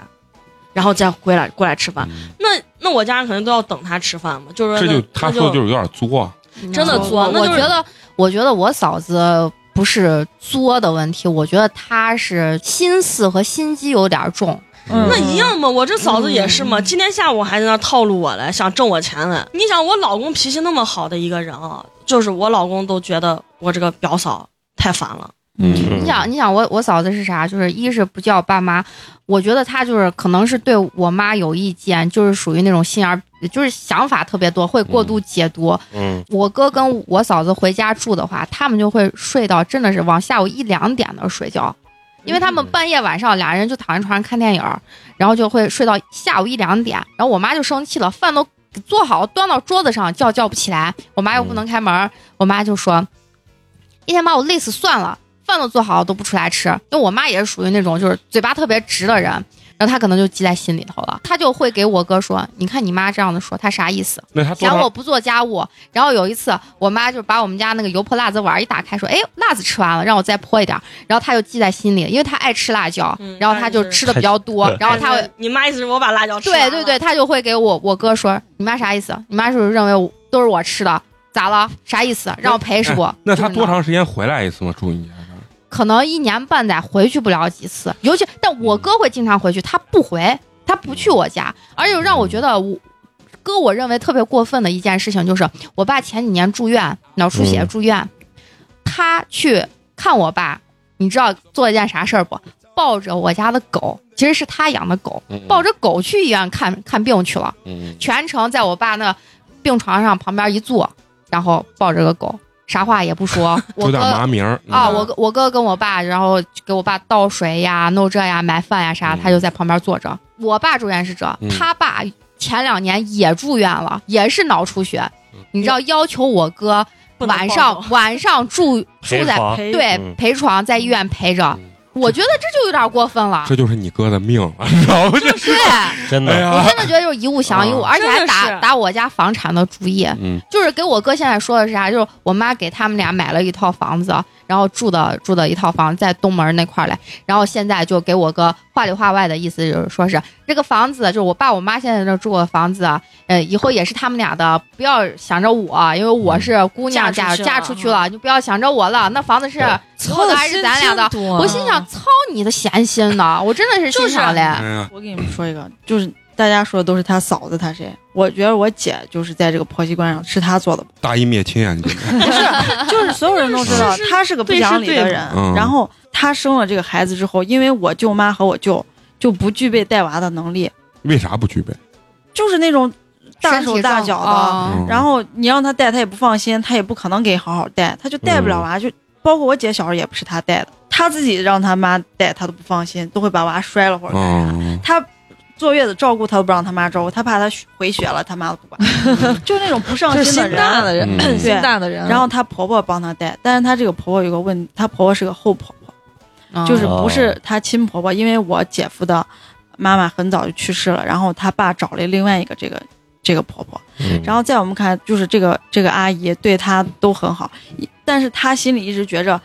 Speaker 1: 然后再回来过来吃饭。
Speaker 2: 嗯
Speaker 1: 那那我家人肯定都要等他吃饭嘛，就
Speaker 2: 这
Speaker 1: 是那
Speaker 2: 就他说的就是有点作，
Speaker 3: 真的
Speaker 1: 嗯
Speaker 3: 作。
Speaker 1: 那
Speaker 3: 我
Speaker 1: 就是
Speaker 3: 觉得，我觉得我嫂子不是作的问题，我觉得她是心思和心机有点重。
Speaker 4: 嗯
Speaker 1: 那一样嘛，我这嫂子也是嘛。今天下午还在那套路我来，想挣我钱来。你想，我老公脾气那么好的一个人啊，就是我老公都觉得我这个表嫂太烦了。
Speaker 2: 嗯
Speaker 3: 你想，你想我我嫂子是啥？就是一是不叫爸妈，我觉得她就是可能是对我妈有意见，就是属于那种心眼儿，就是想法特别多，会过度解读。
Speaker 5: 嗯，
Speaker 3: 我哥跟我嫂子回家住的话，他们就会睡到真的是往下午一两点的睡觉，因为他们半夜晚上俩人就躺在床上看电影儿，然后就会睡到下午一两点，然后我妈就生气了，饭都做好端到桌子上，叫叫不起来，我妈又不能开门儿，我妈就说，一天把我累死算了，饭都做好都不出来吃，因为我妈也是属于那种就是嘴巴特别直的人。然后她可能就记在心里头了，她就会给我哥说：“你看你妈这样子说，她啥意思？
Speaker 2: 那他多
Speaker 3: 嫌
Speaker 2: 大
Speaker 3: 我不做家务，然后有一次我妈就把我们家那个油泼辣子碗一打开，说：“哎，辣子吃完了，让我再泼一点儿。”然后她就记在心里，因为她爱吃辣椒，
Speaker 1: 嗯
Speaker 3: 然后她就吃的比较多，然后她会，
Speaker 1: 你妈意思是我把辣椒吃完
Speaker 3: 对
Speaker 1: 了
Speaker 3: 对对，，她就会给我我哥说：“你妈啥意思？你妈是不是认为我都是我吃的？咋了？啥意思？让我赔是不？”
Speaker 2: 那他
Speaker 3: 就是
Speaker 2: 多
Speaker 3: 呢
Speaker 2: 长时间回来一次吗？住你家
Speaker 3: 可能一年半载回去不了几次，尤其但我哥会经常回去，他不回，他不去我家，而且让我觉得我哥我认为特别过分的一件事情就是，我爸前几年住院，脑出血
Speaker 5: 嗯
Speaker 3: 住院，他去看我爸，你知道做一件啥事儿不？抱着我家的狗，其实是他养的狗，
Speaker 2: 嗯
Speaker 3: 抱着狗去医院看看病去了，
Speaker 2: 嗯
Speaker 3: 全程在我爸那病床上旁边一坐，然后抱着个狗，啥话也不说，我
Speaker 2: 有点
Speaker 3: 哥
Speaker 2: 麻名儿
Speaker 3: 啊，
Speaker 2: 嗯
Speaker 3: 我哥我哥跟我爸，然后给我爸倒水呀、弄这呀、买饭呀啥，
Speaker 2: 嗯
Speaker 3: 他就在旁边坐着。我爸住院是这
Speaker 2: 嗯，
Speaker 3: 他爸前两年也住院了，也是脑出血。
Speaker 2: 嗯
Speaker 3: 你知道要求我哥
Speaker 1: 不能
Speaker 3: 晚
Speaker 1: 抱
Speaker 3: 上
Speaker 1: 着
Speaker 3: 晚上住住
Speaker 5: 陪
Speaker 3: 在
Speaker 5: 床
Speaker 1: 陪
Speaker 3: 对
Speaker 5: 嗯
Speaker 3: 陪床在医院陪着
Speaker 2: 嗯，
Speaker 3: 我觉得这就有点过分了。
Speaker 2: 这就是你哥的命， [laughs] 知道吗？
Speaker 3: 对，
Speaker 5: 真
Speaker 2: 哎
Speaker 5: 的，
Speaker 3: 我
Speaker 2: 呀，
Speaker 3: 真的觉得就是一物降一物，
Speaker 2: 啊
Speaker 3: 而且还
Speaker 1: 真的是
Speaker 3: 打打我家房产的主意。
Speaker 2: 嗯，
Speaker 3: 就是给我哥现在说的是啥？就是我妈给他们俩买了一套房子，然后住的住的一套房在东门那块儿嘞。然后现在就给我哥话里话外的意思就是说是这个房子，就是我爸我妈现在这住的房子，呃，以后也是他们俩的，不要想着我，因为我是姑娘
Speaker 1: 嫁
Speaker 3: 嫁嫁
Speaker 6: 啊
Speaker 1: 出去了
Speaker 3: 出去了，你不要想着我了。那房子是以后的还是咱俩的？
Speaker 4: 多啊
Speaker 3: 我心想，操你的闲心呢！我真的是心想嘞，
Speaker 2: 哎呀，
Speaker 6: 我给你们说一个，就是大家说的都是他嫂子，他谁？我觉得我姐就是在这个婆媳关系上是她做的，
Speaker 2: 大义灭亲啊！你这个，
Speaker 6: [laughs] 不是，就是所有人都知道
Speaker 1: 是是
Speaker 6: 她是个不讲理
Speaker 1: 对是
Speaker 6: 的
Speaker 1: 对
Speaker 6: 人
Speaker 2: 嗯。
Speaker 6: 然后她生了这个孩子之后，因为我舅妈和我舅就不具备带娃的能力，
Speaker 2: 为啥不具备？
Speaker 6: 就是那种大手大脚的。
Speaker 1: 哦
Speaker 3: 啊，
Speaker 2: 嗯
Speaker 6: 然后你让她带，她也不放心，她也不可能给好好带，她就带不了娃。就包括我姐小时候也不是她带的，她自己让她妈带，她都不放心，都会把娃摔了或者干啥。
Speaker 2: 嗯，
Speaker 6: 他坐月子照顾他都不让他妈照顾，他怕他学回血了，他妈都不管，就那种不上
Speaker 4: 就是
Speaker 6: 心
Speaker 4: 心
Speaker 6: 的人。
Speaker 4: 啊大的人，
Speaker 2: 嗯
Speaker 4: 心大的人。
Speaker 6: 然后她婆婆帮她带，但是她这个婆婆有个问，她婆婆是个后婆婆，
Speaker 3: 哦
Speaker 6: 就是不是她亲婆婆，因为我姐夫的妈妈很早就去世了，然后她爸找了另外一个这个这个婆婆，
Speaker 5: 嗯
Speaker 6: 然后在我们看来就是这个这个阿姨对她都很好，但是她心里一直觉着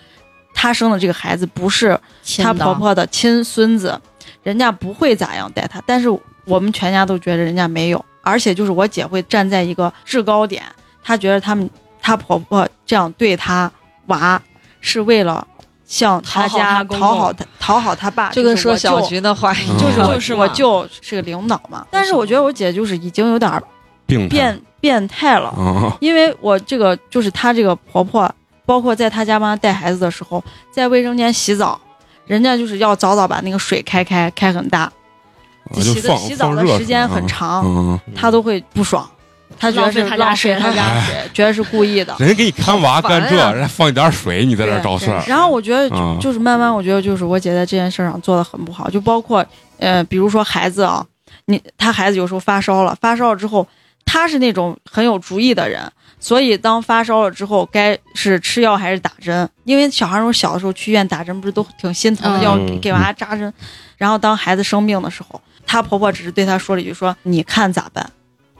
Speaker 6: 她生的这个孩子不是
Speaker 3: 亲
Speaker 6: 她
Speaker 3: 的
Speaker 6: 婆婆的亲孙子，人家不会咋样待她，但是我们全家都觉得人家没有，而且就是我姐会站在一个制高点，她觉得他们她婆婆这样对她娃是为了向她
Speaker 1: 讨好
Speaker 6: 家
Speaker 1: 她公公
Speaker 6: 讨好她讨好她爸，
Speaker 4: 就
Speaker 6: 就
Speaker 4: 跟
Speaker 6: 是
Speaker 4: 说
Speaker 6: 我
Speaker 4: 小
Speaker 6: 舅
Speaker 4: 菊的话
Speaker 2: 嗯
Speaker 4: 一样，
Speaker 6: 就是我
Speaker 1: 就是嘛
Speaker 6: 我舅是个领导嘛，但是我觉得我姐就是已经有点儿
Speaker 2: 病态
Speaker 6: 变变态了，
Speaker 2: 啊，
Speaker 6: 因为我这个就是她这个婆婆，包括在她家帮她带孩子的时候，在卫生间洗澡，人家就是要早早把那个水开开，开很大，
Speaker 2: 啊嗯就
Speaker 6: 洗的
Speaker 2: 放
Speaker 6: 洗澡
Speaker 2: 放
Speaker 6: 的
Speaker 2: 热
Speaker 6: 时间很
Speaker 2: 水
Speaker 6: 长，
Speaker 2: 嗯，
Speaker 6: 她都会不爽，她觉得是
Speaker 1: 浪费她家
Speaker 6: 浪费
Speaker 1: 水
Speaker 6: 她家水，觉得是故意的。
Speaker 2: 人家给你看娃干这
Speaker 4: 好烦，
Speaker 3: 啊
Speaker 4: 呀
Speaker 2: 人家放一点水，你在这儿找事儿，
Speaker 6: 然后我觉得就
Speaker 2: 嗯
Speaker 6: 就是慢慢，我觉得就是我姐在这件事上做的很不好，就包括呃，比如说孩子啊，你她孩子有时候发烧了，发烧了之后，她是那种很有主意的人，所以当发烧了之后，该是吃药还是打针，因为小孩儿我小的时候去医院打针不是都挺心疼
Speaker 3: 嗯
Speaker 6: 的，要给给娃扎针，然后当孩子生病的时候，她婆婆只是对她说了一句说你看咋办，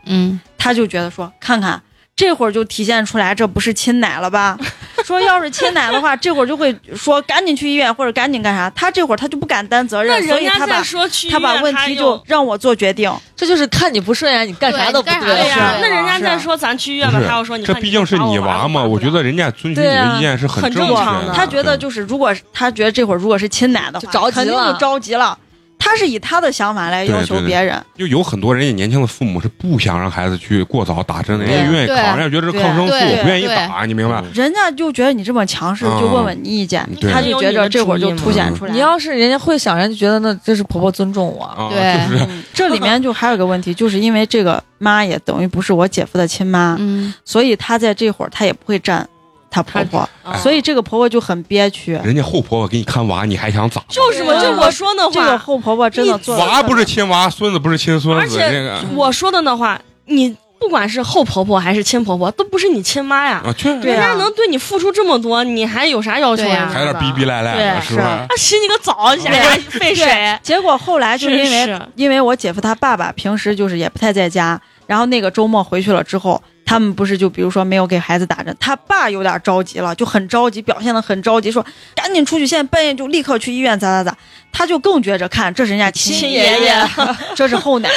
Speaker 3: 嗯，
Speaker 6: 她就觉得说看看。这会儿就体现出来，这不是亲奶了
Speaker 1: [laughs]
Speaker 6: 吧？说要是亲奶的话，这会儿就会说赶紧去医院或者赶紧干啥。她这会儿她就不敢担责
Speaker 1: 那
Speaker 6: 任，所
Speaker 1: 人
Speaker 6: 以
Speaker 1: 家
Speaker 6: 她
Speaker 1: 在
Speaker 6: 把
Speaker 1: 说去医
Speaker 6: 她把
Speaker 1: 院
Speaker 6: 问
Speaker 1: 她
Speaker 6: 题
Speaker 1: 又
Speaker 6: 就让我做决定。
Speaker 4: 这就是看你不顺眼，你干啥都不
Speaker 3: 对你
Speaker 1: 对
Speaker 3: 干啥
Speaker 1: 哎呀
Speaker 4: 啊
Speaker 3: 都，
Speaker 1: 那人家
Speaker 6: 是
Speaker 1: 在说咱去医院吧
Speaker 2: 不，是
Speaker 1: 他要说你
Speaker 2: 这
Speaker 1: 看
Speaker 2: 毕竟是
Speaker 1: 打
Speaker 2: 你
Speaker 1: 娃
Speaker 2: 娃嘛，我觉得人家遵循你
Speaker 4: 对啊
Speaker 2: 的意见是
Speaker 1: 很
Speaker 2: 正
Speaker 1: 正
Speaker 2: 确
Speaker 1: 常的
Speaker 2: 的。
Speaker 6: 她觉得就是，如果她觉得这会儿如果是亲奶的
Speaker 4: 就
Speaker 6: 话，
Speaker 4: 着急
Speaker 6: 肯定
Speaker 4: 了
Speaker 6: 就着急了。她是以她的想法来要
Speaker 2: 对
Speaker 6: 求
Speaker 2: 对对
Speaker 6: 别人，
Speaker 2: 就有很多人家年轻的父母是不想让孩子去过早打针的，人
Speaker 3: 对
Speaker 2: 家愿意
Speaker 3: 对
Speaker 2: 扛，人家觉得这抗生素
Speaker 3: 对
Speaker 2: 不愿意
Speaker 3: 对
Speaker 2: 打，你明白？
Speaker 6: 人家就觉得你这么强势，
Speaker 2: 嗯
Speaker 6: 就问问你意见，
Speaker 2: 对
Speaker 6: 她就觉着这会儿就凸显出来。
Speaker 4: 你要是人家会想，人家觉得那这是婆婆尊重我，
Speaker 2: 啊，
Speaker 3: 对
Speaker 2: 就是
Speaker 6: 嗯这里面就还有一个问题，就是因为这个妈也等于不是我姐夫的亲妈，
Speaker 3: 嗯，
Speaker 6: 所以她在这会儿她也不会站她婆婆，
Speaker 1: 啊
Speaker 6: 所以这个婆婆就很憋屈。
Speaker 2: 哎人家后婆婆给你看娃，你还想咋？
Speaker 1: 就是嘛，
Speaker 4: 对
Speaker 1: 就我说那
Speaker 6: 这个
Speaker 1: 话，
Speaker 6: 后婆婆真的做得
Speaker 2: 娃
Speaker 6: 特别
Speaker 2: 不是亲娃，孙子不是亲孙子，
Speaker 1: 而且
Speaker 2: 这个
Speaker 1: 我说的那话，你不管是后婆婆还是亲婆婆，都不是你亲妈呀。
Speaker 2: 啊，确实
Speaker 6: 对
Speaker 1: 嗯人
Speaker 6: 啊
Speaker 1: 家能对你付出这么多，你还有啥要求
Speaker 3: 对
Speaker 1: 呀
Speaker 3: 啊？
Speaker 2: 还有点逼逼赖赖的，
Speaker 6: 对
Speaker 2: 是吧？
Speaker 1: 啊，洗你个澡，你还费水。
Speaker 6: 结果后来就是因
Speaker 1: 真是
Speaker 6: 为因为我姐夫他爸爸平时就是也不太在家，然后那个周末回去了之后，他们不是就比如说没有给孩子打针，他爸有点着急了，就很着急，表现的很着急，说赶紧出去，现在半夜就立刻去医院咋咋咋，他就更觉着看这是人家亲
Speaker 1: 亲爷爷，
Speaker 6: [laughs] 这是后奶，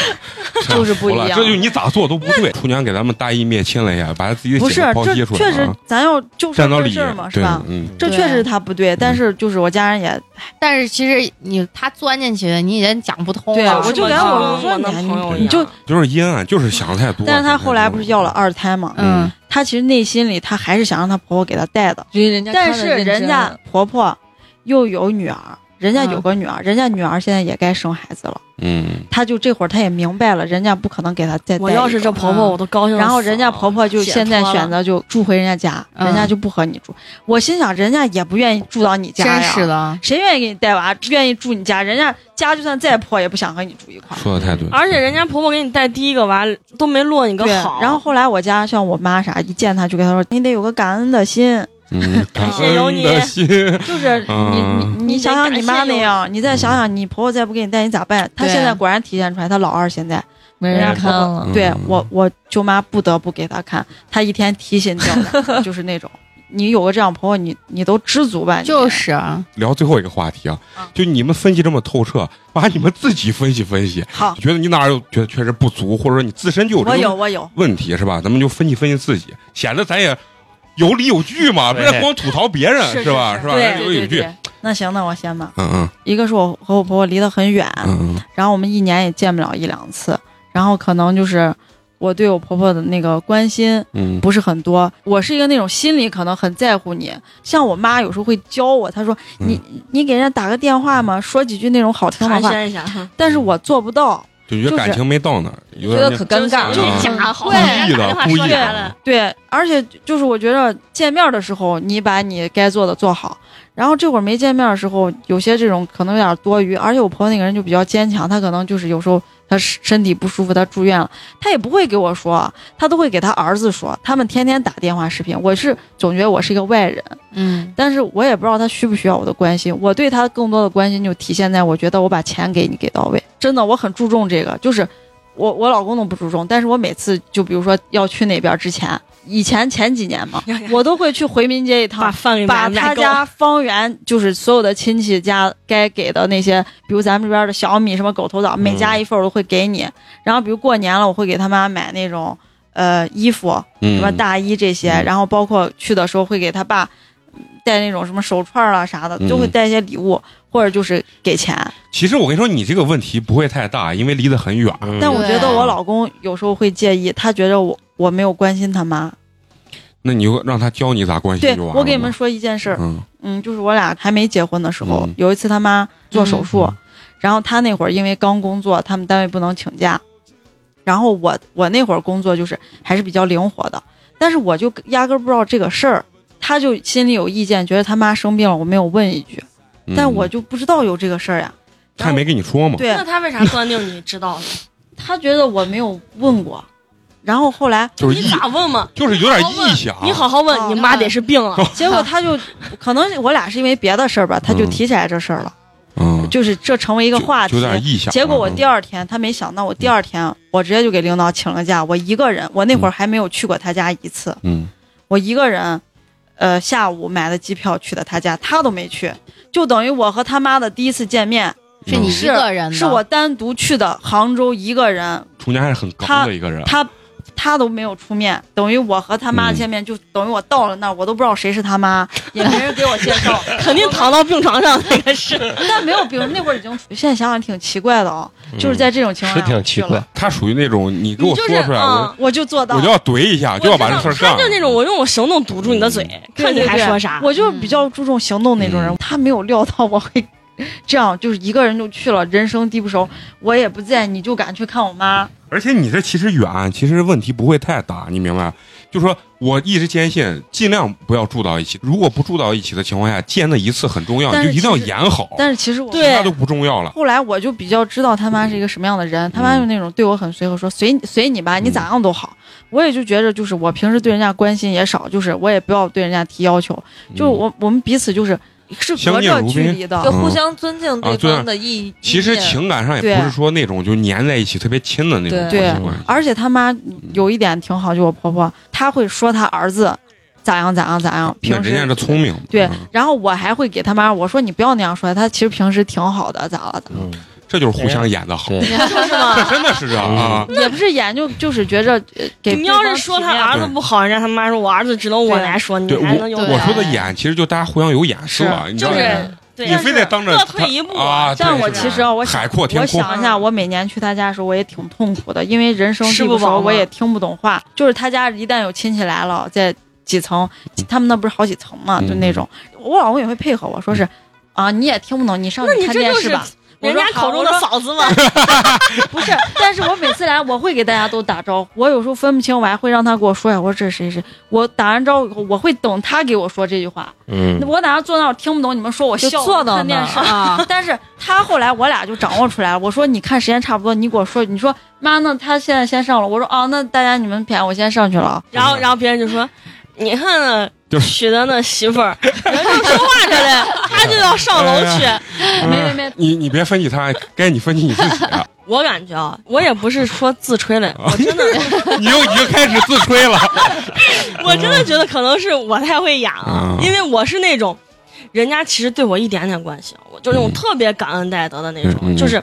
Speaker 6: 就是不一样
Speaker 2: 这就你咋做都不对。厨娘给咱们大义灭亲了一下，把自己的
Speaker 6: 不是
Speaker 2: 姐夫
Speaker 6: 这
Speaker 2: 剖析出来
Speaker 6: 确实
Speaker 2: 了
Speaker 6: 咱要就
Speaker 2: 啊，站到
Speaker 6: 说这
Speaker 2: 理
Speaker 6: 事儿嘛，是
Speaker 2: 对
Speaker 6: 吧？
Speaker 2: 嗯，
Speaker 6: 这确实是他不对，但是就是我家人也
Speaker 3: 但是其实你他钻进去，你也讲不通啊
Speaker 6: 对
Speaker 3: 了。
Speaker 6: 我就
Speaker 1: 跟
Speaker 6: 感觉我
Speaker 1: 我
Speaker 6: 说
Speaker 1: 那
Speaker 6: 你
Speaker 1: 朋友
Speaker 2: 你
Speaker 1: 一样
Speaker 6: 就
Speaker 2: 就是阴暗，就是想太多。
Speaker 6: 但是她后来不是要了
Speaker 2: 二，
Speaker 6: 二胎嘛？
Speaker 3: 嗯，
Speaker 6: 她其实内心里她还是想让她婆婆给她带的，
Speaker 4: 因为人家看
Speaker 6: 但
Speaker 4: 得
Speaker 6: 是
Speaker 4: 认真
Speaker 6: 人家婆婆又有女儿，人家有个女儿，人家女儿现在也该生孩子了，
Speaker 2: 嗯，
Speaker 6: 她就这会儿她也明白了，人家不可能给她再带一个。嗯
Speaker 1: 我要是这婆婆，我都高兴死了。
Speaker 6: 然后人家婆婆就
Speaker 1: 解
Speaker 6: 现在
Speaker 1: 脱了
Speaker 6: 选择就住回人家家，
Speaker 3: 嗯
Speaker 6: 人家就不和你住。我心想，人家也不愿意住到你家
Speaker 3: 真
Speaker 6: 呀，
Speaker 3: 是的，
Speaker 6: 谁愿意给你带娃？愿意住你家，人家家就算再破也不想和你住一块儿。
Speaker 2: 说的太对。
Speaker 1: 而且人家婆婆给你带第一个娃都没落你个
Speaker 6: 对
Speaker 1: 好，， [laughs]
Speaker 6: 然后后来我家像我妈啥，一见她就跟她说，你得有个感恩的心， [laughs]
Speaker 2: 嗯，感
Speaker 1: 谢有
Speaker 2: 恩
Speaker 1: 你
Speaker 2: 的心，
Speaker 6: 就是你
Speaker 2: 嗯
Speaker 6: 你你想想你妈那样，你再想想你婆婆再不给你带你咋办？她
Speaker 4: 对
Speaker 6: 现在果然体现出来，她老二现在
Speaker 4: 没人看了。
Speaker 2: 嗯
Speaker 6: 对我我舅妈不得不给她看，她一天提心吊胆，就是那种你有个这样婆婆，你你都知足吧？你
Speaker 3: 就是啊
Speaker 2: 聊最后一个话题啊，就你们分析这么透彻，把你们自己分析分析，
Speaker 6: 好，
Speaker 2: 觉得你哪儿有觉得确实不足，或者说你自身就有
Speaker 6: 我
Speaker 2: 这
Speaker 6: 有
Speaker 2: 种
Speaker 6: 我有，
Speaker 2: 问题是吧？咱们就分析分析自己，显得咱也有理有据嘛，不
Speaker 5: 对
Speaker 2: 是光吐槽别人
Speaker 1: 是
Speaker 2: 吧？
Speaker 1: 是
Speaker 2: 是吧？
Speaker 6: 对
Speaker 2: 咱有理有
Speaker 6: 对
Speaker 2: 据，
Speaker 6: 对。那行，那我先吧。
Speaker 2: 嗯嗯
Speaker 6: 一个是我和我婆婆离得很远，
Speaker 2: 嗯
Speaker 6: 然后我们一年也见不了一两次，然后可能就是我对我婆婆的那个关心
Speaker 2: 嗯，
Speaker 6: 不是很多。我是一个那种心里可能很在乎你，像我妈有时候会教我，她说
Speaker 2: 嗯
Speaker 6: 你你给人家打个电话嘛，说几句那种好听的
Speaker 1: 寒
Speaker 6: 话，
Speaker 1: 暄一下，哼
Speaker 6: 但是我做不到。
Speaker 2: 就觉得感情没到那儿，有
Speaker 4: 觉
Speaker 2: 点
Speaker 4: 得
Speaker 2: 那
Speaker 4: 可尴尬
Speaker 1: 就是
Speaker 2: 啊
Speaker 1: 假好，
Speaker 2: 故意的
Speaker 1: 人家打电话
Speaker 2: 故意
Speaker 1: 说
Speaker 2: 的
Speaker 1: 啥了？
Speaker 6: 对，而且就是我觉得见面的时候，你把你该做的做好。然后这会儿没见面的时候，有些这种可能有点多余。而且我婆婆那个人就比较坚强，她可能就是有时候她身身体不舒服，她住院了，她也不会给我说，她都会给她儿子说。他们天天打电话视频，我是总觉得我是一个外人，
Speaker 3: 嗯
Speaker 6: 但是我也不知道她需不需要我的关心。我对她更多的关心就体现在我觉得我把钱给你给到位，真的我很注重这个，就是我我老公都不注重，但是我每次就比如说要去哪边之前，以前前几 [laughs] 年嘛，我都会去回民街一
Speaker 1: 啊把
Speaker 6: 趟。
Speaker 1: 饭给
Speaker 6: 把
Speaker 1: 买
Speaker 6: 他
Speaker 1: 买够
Speaker 6: 家方圆就是所有的亲戚家该给的那些，比如咱们这边的小米、什么狗头枣，每家一份儿我都会给你。然后比如过年了，我会给他妈买那种呃衣服，
Speaker 2: 嗯
Speaker 6: 什么大衣这些，
Speaker 2: 嗯
Speaker 6: 然后包括去的时候会给他爸嗯带那种什么手串啦啥的，
Speaker 2: 嗯
Speaker 6: 就会带一些礼物，或者就是给钱。
Speaker 2: 其实我跟你说，你这个问题不会太大，因为离得很远。
Speaker 5: 嗯
Speaker 6: 但我
Speaker 3: 对
Speaker 6: 觉得我老公有时候会介意，他觉得我我没有关心他妈。
Speaker 2: 那你就让他教你咋关
Speaker 6: 对
Speaker 2: 心就完了。
Speaker 6: 我给你们，说一件事儿，
Speaker 2: 嗯
Speaker 6: 嗯，就是我俩还没结婚的时候
Speaker 2: 嗯，
Speaker 6: 有一次他妈做手术
Speaker 2: 嗯，
Speaker 6: 然后他那会儿因为刚工作，他们单位不能请假，然后我我那会儿工作就是还是比较灵活的，但是我就压根儿不知道这个事儿，他就心里有意见，觉得他妈生病了，我没有问一句，
Speaker 2: 嗯，
Speaker 6: 但我就不知道有这个事儿呀。
Speaker 2: 他也没跟你说嘛，
Speaker 6: 对
Speaker 1: 那他为啥断定你知道呢？
Speaker 6: 他觉得我没有问过，然后后来
Speaker 2: 就是
Speaker 1: 你
Speaker 2: 意，
Speaker 1: 咋问嘛？
Speaker 2: 就是有点臆想。
Speaker 1: 你好好
Speaker 6: 哦
Speaker 1: 问，你妈得是病
Speaker 2: 哦
Speaker 1: 了。
Speaker 6: 结果他就可能我俩是因为别的事儿吧，他就
Speaker 2: 嗯
Speaker 6: 提起来这事儿了，
Speaker 2: 嗯，
Speaker 6: 就是这成为一
Speaker 2: 一
Speaker 6: 个话题
Speaker 2: 有。点啊臆想。
Speaker 6: 结果我第
Speaker 2: 二，
Speaker 6: 二天，他没想到我第二天，我直接就给领导请了假，我一个人，我那
Speaker 5: 嗯
Speaker 6: 会儿还没有去过他家一次，
Speaker 2: 嗯
Speaker 6: 我一个人，呃，下午买的机票去的他家，他都没去，就等于我和他妈的第一次见面，
Speaker 3: 是你
Speaker 2: 嗯
Speaker 3: 一个人的，
Speaker 6: 是我单独去的杭州，一个人，
Speaker 5: 嗯
Speaker 2: 中间还是很刚的一个人。
Speaker 6: 他他都没有出面，等于我和他妈
Speaker 2: 嗯
Speaker 6: 见面，就等于我到了那儿，我都不知道谁是
Speaker 5: [laughs]
Speaker 6: 他妈，也没人给我介绍，
Speaker 1: 肯定躺到病床上那个是，
Speaker 6: 但没有病人，那会儿已经，现在想想挺奇怪的啊、就是在这种
Speaker 5: 嗯
Speaker 6: 情
Speaker 5: 是
Speaker 6: 况下，
Speaker 5: 挺奇怪，，
Speaker 2: 他属于那种你给我
Speaker 1: 你就
Speaker 2: 说
Speaker 1: 是
Speaker 2: 出来，
Speaker 1: 嗯
Speaker 2: 我
Speaker 6: 我就做到
Speaker 2: 我就
Speaker 6: 了。
Speaker 2: 要怼一下，啊就要把这事儿干了。
Speaker 1: 他
Speaker 2: 嗯
Speaker 1: 就那种，我用我行动堵住你的嘴，
Speaker 6: 对
Speaker 1: 嗯看你
Speaker 6: 对
Speaker 1: 还
Speaker 6: 对
Speaker 1: 说啥。
Speaker 6: 我就比较注重行动那种人，
Speaker 2: 啊嗯
Speaker 6: 他没有料到我会 [laughs] 这样，就是一个人就去了，人生地不熟，我也不在，你就敢去看我妈，
Speaker 2: 而且你这其实远，其实问题不会太大，你明白？就说我一直坚信，尽量不要住到一起。如果不住到一起的情况下，见那一次很重要，
Speaker 6: 但
Speaker 2: 你
Speaker 6: 是
Speaker 2: 就一定要
Speaker 6: 其实
Speaker 2: 演好，
Speaker 6: 但是其实我
Speaker 2: 其他
Speaker 1: 对
Speaker 2: 都不重要了。
Speaker 6: 后来我就比较知道他妈是一个什么样的
Speaker 2: 嗯
Speaker 6: 人，他妈就是那种对我很随和，说随你随你吧，你咋样都好。我也就觉着，就是我平时对人家关心也少，就是我也不要对人家提要求，就是我我们彼此就是是
Speaker 2: 嗯相
Speaker 6: 隔
Speaker 2: 敬
Speaker 6: 着
Speaker 2: 如
Speaker 6: 距
Speaker 2: 宾
Speaker 6: 离的
Speaker 4: 就。互相尊敬对方的意义。
Speaker 2: 嗯啊其实情感上也
Speaker 6: 对
Speaker 2: 不是说那种就粘在一起特别亲的那种
Speaker 4: 对
Speaker 2: 关系关系。
Speaker 6: 而且他妈有一点挺好，就我婆婆，她会说她儿子咋样咋样咋样，
Speaker 2: 那
Speaker 6: 平
Speaker 2: 人家
Speaker 6: 时
Speaker 2: 这聪明，
Speaker 6: 对
Speaker 2: 嗯，
Speaker 6: 然后我还会给他妈我说你不要那样说，她其实平时挺好的，咋了咋了，
Speaker 5: 嗯，
Speaker 2: 这就是互相演的好，
Speaker 1: [laughs]
Speaker 5: 对，
Speaker 6: 就是嘛，
Speaker 2: 这 [laughs] 真的是这样啊。
Speaker 6: 也不是演就就是觉着呃给
Speaker 1: 你
Speaker 6: 对
Speaker 1: 要
Speaker 6: 方
Speaker 1: 是说
Speaker 6: 体
Speaker 1: 他
Speaker 6: 面
Speaker 1: 儿子不好，人家他妈说我儿子只能我来说，你
Speaker 2: 对我
Speaker 1: 还能有
Speaker 3: 对
Speaker 2: 我说的
Speaker 1: 啥
Speaker 2: 演，其实就大家互相有眼色，你知
Speaker 1: 就
Speaker 2: 道吗？
Speaker 1: 是对，
Speaker 2: 你非得当着
Speaker 1: 各退一步
Speaker 2: 他啊！
Speaker 6: 但
Speaker 2: 对
Speaker 6: 我
Speaker 2: 是
Speaker 6: 其
Speaker 2: 吧
Speaker 6: 实啊，我想
Speaker 2: 海阔天
Speaker 6: 我
Speaker 2: 空，
Speaker 6: 想一
Speaker 1: 嗯
Speaker 6: 下，我每年去他家的时候，我也挺痛苦的，因为人生地不
Speaker 1: 吃不饱
Speaker 6: 熟，
Speaker 1: 吗
Speaker 6: 我也听不懂话。
Speaker 1: 嗯
Speaker 6: 就是他家一旦有亲戚来了，在几层，他们那不是好几层嘛，
Speaker 2: 嗯
Speaker 6: 就那种。我老公也会配合我说是，啊，你也听不懂，你上
Speaker 1: 嗯那
Speaker 6: 去
Speaker 1: 你
Speaker 6: 看
Speaker 1: 这
Speaker 6: 电
Speaker 1: 就
Speaker 6: 视
Speaker 1: 是
Speaker 6: 吧。我
Speaker 1: 人
Speaker 6: 说
Speaker 1: 家
Speaker 6: 好
Speaker 1: 口中
Speaker 6: 我
Speaker 1: 的
Speaker 6: 说
Speaker 1: 嫂子嘛，
Speaker 6: [laughs]
Speaker 1: [laughs]
Speaker 6: 不是，但是我每次来，我会给大家都打招呼。我有时候分不清，我还会让他给我说呀，我说这是谁谁。我打完招呼以后，我会等他给我说这句话。
Speaker 5: 嗯，
Speaker 6: 我在那坐那儿听不懂你们说我
Speaker 4: 就
Speaker 6: 笑，
Speaker 4: 坐
Speaker 6: 我
Speaker 4: 到
Speaker 6: 看
Speaker 4: 那
Speaker 6: 电
Speaker 4: 儿
Speaker 6: 视 [laughs] 啊。但是他后来我俩就掌握出来了，我说你看时间差不多，你给我说，你说妈，那他现哦在先上了，我说啊，那大家你们谝，我先上去了啊。
Speaker 1: 然后然后别人就说，你看呢，娶的那媳
Speaker 2: [laughs]
Speaker 1: 妇儿，人正说话着嘞，他就要上楼
Speaker 2: 哎
Speaker 1: 去。嗯
Speaker 2: 没没没， [laughs] 你你别分析他，该你分析你自己了。
Speaker 1: 我感觉啊，我也不是说自
Speaker 2: [laughs]
Speaker 1: 吹嘞， [laughs] 我真的，
Speaker 2: 你又已经开始自吹了。
Speaker 1: [laughs] 我真的觉得可能是我太会演了
Speaker 2: 嗯，
Speaker 1: 因为我是那种，人家其实对我一点点关心，我就那种
Speaker 2: 嗯
Speaker 1: 特别感恩戴德的那
Speaker 2: 嗯嗯
Speaker 1: 种，就是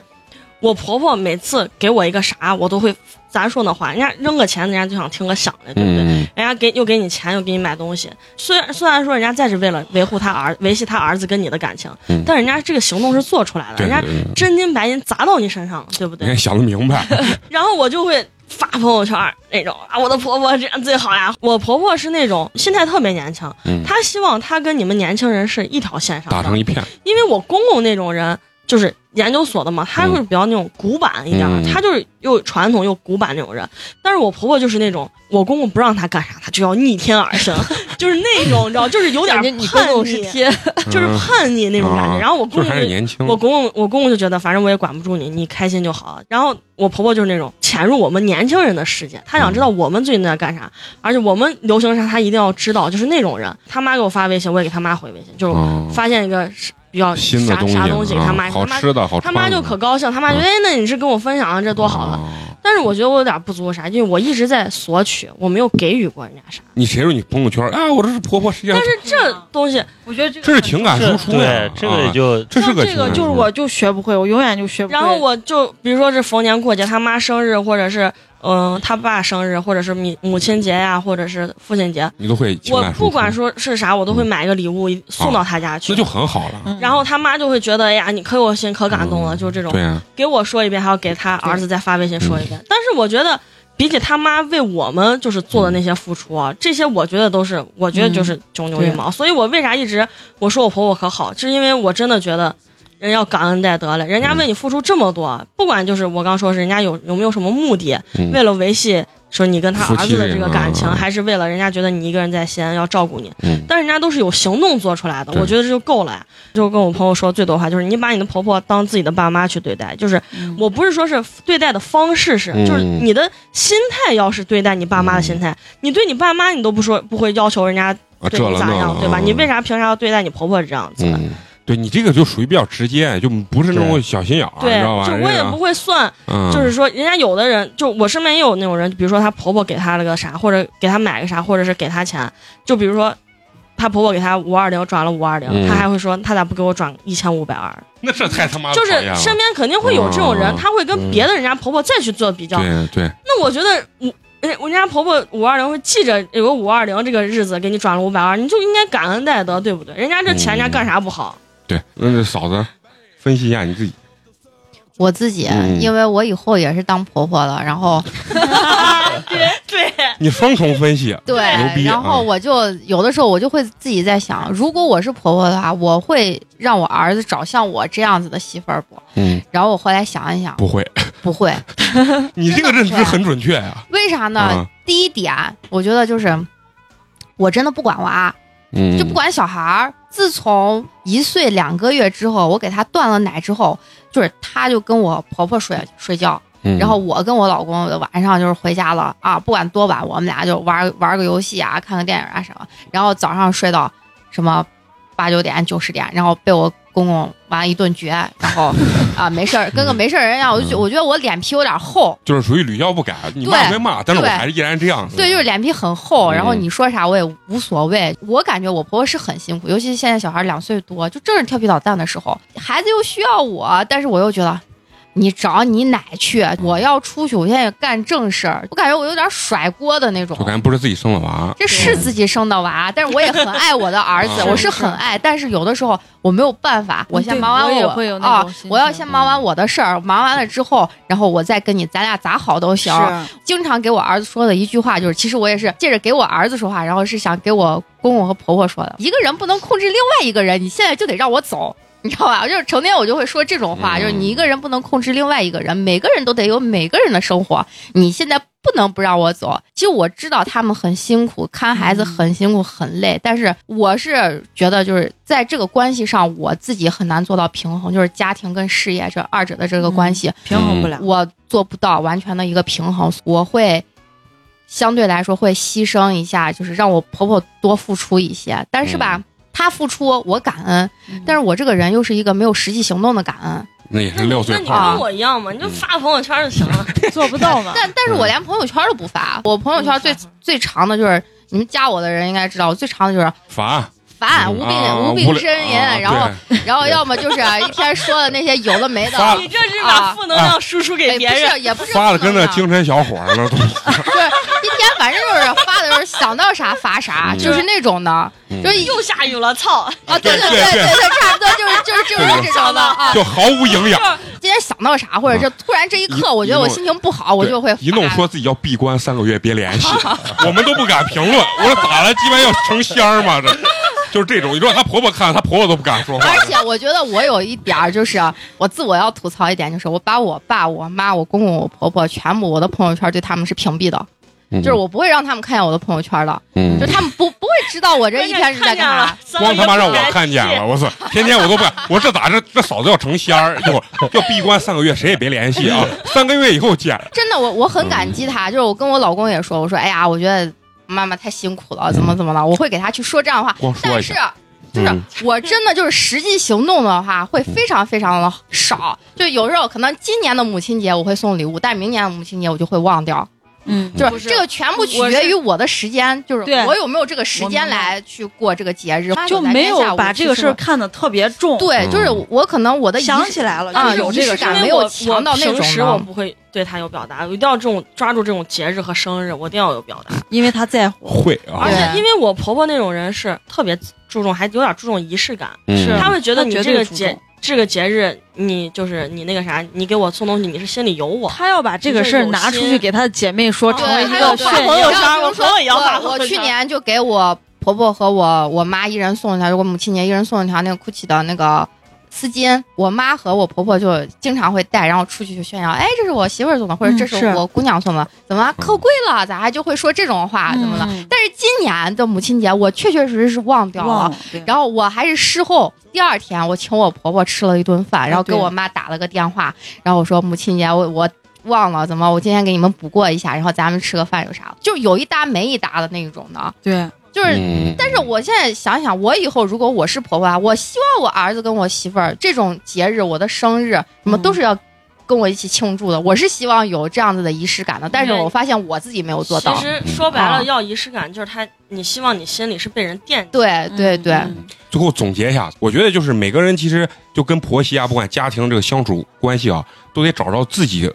Speaker 1: 我婆婆每次给我一个啥，我都会，咱说那话，人家扔个钱，人家就想听个响的，对不对？
Speaker 2: 嗯，
Speaker 1: 人家给又给你钱，又给你买东西。虽然虽然说人家在这为了维护他儿维系他儿子跟你的感情，
Speaker 2: 嗯
Speaker 1: 但人家这个行动是做出来的，
Speaker 2: [laughs] 对
Speaker 1: 人
Speaker 2: 对
Speaker 1: 家
Speaker 2: 对，
Speaker 1: 真金白银砸到你身上了，对不
Speaker 2: 人家？
Speaker 1: 对
Speaker 2: 想的明白。
Speaker 1: 然后我就会发朋友圈儿那种啊，我的婆婆这样最好呀。我婆婆是那种心态特别年轻，
Speaker 2: 嗯，
Speaker 1: 她希望她跟你们年轻人是一条线
Speaker 2: [laughs] 打
Speaker 1: 上
Speaker 2: 成
Speaker 1: 的，
Speaker 2: 一片。
Speaker 1: 因为我公公那种人就是。研究所的嘛，他就是比较那种古板一点儿，
Speaker 2: 嗯
Speaker 1: 他就是又传统又古板那种人。但是我婆婆就是那种，我公公不让她干啥，她就要逆天而行， [laughs] 就是那种你知道，就是有点
Speaker 4: 感
Speaker 1: 叛
Speaker 4: 觉
Speaker 1: 逆，
Speaker 4: 你公公是天，
Speaker 1: [laughs] 就是
Speaker 2: 嗯
Speaker 1: 叛逆那种感觉。
Speaker 2: 啊
Speaker 1: 然后我
Speaker 2: 就
Speaker 1: 公
Speaker 2: 是
Speaker 1: 公
Speaker 2: 还是年轻。
Speaker 1: 我公公，我公公就觉得，反正我也管不住你，你开心就好。然后我婆婆就是那种潜入我们年轻人的世界，她想知道
Speaker 2: 嗯
Speaker 1: 我们最近在干啥，而且我们流行啥，她一定要知道，就是那种人。他妈给我发微信，我也给他妈回微信，就是
Speaker 2: 哦
Speaker 1: 发现一个是比较
Speaker 2: 新的
Speaker 1: 啥啥东西
Speaker 2: 西
Speaker 1: 给
Speaker 2: 啊
Speaker 1: 他妈，
Speaker 2: 好
Speaker 1: 他妈
Speaker 2: 吃的好穿的，
Speaker 1: 他妈就可高兴，他妈觉得、
Speaker 2: 嗯
Speaker 1: 哎，那你是跟我分享了，啊这多好了。
Speaker 2: 哦
Speaker 1: 但是我觉得我有点不足啥，因为我一直在索取，我没有给予过人家啥。
Speaker 2: 你谁说你朋友圈啊？我这是婆婆，实际上
Speaker 1: 但是
Speaker 6: 啊
Speaker 1: 这
Speaker 6: 嗯
Speaker 1: 东西，
Speaker 6: 我觉得这个
Speaker 2: 这是情感输
Speaker 5: 这
Speaker 2: 出呀
Speaker 5: 对，这个也
Speaker 2: 啊
Speaker 5: 就
Speaker 2: 这是
Speaker 8: 像
Speaker 2: 个
Speaker 8: 这
Speaker 2: 情
Speaker 8: 个
Speaker 2: 感
Speaker 8: 就是
Speaker 2: 输出
Speaker 8: 我就学不会，我永远就学不会。
Speaker 1: 然后我就比如说是逢年过节，他妈生日，或者是嗯、他爸生日，或者是母母亲节呀、或者是父亲节，
Speaker 2: 你都会情
Speaker 1: 我
Speaker 2: 感输出
Speaker 1: 不管说是啥，我都会买一个礼物送到他家去。
Speaker 2: 嗯那就很好了。
Speaker 6: 嗯
Speaker 1: 然后他妈就会觉得，哎呀，你可有心，可感动了，
Speaker 2: 嗯
Speaker 1: 就这种
Speaker 2: 对呀，
Speaker 1: 给我说一遍，还要给他儿子再发微信说一遍。但是我觉得，比起他妈为我们就是做的那些付出啊，这些我觉得都是，我觉得就是九牛一毛。所以我为啥一直我说我婆婆可好，是因为我真的觉得。人要感恩戴德了，人家为你付出这么多，不管就是我刚说是人家有有没有什么目的，
Speaker 2: 嗯
Speaker 1: 为了维系说你跟他
Speaker 2: 夫
Speaker 1: 儿
Speaker 2: 妻
Speaker 1: 子的这
Speaker 2: 这
Speaker 1: 个
Speaker 2: 个
Speaker 1: 感情，
Speaker 2: 嗯
Speaker 1: 还是为了人家觉得你一个人在西安要照顾你，
Speaker 2: 嗯
Speaker 1: 但人家都是有行动做出来的，
Speaker 2: 对
Speaker 1: 我觉得这就够了呀。就跟我朋友说最多的话就是，你把你的婆婆当自己的爸妈去对待，就是
Speaker 3: 嗯
Speaker 1: 我不是说是对待的方式是，
Speaker 2: 嗯
Speaker 1: 就是你的心态要是对待你爸妈的心态，你对你爸妈你都不说不会要求人家
Speaker 2: 啊
Speaker 1: 对
Speaker 2: 这
Speaker 1: 你
Speaker 2: 了
Speaker 1: 咋
Speaker 2: 那
Speaker 1: 样，
Speaker 2: 了，
Speaker 1: 对吧？你为
Speaker 2: 啥？
Speaker 1: 啥凭啥要对待你婆婆这样子？
Speaker 2: 嗯，对你这个就属于比较直接，就不是那种
Speaker 5: 对
Speaker 2: 小心眼儿，
Speaker 1: 对
Speaker 2: 你知道，吧？嗯
Speaker 1: 就我也不会算
Speaker 2: 不
Speaker 1: 就是说，人家有的人，就我身边也有那种人，比如说她婆婆给她了个啥，或者给她买个啥，或者是给她钱，就比如说她婆婆给她五二零转了五二零，
Speaker 2: 嗯
Speaker 1: 她还会说她咋不给我转一千五百二？
Speaker 2: [laughs] 那这太他妈的
Speaker 1: 就是
Speaker 2: 讨厌了
Speaker 1: 身边肯定会有这种人
Speaker 2: 嗯，
Speaker 1: 她会跟别的人家婆婆再去做比较。
Speaker 2: 对对，
Speaker 1: 那我觉得我。人人家婆婆五二零会记着有个五二零这个日子给你转了五百二，你就应该感恩戴德，对不对？人家这钱人家干啥不好？
Speaker 2: 对，那这嫂子，分析一下你自己。
Speaker 3: 我自己
Speaker 2: 嗯，
Speaker 3: 因为我以后也是当婆婆了，然后
Speaker 1: 对，
Speaker 2: 你双重分析，
Speaker 3: 对
Speaker 2: 牛逼，
Speaker 3: 然后
Speaker 2: 啊
Speaker 3: 我就有的时候我就会自己在想，如果我是婆婆的话，我会让我儿子找像我这样子的媳妇儿不？
Speaker 2: 嗯，
Speaker 3: 然后我后来想一想，
Speaker 2: 不会，
Speaker 3: 不会，
Speaker 1: 嗯
Speaker 2: 你这个认知很准确呀。
Speaker 3: 为啥呢？
Speaker 2: 啊
Speaker 3: 第一点，我觉得就是我真的不管娃，
Speaker 2: 嗯
Speaker 3: 就不管小孩儿。自从一岁两个月之后，我给他断了奶之后，就是他就跟我婆婆睡睡觉，
Speaker 2: 嗯，
Speaker 3: 然后我跟我老公晚上就是回家了啊，不管多晚，我们俩就玩玩个游戏啊，看个电影啊什么，然后早上睡到什么八九点九十点，然后被我公公完一顿撅，然后啊没事儿，跟个没事儿人一样，我就
Speaker 2: 嗯
Speaker 3: 觉我觉得我脸皮有点厚，
Speaker 2: 就是属于屡教不改，你
Speaker 3: 对
Speaker 2: 骂归骂，但是我
Speaker 3: 对
Speaker 2: 还是依然这样。
Speaker 3: 对，就是脸皮很厚，
Speaker 2: 嗯
Speaker 3: 然后你说啥我也无所谓。我感觉我婆婆是很辛苦，尤其是现在小孩两岁多，就正是调皮捣蛋的时候，孩子又需要我，但是我又觉得。你找你奶去！我要出去，我现在也干正事儿。我感觉我有点甩锅的那种
Speaker 2: 就。感觉不是自己生的娃。
Speaker 3: 这是自己生的娃，但是我也很爱我的儿子，
Speaker 2: 啊
Speaker 3: 我是很爱。但是有的时候我没有办法，我先忙完
Speaker 4: 嗯我也
Speaker 3: 我
Speaker 4: 会有那
Speaker 3: 啊
Speaker 4: 种心，情嗯
Speaker 3: 我要先忙完我的事儿，忙完了之后，然后我再跟你，咱俩咋好都行。经常给我儿子说的一句话就是，其实我也是借着给我儿子说话，然后是想给我公公和婆婆说的。一个人不能控制另外一个人，你现在就得让我走。你知道吧？就是成天我就会说这种话，
Speaker 2: 嗯
Speaker 3: 就是你一个人不能控制另外一个人，每个人都得有每个人的生活。你现在不能不让我走。其实我知道他们很辛苦，看孩子很辛苦很累，但是我是觉得就是在这个关系上，我自己很难做到平衡，就是家庭跟事业这二者的这个关系，
Speaker 8: 平衡不了，
Speaker 3: 我做不到完全的一个平衡，我会相对来说会牺牲一下，就是让我婆婆多付出一些。但是吧，她付出我感恩，但是我这个人又是一个没有实际行动的感恩。
Speaker 2: 那也
Speaker 1: 那
Speaker 2: 是
Speaker 1: 你
Speaker 2: 撂嘴
Speaker 1: 那你
Speaker 2: 炮儿
Speaker 1: 跟我一样嘛，你就发朋友圈就行了。
Speaker 2: 嗯
Speaker 8: 做不到
Speaker 1: [laughs]
Speaker 8: 嘛。
Speaker 3: 但但是我连朋友圈都不发，我朋友圈最最长的就是你们加我的人应该知道，我最长的就是
Speaker 2: 烦，
Speaker 3: 烦无病、
Speaker 2: 啊
Speaker 3: 无病呻吟，
Speaker 2: 啊
Speaker 3: 然后
Speaker 2: 对
Speaker 3: 然后要么就是啊一天说的那些有的没的，
Speaker 2: 发
Speaker 1: 你这是把负能量输出
Speaker 3: 哎
Speaker 1: 给别
Speaker 3: 不
Speaker 1: 人，
Speaker 3: 是也不
Speaker 2: [laughs]
Speaker 3: 是
Speaker 2: 发的跟那
Speaker 3: 不能啊
Speaker 2: 精神小伙儿呢都。
Speaker 3: [laughs] 就是一天反正就是发的就是想到啥发啥，
Speaker 2: 嗯
Speaker 3: 就是那种的，
Speaker 2: 嗯
Speaker 3: 就是一
Speaker 1: 又下雨了，
Speaker 3: [laughs]
Speaker 1: 操！
Speaker 3: 啊，对
Speaker 2: 对
Speaker 3: 对
Speaker 2: 对
Speaker 3: 对对对，差不多就是就是就是这种的
Speaker 2: [laughs]
Speaker 3: 啊。
Speaker 2: 就毫无营养。
Speaker 3: 今天想到啥，或者这突然这一刻，
Speaker 2: 嗯一
Speaker 3: 我觉得我心情不好，我
Speaker 2: 对
Speaker 3: 就会
Speaker 2: 一弄
Speaker 3: 发
Speaker 2: 说自己要闭关三个月，别联
Speaker 3: [laughs]
Speaker 2: 系，我们都不敢评论。我说咋了？鸡巴要成仙儿吗？这就是这种。你说她婆婆看，她婆婆都不敢说话。
Speaker 3: 而且我觉得我有一点儿就是我自我要吐槽一点，就是我把我爸、我妈、我公公、我婆婆全部我的朋友圈对他们是屏蔽的，就是我不会让他们看见我的朋友圈的，
Speaker 2: 嗯
Speaker 3: 就他们不不会知道我这一天是在
Speaker 1: 看见
Speaker 3: 干啥
Speaker 1: 了。，三个
Speaker 2: 光
Speaker 1: 月
Speaker 2: 他妈
Speaker 1: 不
Speaker 2: 让
Speaker 1: 来
Speaker 2: 我看见
Speaker 1: 气
Speaker 2: 了，我操！天天我都不
Speaker 3: [laughs]
Speaker 2: 敢。我说这咋这这嫂子要成仙儿，一会儿要闭关三个月，谁也别联系
Speaker 3: [laughs]
Speaker 2: 啊！三个月以后见。
Speaker 3: 真的，我我很感激他，就是我跟我老公也说，我说哎呀，我觉得妈妈太辛苦了，怎么怎么了，我会给他去说这样的话，
Speaker 2: 光说
Speaker 3: 但
Speaker 2: 一
Speaker 3: 是
Speaker 2: 下，。
Speaker 3: 就是我真的就是实际行动的话，会非常非常的少。就有时候可能今年的母亲节我会送礼物，但明年的母亲节我就会忘掉。
Speaker 8: 嗯，
Speaker 3: 就
Speaker 1: 不是
Speaker 3: 这个全部取
Speaker 8: 我
Speaker 3: 决
Speaker 8: 是
Speaker 3: 于我的时间，就是
Speaker 8: 对
Speaker 3: 我有没有这个时
Speaker 8: 我
Speaker 3: 间
Speaker 8: 明白
Speaker 3: 来去过这个节日，
Speaker 8: 就没有把这个事儿
Speaker 3: 儿。
Speaker 8: 看得特别重。
Speaker 3: 对，就是我可能我的仪
Speaker 8: 想
Speaker 3: 式
Speaker 8: 起来了，
Speaker 3: 啊
Speaker 8: 就
Speaker 1: 哎
Speaker 8: 是
Speaker 3: 有
Speaker 8: 仪
Speaker 3: 这个
Speaker 8: 式
Speaker 3: 感
Speaker 1: 因为
Speaker 3: 没有
Speaker 1: 我
Speaker 3: 强到那
Speaker 1: 我平
Speaker 3: 种
Speaker 1: 时
Speaker 3: 呢
Speaker 1: 我不会对他有表达，我一定要这种抓住这种节日和生日，我一定要有表达。
Speaker 8: 因为他在乎。
Speaker 2: 会啊
Speaker 1: 而
Speaker 3: 对，
Speaker 1: 且因为我婆婆那种人是特别注重，还有点注重仪式感，
Speaker 2: 嗯
Speaker 8: 是
Speaker 1: 她会觉得你
Speaker 8: 她绝
Speaker 1: 这
Speaker 8: 对
Speaker 1: 个
Speaker 8: 注
Speaker 1: 节
Speaker 8: 重
Speaker 1: 这个节日，你就是你那个啥，你给我送东西，你是心里有我。
Speaker 8: 他要把这个事儿拿出去给他的姐妹说，
Speaker 1: 对
Speaker 8: 成为一
Speaker 3: 还
Speaker 8: 个
Speaker 3: 有
Speaker 8: 炫
Speaker 3: 发
Speaker 1: 朋友
Speaker 8: 耀。
Speaker 1: 圈
Speaker 3: 然后
Speaker 1: 我
Speaker 3: 比如说
Speaker 1: 朋友也要发
Speaker 3: 我
Speaker 1: 朋友
Speaker 3: 我
Speaker 1: 圈
Speaker 3: 去年就给我婆婆和我我妈一人送了一条，我母亲节一人送了一条那个 GUCCI 的那个丝巾。我妈和我婆婆就经常会戴，然后出去就炫耀，哎，这是我媳妇儿送的，或者
Speaker 8: 嗯
Speaker 3: 这是
Speaker 8: 是
Speaker 3: 我姑娘送的，怎么
Speaker 2: 嗯
Speaker 3: 可贵了？咋还就会说这种话，怎么了？
Speaker 8: 嗯
Speaker 3: 但是今年的母亲节，我确确实实是忘掉
Speaker 8: 忘
Speaker 3: 了。
Speaker 8: 了，对
Speaker 3: 然后我还是事后第二天，我请我婆婆吃了一顿饭，然后给
Speaker 8: 啊对
Speaker 3: 我妈打了个电话，然后我说母亲节我我忘了怎么，我今天给你们补过一下，然后咱们吃个饭有啥？就是有一搭没一搭的那种的，
Speaker 8: 对，
Speaker 3: 就是。
Speaker 2: 嗯
Speaker 3: 但是我现在想想，我以后如果我是婆婆啊，我希望我儿子跟我媳妇儿这种节日，我的生日什么
Speaker 8: 嗯
Speaker 3: 都是要跟我一起庆祝的。我是希望有这样子的仪式感的，但是我发现我自己没有做到
Speaker 1: 其。实
Speaker 2: 嗯
Speaker 1: 说白了，
Speaker 3: 啊
Speaker 1: 要仪式感就是他，你希望你心里是被人惦记。
Speaker 3: 对对对，
Speaker 8: 嗯
Speaker 2: 最后总结一下，我觉得就是每个人其实就跟婆媳啊，不管家庭这个相处关系啊，都得找到自己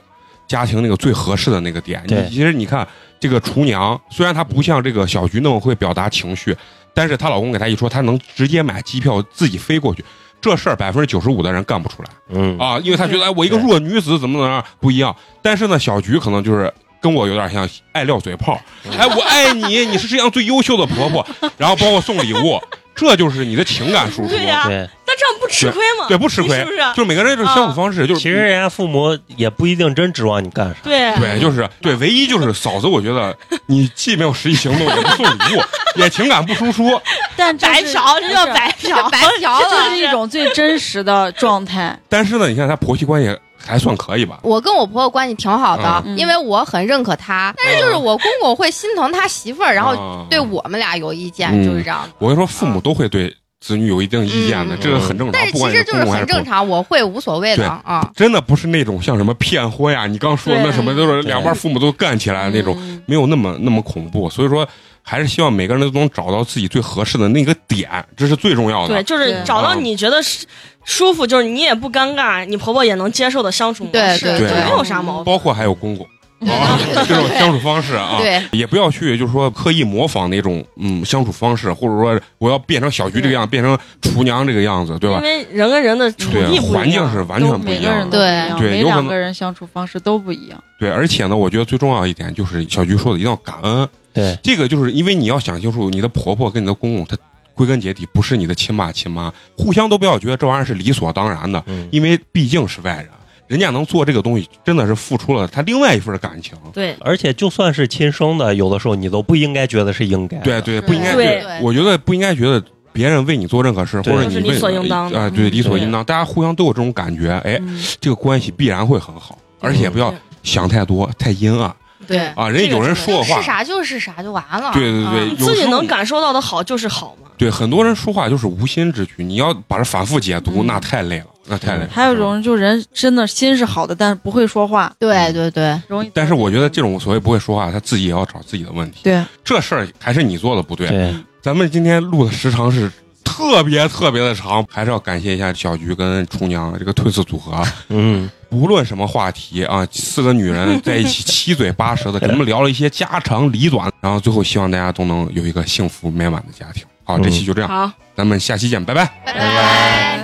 Speaker 2: 家庭那个最合适的那个点。你
Speaker 5: 对
Speaker 2: 其实你看这个厨娘，虽然她不像这个小菊那么会表达情绪，但是她老公给她一说，她能直接买机票自己飞过去。这事儿百分之九十五的人干不出来
Speaker 5: 嗯，
Speaker 2: 啊，因为她觉得哎，我一个弱女子怎么怎么样不一样。但是呢，小菊可能就是跟我有点像，爱撂嘴炮，
Speaker 3: 嗯
Speaker 2: 哎，我爱你，你是世界上最优秀的婆
Speaker 3: [laughs]
Speaker 2: 婆，然后包括送礼物，这就是你的情感输出。
Speaker 1: 对呀、
Speaker 5: 对，
Speaker 1: 但这样不吃亏吗？
Speaker 2: 嗯对，不吃亏，
Speaker 1: 你是不
Speaker 3: 啊
Speaker 1: 是？
Speaker 2: 就是每个人这种相处方式，就是
Speaker 5: 其实人家父母也不一定真指望你干啥，
Speaker 1: 对
Speaker 3: 嗯
Speaker 1: 啊
Speaker 2: 对，就是对，唯一就是嫂子，我觉得你既没有实际行动，也不送
Speaker 3: [laughs]
Speaker 2: 礼物，也情感不输出，
Speaker 8: 但这
Speaker 1: 白
Speaker 8: 是
Speaker 1: 嫖，哦这叫
Speaker 8: 是
Speaker 1: 白嫖，
Speaker 3: 白嫖
Speaker 8: 这
Speaker 3: 了
Speaker 8: 就是一种最真实的状态。
Speaker 2: 但是呢，你看她婆媳关系还算可以吧？
Speaker 3: 我跟我婆婆关系挺好的，
Speaker 8: 嗯
Speaker 3: 因为我很认可
Speaker 2: 嗯
Speaker 3: 她，但是就是我公公会心疼他媳妇儿，然后
Speaker 2: 啊
Speaker 3: 对，我们俩有意见，
Speaker 2: 嗯
Speaker 3: 就是这样。
Speaker 2: 我跟你说，父母都会对子女有一定意见的，
Speaker 3: 嗯
Speaker 2: 这个很正
Speaker 3: 但
Speaker 2: 常，
Speaker 3: 是
Speaker 2: 不
Speaker 3: 其
Speaker 2: 管
Speaker 3: 实
Speaker 2: 是
Speaker 3: 就
Speaker 2: 公
Speaker 3: 是
Speaker 2: 公还
Speaker 3: 很
Speaker 2: 是
Speaker 3: 正
Speaker 2: 婆。
Speaker 3: 常，我会无所谓
Speaker 2: 对
Speaker 3: 的啊。
Speaker 2: 真的不是那种像什么骗婚呀，你刚说的那
Speaker 8: 对
Speaker 2: 什么，就是两边父母都干起来那种，
Speaker 8: 嗯
Speaker 2: 没有那么那么恐怖。所以说，还是希望每个人都能找到自己最合适的那个点，这是最重要的。
Speaker 1: 对，就是
Speaker 8: 对
Speaker 1: 找
Speaker 2: 嗯
Speaker 1: 到你觉得是舒服，就是你也不尴尬，你婆婆也能接受的相处模
Speaker 3: 对
Speaker 1: 式，
Speaker 3: 对
Speaker 1: 就
Speaker 2: 对
Speaker 1: 没有啥毛病。
Speaker 2: 包括还有
Speaker 8: [laughs]
Speaker 2: 公公
Speaker 3: 对
Speaker 2: 啊，这种相处方式啊，
Speaker 3: 对，
Speaker 2: 也不要去就是说刻意模仿那种嗯相处方式，或者说我要变成小菊这个样，变成厨娘这个样子，对
Speaker 1: 因
Speaker 2: 吧？
Speaker 1: 为人跟人的处啊
Speaker 2: 对，
Speaker 1: 地不
Speaker 2: 环
Speaker 1: 一
Speaker 2: 境
Speaker 1: 样，
Speaker 2: 是完全
Speaker 8: 都
Speaker 2: 不
Speaker 8: 每
Speaker 2: 一
Speaker 8: 个人
Speaker 2: 样
Speaker 8: 都不
Speaker 2: 的。
Speaker 3: 对
Speaker 8: 一样，
Speaker 2: 对
Speaker 8: 每
Speaker 2: 有可
Speaker 8: 两
Speaker 2: 能
Speaker 8: 个人相处方式都不一样。
Speaker 2: 对，而且呢，我觉得最重要一点就是小菊说的一定要感恩，
Speaker 5: 对，
Speaker 2: 这个就是因为你要想清楚，你的婆婆跟你的公公，她归根结底不是你的亲爸亲妈，互相都不要觉得这玩意儿是理所当然的，
Speaker 5: 嗯，
Speaker 2: 因为毕竟是外人，人家能做这个东西，真的是付出了她另外一份感情。
Speaker 1: 对，
Speaker 5: 而且就算是亲生的，有的时候你都不应该觉得是应
Speaker 1: 哎
Speaker 5: 该的，
Speaker 2: 对对，不应该
Speaker 1: 对
Speaker 3: 对
Speaker 2: 我觉得不应该觉得别人为你做任何事，或
Speaker 5: 对
Speaker 2: 者
Speaker 5: 都
Speaker 2: 你
Speaker 1: 是
Speaker 2: 为
Speaker 1: 理所应当嗯的
Speaker 2: 啊，对，理所应当，大家互相都有这种感觉，哎，这个关系必然会很好，而且不要
Speaker 1: 对
Speaker 2: 想太多，太阴暗。
Speaker 1: 对
Speaker 2: 啊，人家有人说我话
Speaker 3: 是，啥就是啥就完了。
Speaker 2: 对对对，
Speaker 1: 你
Speaker 2: 有
Speaker 1: 自
Speaker 2: 时
Speaker 1: 己
Speaker 2: 候
Speaker 1: 能
Speaker 2: 你
Speaker 1: 感受到的好就是好嘛。
Speaker 2: 对很多人说话就是无心之举，你要把这反复解读，那太累了，那太累了。
Speaker 8: 嗯
Speaker 2: 嗯
Speaker 8: 还有一种人就是人真的心是好的，但是不会说话，
Speaker 3: 啊对对对，
Speaker 8: 容易。
Speaker 2: 但是我觉得这种所谓不会说话，他自己也要找自己的问题。
Speaker 8: 对，
Speaker 2: 这事儿还是你做的不对。
Speaker 5: 对，
Speaker 2: 咱们今天录的时长是特别特别的长，还是要感谢一下小菊跟厨娘这个推辞组合。啊
Speaker 5: 嗯，
Speaker 2: 无论什么话题啊，四个女
Speaker 8: [laughs]
Speaker 2: 人在一起七嘴八舌的，给我们聊了一些家长里短，然后最后希望大家都能有一个幸福美满的家庭。好，这期就这样，
Speaker 1: 好，
Speaker 2: 咱们下期见，拜拜。
Speaker 3: 拜拜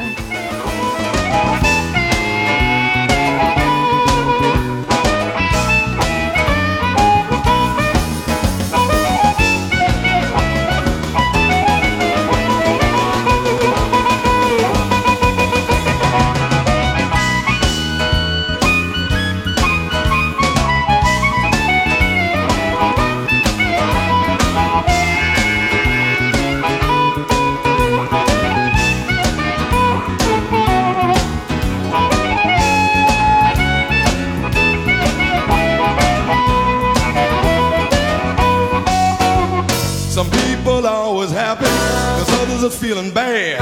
Speaker 7: Some people are always happy, cause others are feeling bad.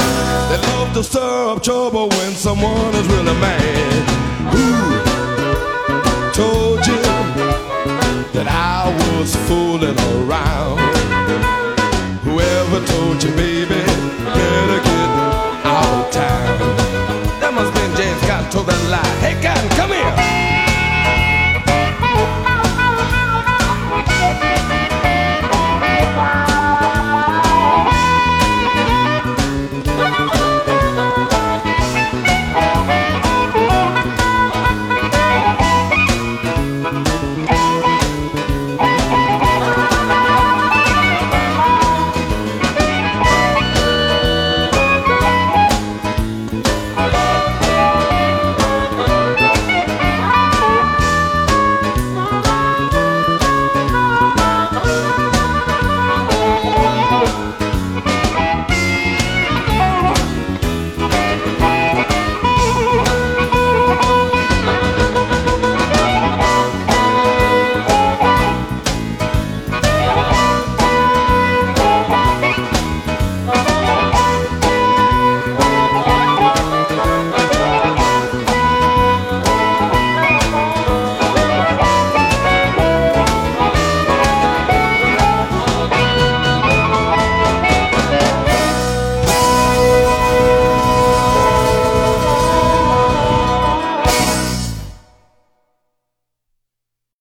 Speaker 7: They love to stir up trouble when someone is really mad. Who told you that I was fooling around? Whoever told you, baby,